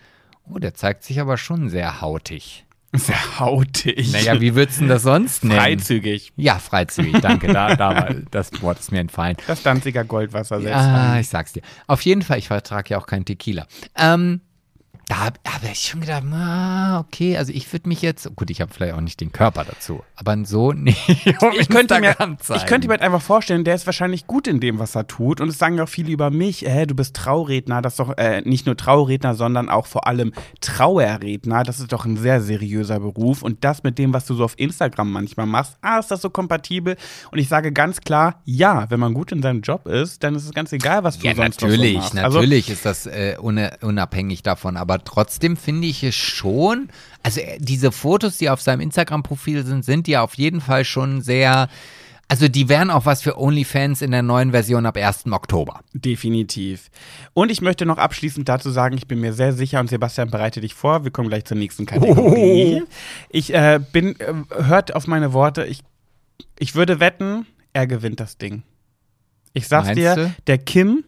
[SPEAKER 2] oh, der zeigt sich aber schon sehr hautig.
[SPEAKER 1] Sehr hautig.
[SPEAKER 2] Naja, wie würdest du denn das sonst nennen?
[SPEAKER 1] Freizügig.
[SPEAKER 2] Ja, freizügig, danke. Da, da war, das Wort ist mir entfallen.
[SPEAKER 1] Das Danziger Goldwasser selbst.
[SPEAKER 2] Ah, ich sag's dir. Auf jeden Fall, ich vertrage ja auch keinen Tequila. Ähm, da habe hab ich schon gedacht, ah, okay, also ich würde mich jetzt, gut, ich habe vielleicht auch nicht den Körper dazu, aber so nicht. auf
[SPEAKER 1] ich könnte, mir,
[SPEAKER 2] Instagram zeigen.
[SPEAKER 1] ich könnte mir halt einfach vorstellen, der ist wahrscheinlich gut in dem, was er tut. Und es sagen ja auch viele über mich, äh, du bist Trauredner, das ist doch äh, nicht nur Trauredner, sondern auch vor allem Trauerredner. Das ist doch ein sehr seriöser Beruf. Und das mit dem, was du so auf Instagram manchmal machst, ah, ist das so kompatibel? Und ich sage ganz klar, ja, wenn man gut in seinem Job ist, dann ist es ganz egal, was du
[SPEAKER 2] ja,
[SPEAKER 1] sonst noch so
[SPEAKER 2] natürlich,
[SPEAKER 1] machst. Also,
[SPEAKER 2] natürlich ist das äh, une- unabhängig davon, aber trotzdem finde ich es schon, also äh, diese Fotos, die auf seinem Instagram-Profil sind, sind ja auf jeden Fall schon sehr, also die wären auch was für OnlyFans in der neuen Version ab 1. Oktober.
[SPEAKER 1] Definitiv. Und ich möchte noch abschließend dazu sagen, ich bin mir sehr sicher und Sebastian bereite dich vor. Wir kommen gleich zur nächsten Kategorie.
[SPEAKER 2] Oh.
[SPEAKER 1] Ich äh, bin, äh, hört auf meine Worte, ich, ich würde wetten, er gewinnt das Ding. Ich sag's
[SPEAKER 2] Meinst
[SPEAKER 1] dir,
[SPEAKER 2] du?
[SPEAKER 1] der Kim,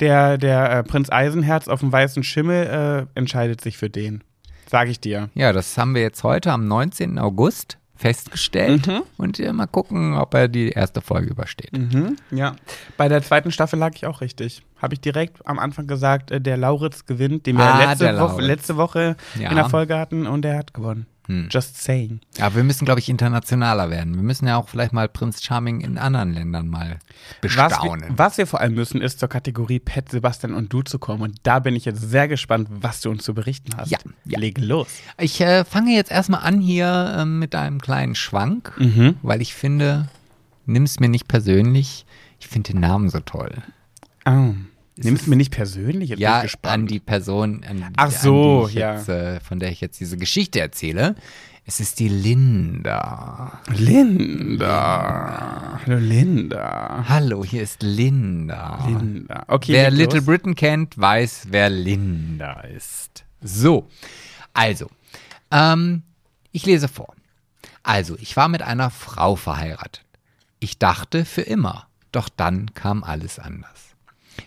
[SPEAKER 1] der, der äh, Prinz Eisenherz auf dem weißen Schimmel, äh, entscheidet sich für den. Sag ich dir.
[SPEAKER 2] Ja, das haben wir jetzt heute am 19. August festgestellt und äh, mal gucken, ob er die erste Folge übersteht.
[SPEAKER 1] Mhm, ja. Bei der zweiten Staffel lag ich auch richtig. Habe ich direkt am Anfang gesagt, äh, der Lauritz gewinnt, den wir
[SPEAKER 2] Ah, der
[SPEAKER 1] letzte, Woche,
[SPEAKER 2] Lauritz.
[SPEAKER 1] letzte Woche
[SPEAKER 2] Ja. Hm.
[SPEAKER 1] in der Folge hatten und der hat gewonnen. Just saying.
[SPEAKER 2] Aber wir müssen, glaube ich, internationaler werden. Wir müssen ja auch vielleicht mal Prinz Charming in anderen Ländern mal
[SPEAKER 1] Was
[SPEAKER 2] bestaunen.
[SPEAKER 1] wir, was wir vor allem müssen, ist zur Kategorie Pet, Sebastian und du zu kommen. Und da bin ich jetzt sehr gespannt, was du uns zu berichten hast.
[SPEAKER 2] Ja, ja.
[SPEAKER 1] Leg los.
[SPEAKER 2] Ich äh, fange jetzt erstmal an hier ähm, mit einem kleinen Schwank,
[SPEAKER 1] Mhm.
[SPEAKER 2] weil ich finde, nimm's mir nicht persönlich, ich finde den Namen so toll.
[SPEAKER 1] Oh. Nimmst du mir nicht persönlich? Jetzt bin
[SPEAKER 2] Ja,
[SPEAKER 1] ich gespannt.
[SPEAKER 2] an die Person, an,
[SPEAKER 1] Ach so,
[SPEAKER 2] an die ich
[SPEAKER 1] ja.
[SPEAKER 2] jetzt, äh, von der ich jetzt diese Geschichte erzähle. Es ist die Linda.
[SPEAKER 1] Linda. Hallo Linda.
[SPEAKER 2] Hallo, hier ist Linda.
[SPEAKER 1] Linda. Okay,
[SPEAKER 2] Wer
[SPEAKER 1] leg
[SPEAKER 2] Little
[SPEAKER 1] los.
[SPEAKER 2] Britain kennt, weiß, wer Linda ist. So, also, ähm, ich lese vor. Also, ich war mit einer Frau verheiratet. Ich dachte für immer, doch dann kam alles anders.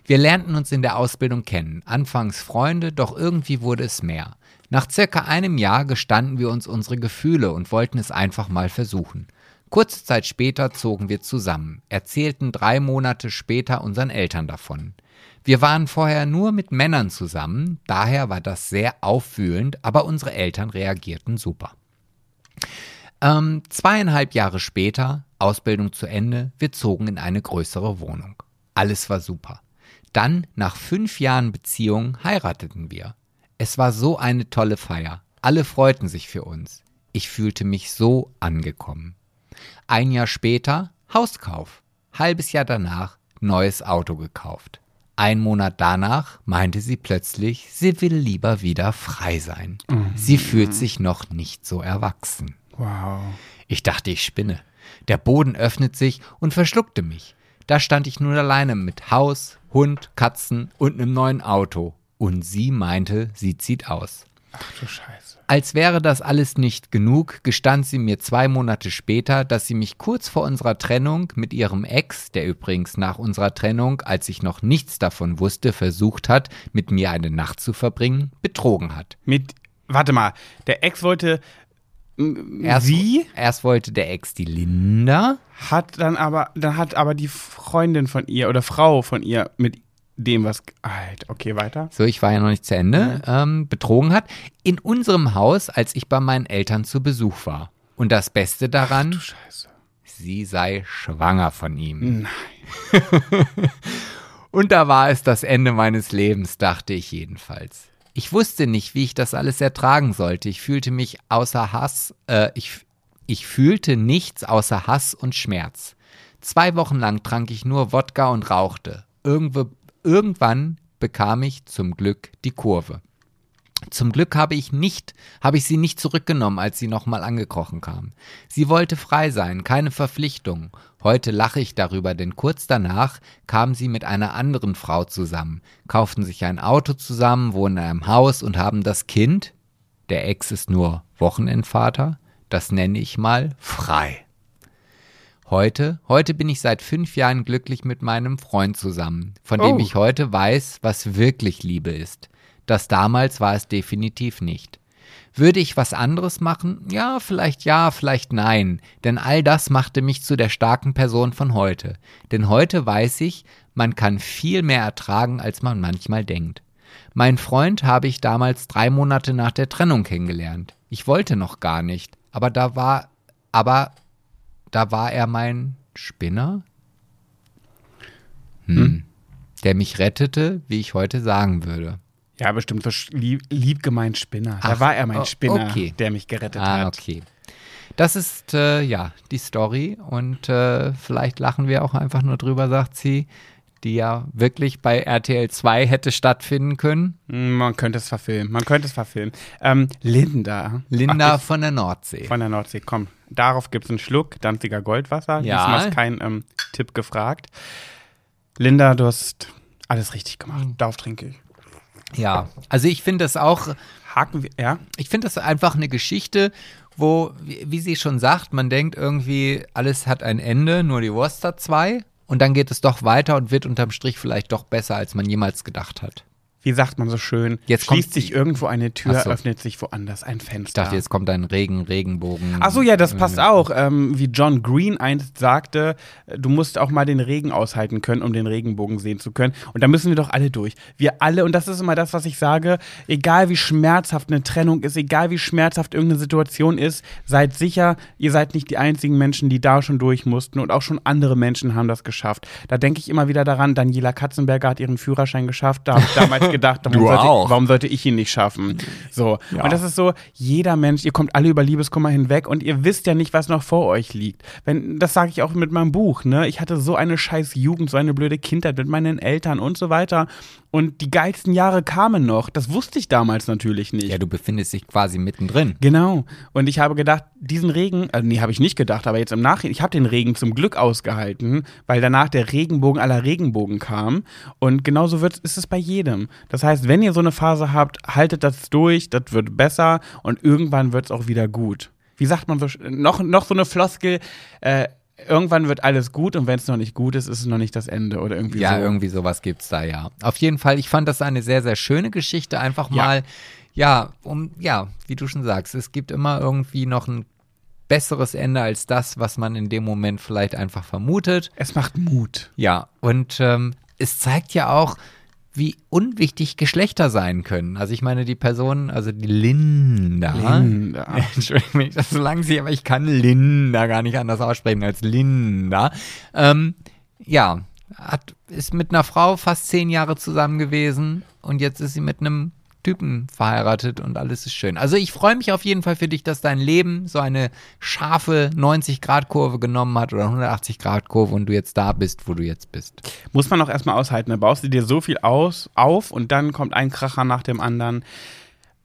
[SPEAKER 2] Wir lernten uns in der Ausbildung kennen, anfangs Freunde, doch irgendwie wurde es mehr. Nach circa einem Jahr gestanden wir uns unsere Gefühle und wollten es einfach mal versuchen. Kurze Zeit später zogen wir zusammen, erzählten drei Monate später unseren Eltern davon. Wir waren vorher nur mit Männern zusammen, daher war das sehr aufwühlend, aber unsere Eltern reagierten super. Ähm, zweieinhalb Jahre später, Ausbildung zu Ende, wir zogen in eine größere Wohnung. Alles war super. Dann, nach fünf Jahren Beziehung, heirateten wir. Es war so eine tolle Feier. Alle freuten sich für uns. Ich fühlte mich so angekommen. Ein Jahr später Hauskauf. Halbes Jahr danach neues Auto gekauft. Ein Monat danach meinte sie plötzlich, sie will lieber wieder frei sein. Sie fühlt sich noch nicht so erwachsen.
[SPEAKER 1] Wow.
[SPEAKER 2] Ich dachte, ich spinne. Der Boden öffnet sich und verschluckte mich. Da stand ich nun alleine mit Haus, Hund, Katzen und einem neuen Auto. Und sie meinte, sie zieht aus.
[SPEAKER 1] Ach du Scheiße.
[SPEAKER 2] Als wäre das alles nicht genug, gestand sie mir zwei Monate später, dass sie mich kurz vor unserer Trennung mit ihrem Ex, der übrigens nach unserer Trennung, als ich noch nichts davon wusste, versucht hat, mit mir eine Nacht zu verbringen, betrogen hat.
[SPEAKER 1] Mit, warte mal, der Ex wollte,
[SPEAKER 2] Erst,
[SPEAKER 1] Sie?
[SPEAKER 2] Erst wollte der Ex die Linda,
[SPEAKER 1] hat dann aber, dann hat aber die Freundin von ihr oder Frau von ihr mit dem was. Alt, okay, weiter.
[SPEAKER 2] So, ich war ja noch nicht zu Ende, ähm, betrogen hat, in unserem Haus, als ich bei meinen Eltern zu Besuch war. Und das Beste daran,
[SPEAKER 1] Scheiße.
[SPEAKER 2] sie sei schwanger von ihm. Nein. Und da war es das Ende meines Lebens, dachte ich jedenfalls. Ich wusste nicht, wie ich das alles ertragen sollte. Ich fühlte mich außer Hass, äh, ich, ich fühlte nichts außer Hass und Schmerz. Zwei Wochen lang trank ich nur Wodka und rauchte. Irgendwo, irgendwann bekam ich zum Glück die Kurve. Zum Glück habe ich nicht, habe ich sie nicht zurückgenommen, als sie nochmal angekrochen kam. Sie wollte frei sein, keine Verpflichtung. Heute lache ich darüber, denn kurz danach kam sie mit einer anderen Frau zusammen, kauften sich ein Auto zusammen, wohnen in einem Haus und haben das Kind, der Ex ist nur Wochenendvater, das nenne ich mal frei. Heute, heute bin ich seit fünf Jahren glücklich mit meinem Freund zusammen, von dem
[SPEAKER 1] Oh.
[SPEAKER 2] ich heute weiß, was wirklich Liebe ist. Das damals war es definitiv nicht. Würde ich was anderes machen? Ja, vielleicht ja, vielleicht nein. Denn all das machte mich zu der starken Person von heute. Denn heute weiß ich, man kann viel mehr ertragen, als man manchmal denkt. Mein Freund habe ich damals drei Monate nach der Trennung kennengelernt. Ich wollte noch gar nicht, aber da war, aber da war er mein Spinner, hm. der mich rettete, wie ich heute sagen würde.
[SPEAKER 1] Ja, bestimmt so sch- lieb, lieb gemeint Spinner.
[SPEAKER 2] Ach,
[SPEAKER 1] da war er mein
[SPEAKER 2] oh,
[SPEAKER 1] Spinner,
[SPEAKER 2] okay.
[SPEAKER 1] der mich gerettet
[SPEAKER 2] Ah,
[SPEAKER 1] hat.
[SPEAKER 2] okay. Das ist äh, ja die Story und äh, vielleicht lachen wir auch einfach nur drüber, sagt sie, die ja wirklich bei RTL 2 hätte stattfinden können.
[SPEAKER 1] Hm, Man könnte es verfilmen. Man könnte es verfilmen. Ähm, Linda.
[SPEAKER 2] Linda von der Nordsee.
[SPEAKER 1] Von der Nordsee, komm. Darauf gibt es einen Schluck Danziger Goldwasser.
[SPEAKER 2] Ja.
[SPEAKER 1] Diesmal ist kein ähm, Tipp gefragt. Linda, du hast alles richtig gemacht.
[SPEAKER 2] Hm.
[SPEAKER 1] Darauf trinke ich.
[SPEAKER 2] Ja, also ich finde das auch,
[SPEAKER 1] Haken wir, ja?
[SPEAKER 2] ich finde das einfach eine Geschichte, wo, wie, wie sie schon sagt, man denkt irgendwie, alles hat ein Ende, nur die Wurst hat zwei. Und dann geht es doch weiter und wird unterm Strich vielleicht doch besser, als man jemals gedacht hat.
[SPEAKER 1] Wie sagt man so schön?
[SPEAKER 2] Jetzt kommt
[SPEAKER 1] Schließt sich
[SPEAKER 2] die-
[SPEAKER 1] irgendwo eine Tür,
[SPEAKER 2] Ach so.
[SPEAKER 1] öffnet sich woanders ein Fenster.
[SPEAKER 2] Ich dachte, jetzt äh, kommt ein Regen, Regenbogen.
[SPEAKER 1] Ach so, ja, das passt auch. Ähm, wie John Green einst sagte, äh, du musst auch mal den Regen aushalten können, um den Regenbogen sehen zu können. Und da müssen wir doch alle durch. Wir alle, und das ist immer das, was ich sage, egal wie schmerzhaft eine Trennung ist, egal wie schmerzhaft irgendeine Situation ist, seid sicher, ihr seid nicht die einzigen Menschen, die da schon durch mussten. Und auch schon andere Menschen haben das geschafft. Da denke ich immer wieder daran, Daniela Katzenberger hat ihren Führerschein geschafft. Da habe ich damals gedacht, warum,
[SPEAKER 2] Du
[SPEAKER 1] sollte,
[SPEAKER 2] auch.
[SPEAKER 1] warum sollte ich ihn nicht schaffen? So. Und das ist so, jeder Mensch, ihr kommt alle über Liebeskummer hinweg und ihr wisst ja nicht, was noch vor euch liegt. Wenn, das sage ich auch mit meinem Buch, ne? Ich hatte so eine scheiß Jugend, so eine blöde Kindheit mit meinen Eltern und so weiter. Und die geilsten Jahre kamen noch. Das wusste ich damals natürlich nicht.
[SPEAKER 2] Ja, du befindest dich quasi mittendrin.
[SPEAKER 1] Genau. Und ich habe gedacht, diesen Regen, also nee, habe ich nicht gedacht, aber jetzt im Nachhinein, ich habe den Regen zum Glück ausgehalten, weil danach der Regenbogen aller Regenbogen kam. Und genauso wird, ist es bei jedem. Das heißt, wenn ihr so eine Phase habt, haltet das durch, das wird besser und irgendwann wird es auch wieder gut. Wie sagt man so, sch- noch, noch so eine Floskel, äh, irgendwann wird alles gut und wenn es noch nicht gut ist, ist es noch nicht das Ende oder irgendwie
[SPEAKER 2] Ja,
[SPEAKER 1] so.
[SPEAKER 2] irgendwie sowas gibt's da ja. Auf jeden Fall, ich fand das eine sehr, sehr schöne Geschichte. Einfach
[SPEAKER 1] Ja.
[SPEAKER 2] mal, ja, um, ja, wie du schon sagst, es gibt immer irgendwie noch ein besseres Ende als das, was man in dem Moment vielleicht einfach vermutet.
[SPEAKER 1] es macht Mut.
[SPEAKER 2] Ja, und ähm, es zeigt ja auch, wie unwichtig Geschlechter sein können. Also ich meine, die Person, also die Linda.
[SPEAKER 1] Linda.
[SPEAKER 2] Entschuldigung, wenn ich das so lang sehe, aber ich kann Linda gar nicht anders aussprechen als Linda. Ähm, ja, hat, ist mit einer Frau fast zehn Jahre zusammen gewesen und jetzt ist sie mit einem Typen verheiratet und alles ist schön. Also ich freue mich auf jeden Fall für dich, dass dein Leben so eine scharfe 90-Grad-Kurve genommen hat oder 180-Grad-Kurve und du jetzt da bist, wo du jetzt bist.
[SPEAKER 1] Muss man auch erstmal aushalten. Da baust du dir so viel aus, auf und dann kommt ein Kracher nach dem anderen.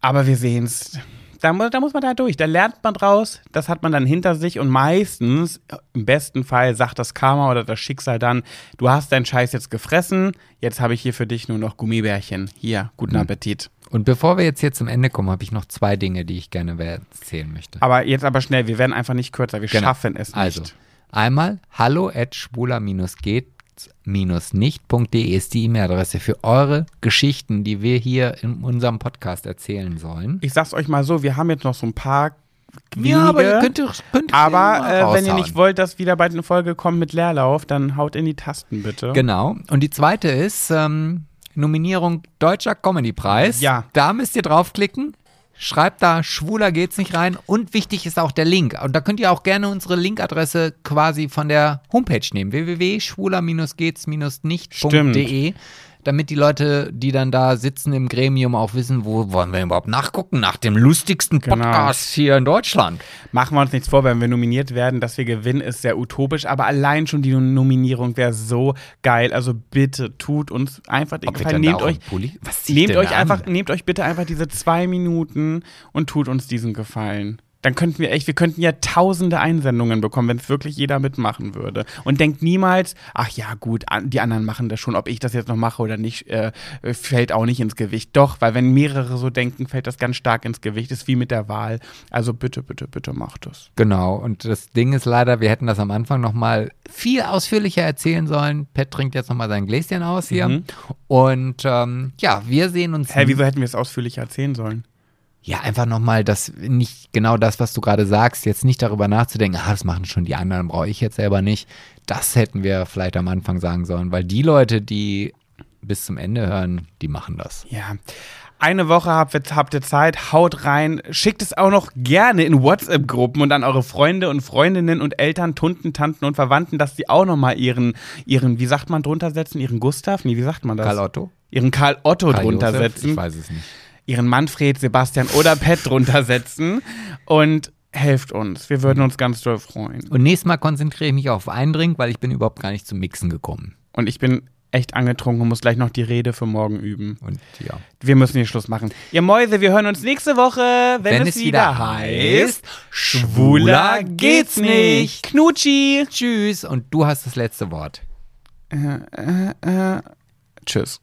[SPEAKER 1] Aber wir sehen's. Da, mu- da muss man da durch. Da lernt man draus. Das hat man dann hinter sich. Und meistens, im besten Fall, sagt das Karma oder das Schicksal dann, du hast deinen Scheiß jetzt gefressen. Jetzt habe ich hier für dich nur noch Gummibärchen. Hier, guten
[SPEAKER 2] Hm.
[SPEAKER 1] Appetit.
[SPEAKER 2] Und bevor wir jetzt hier zum Ende kommen, habe ich noch zwei Dinge, die ich gerne erzählen möchte.
[SPEAKER 1] Aber jetzt aber schnell. Wir werden einfach nicht kürzer. Wir
[SPEAKER 2] Genau.
[SPEAKER 1] schaffen es nicht.
[SPEAKER 2] Also, einmal hallo at schwuler-geht-nicht.de ist die E-Mail-Adresse für eure Geschichten, die wir hier in unserem Podcast erzählen sollen.
[SPEAKER 1] ich sag's euch mal so, wir haben jetzt noch so ein paar wenige.
[SPEAKER 2] könnte, könnte
[SPEAKER 1] aber äh, wenn ihr nicht wollt, dass wieder bald eine Folge kommt mit Leerlauf, dann haut in die Tasten bitte.
[SPEAKER 2] Genau. Und die zweite ist ähm, Nominierung Deutscher Comedy-Preis.
[SPEAKER 1] Ja.
[SPEAKER 2] Da müsst ihr draufklicken. Schreibt da, schwuler geht's nicht rein. Und wichtig ist auch der Link. Und da könnt ihr auch gerne unsere Linkadresse quasi von der Homepage nehmen. www.schwuler-geht's-nicht.de. Damit die Leute, die dann da sitzen im Gremium, auch wissen, wo wollen wir überhaupt nachgucken? Nach dem lustigsten
[SPEAKER 1] Genau.
[SPEAKER 2] Podcast hier in Deutschland.
[SPEAKER 1] Machen wir uns nichts vor, wenn wir nominiert werden, dass wir gewinnen, ist sehr utopisch, aber allein schon die Nominierung wäre so geil. Also bitte tut uns einfach den
[SPEAKER 2] Ob wir dann
[SPEAKER 1] Gefallen.
[SPEAKER 2] da
[SPEAKER 1] nehmt
[SPEAKER 2] auch
[SPEAKER 1] euch,
[SPEAKER 2] einen Pulli- Was zieht
[SPEAKER 1] nehmt
[SPEAKER 2] denn
[SPEAKER 1] euch
[SPEAKER 2] da
[SPEAKER 1] einfach,
[SPEAKER 2] an?
[SPEAKER 1] nehmt euch bitte einfach diese zwei Minuten und tut uns diesen Gefallen. Dann könnten wir echt, wir könnten ja tausende Einsendungen bekommen, wenn es wirklich jeder mitmachen würde. Und denkt niemals, ach ja, gut, an- die anderen machen das schon, ob ich das jetzt noch mache oder nicht, äh, fällt auch nicht ins Gewicht. Doch, weil wenn mehrere so denken, fällt das ganz stark ins Gewicht, ist wie mit der Wahl. Also bitte, bitte, bitte macht es.
[SPEAKER 2] Genau, und das Ding ist leider, wir hätten das am Anfang nochmal viel ausführlicher erzählen sollen. Pat trinkt jetzt nochmal sein Gläschen aus hier. Und ähm, ja, wir sehen uns.
[SPEAKER 1] Mhm. Hä, wieso hätten wir es ausführlicher erzählen sollen?
[SPEAKER 2] Ja, einfach nochmal, dass nicht genau das, was du gerade sagst, jetzt nicht darüber nachzudenken, ah, das machen schon die anderen, brauche ich jetzt selber nicht. Das hätten wir vielleicht am Anfang sagen sollen, weil die Leute, die bis zum Ende hören, die machen das.
[SPEAKER 1] Ja. Eine Woche habt ihr, habt ihr Zeit, haut rein, schickt es auch noch gerne in WhatsApp-Gruppen und an eure Freunde und Freundinnen und Eltern, Tunten, Tanten und Verwandten, dass die auch nochmal ihren, ihren, wie sagt man drunter setzen, ihren Gustav? Nee, wie sagt man das?
[SPEAKER 2] Karl Otto?
[SPEAKER 1] Ihren Karl Otto
[SPEAKER 2] Karl
[SPEAKER 1] drunter
[SPEAKER 2] Josef? Ich
[SPEAKER 1] setzen,
[SPEAKER 2] weiß es nicht.
[SPEAKER 1] ihren Manfred, Sebastian oder Pet drunter setzen und helft uns. Wir würden uns ganz doll freuen.
[SPEAKER 2] Und nächstes Mal konzentriere ich mich auf Eindring, weil ich bin überhaupt gar nicht zum Mixen gekommen.
[SPEAKER 1] Und ich bin echt angetrunken und muss gleich noch die Rede für morgen üben.
[SPEAKER 2] Und ja.
[SPEAKER 1] Wir müssen hier Schluss machen. Ihr Mäuse, wir hören uns nächste Woche, wenn, es, wieder heißt, Schwuler geht's nicht. Knutschi.
[SPEAKER 2] Tschüss und du hast das letzte Wort.
[SPEAKER 1] Tschüss.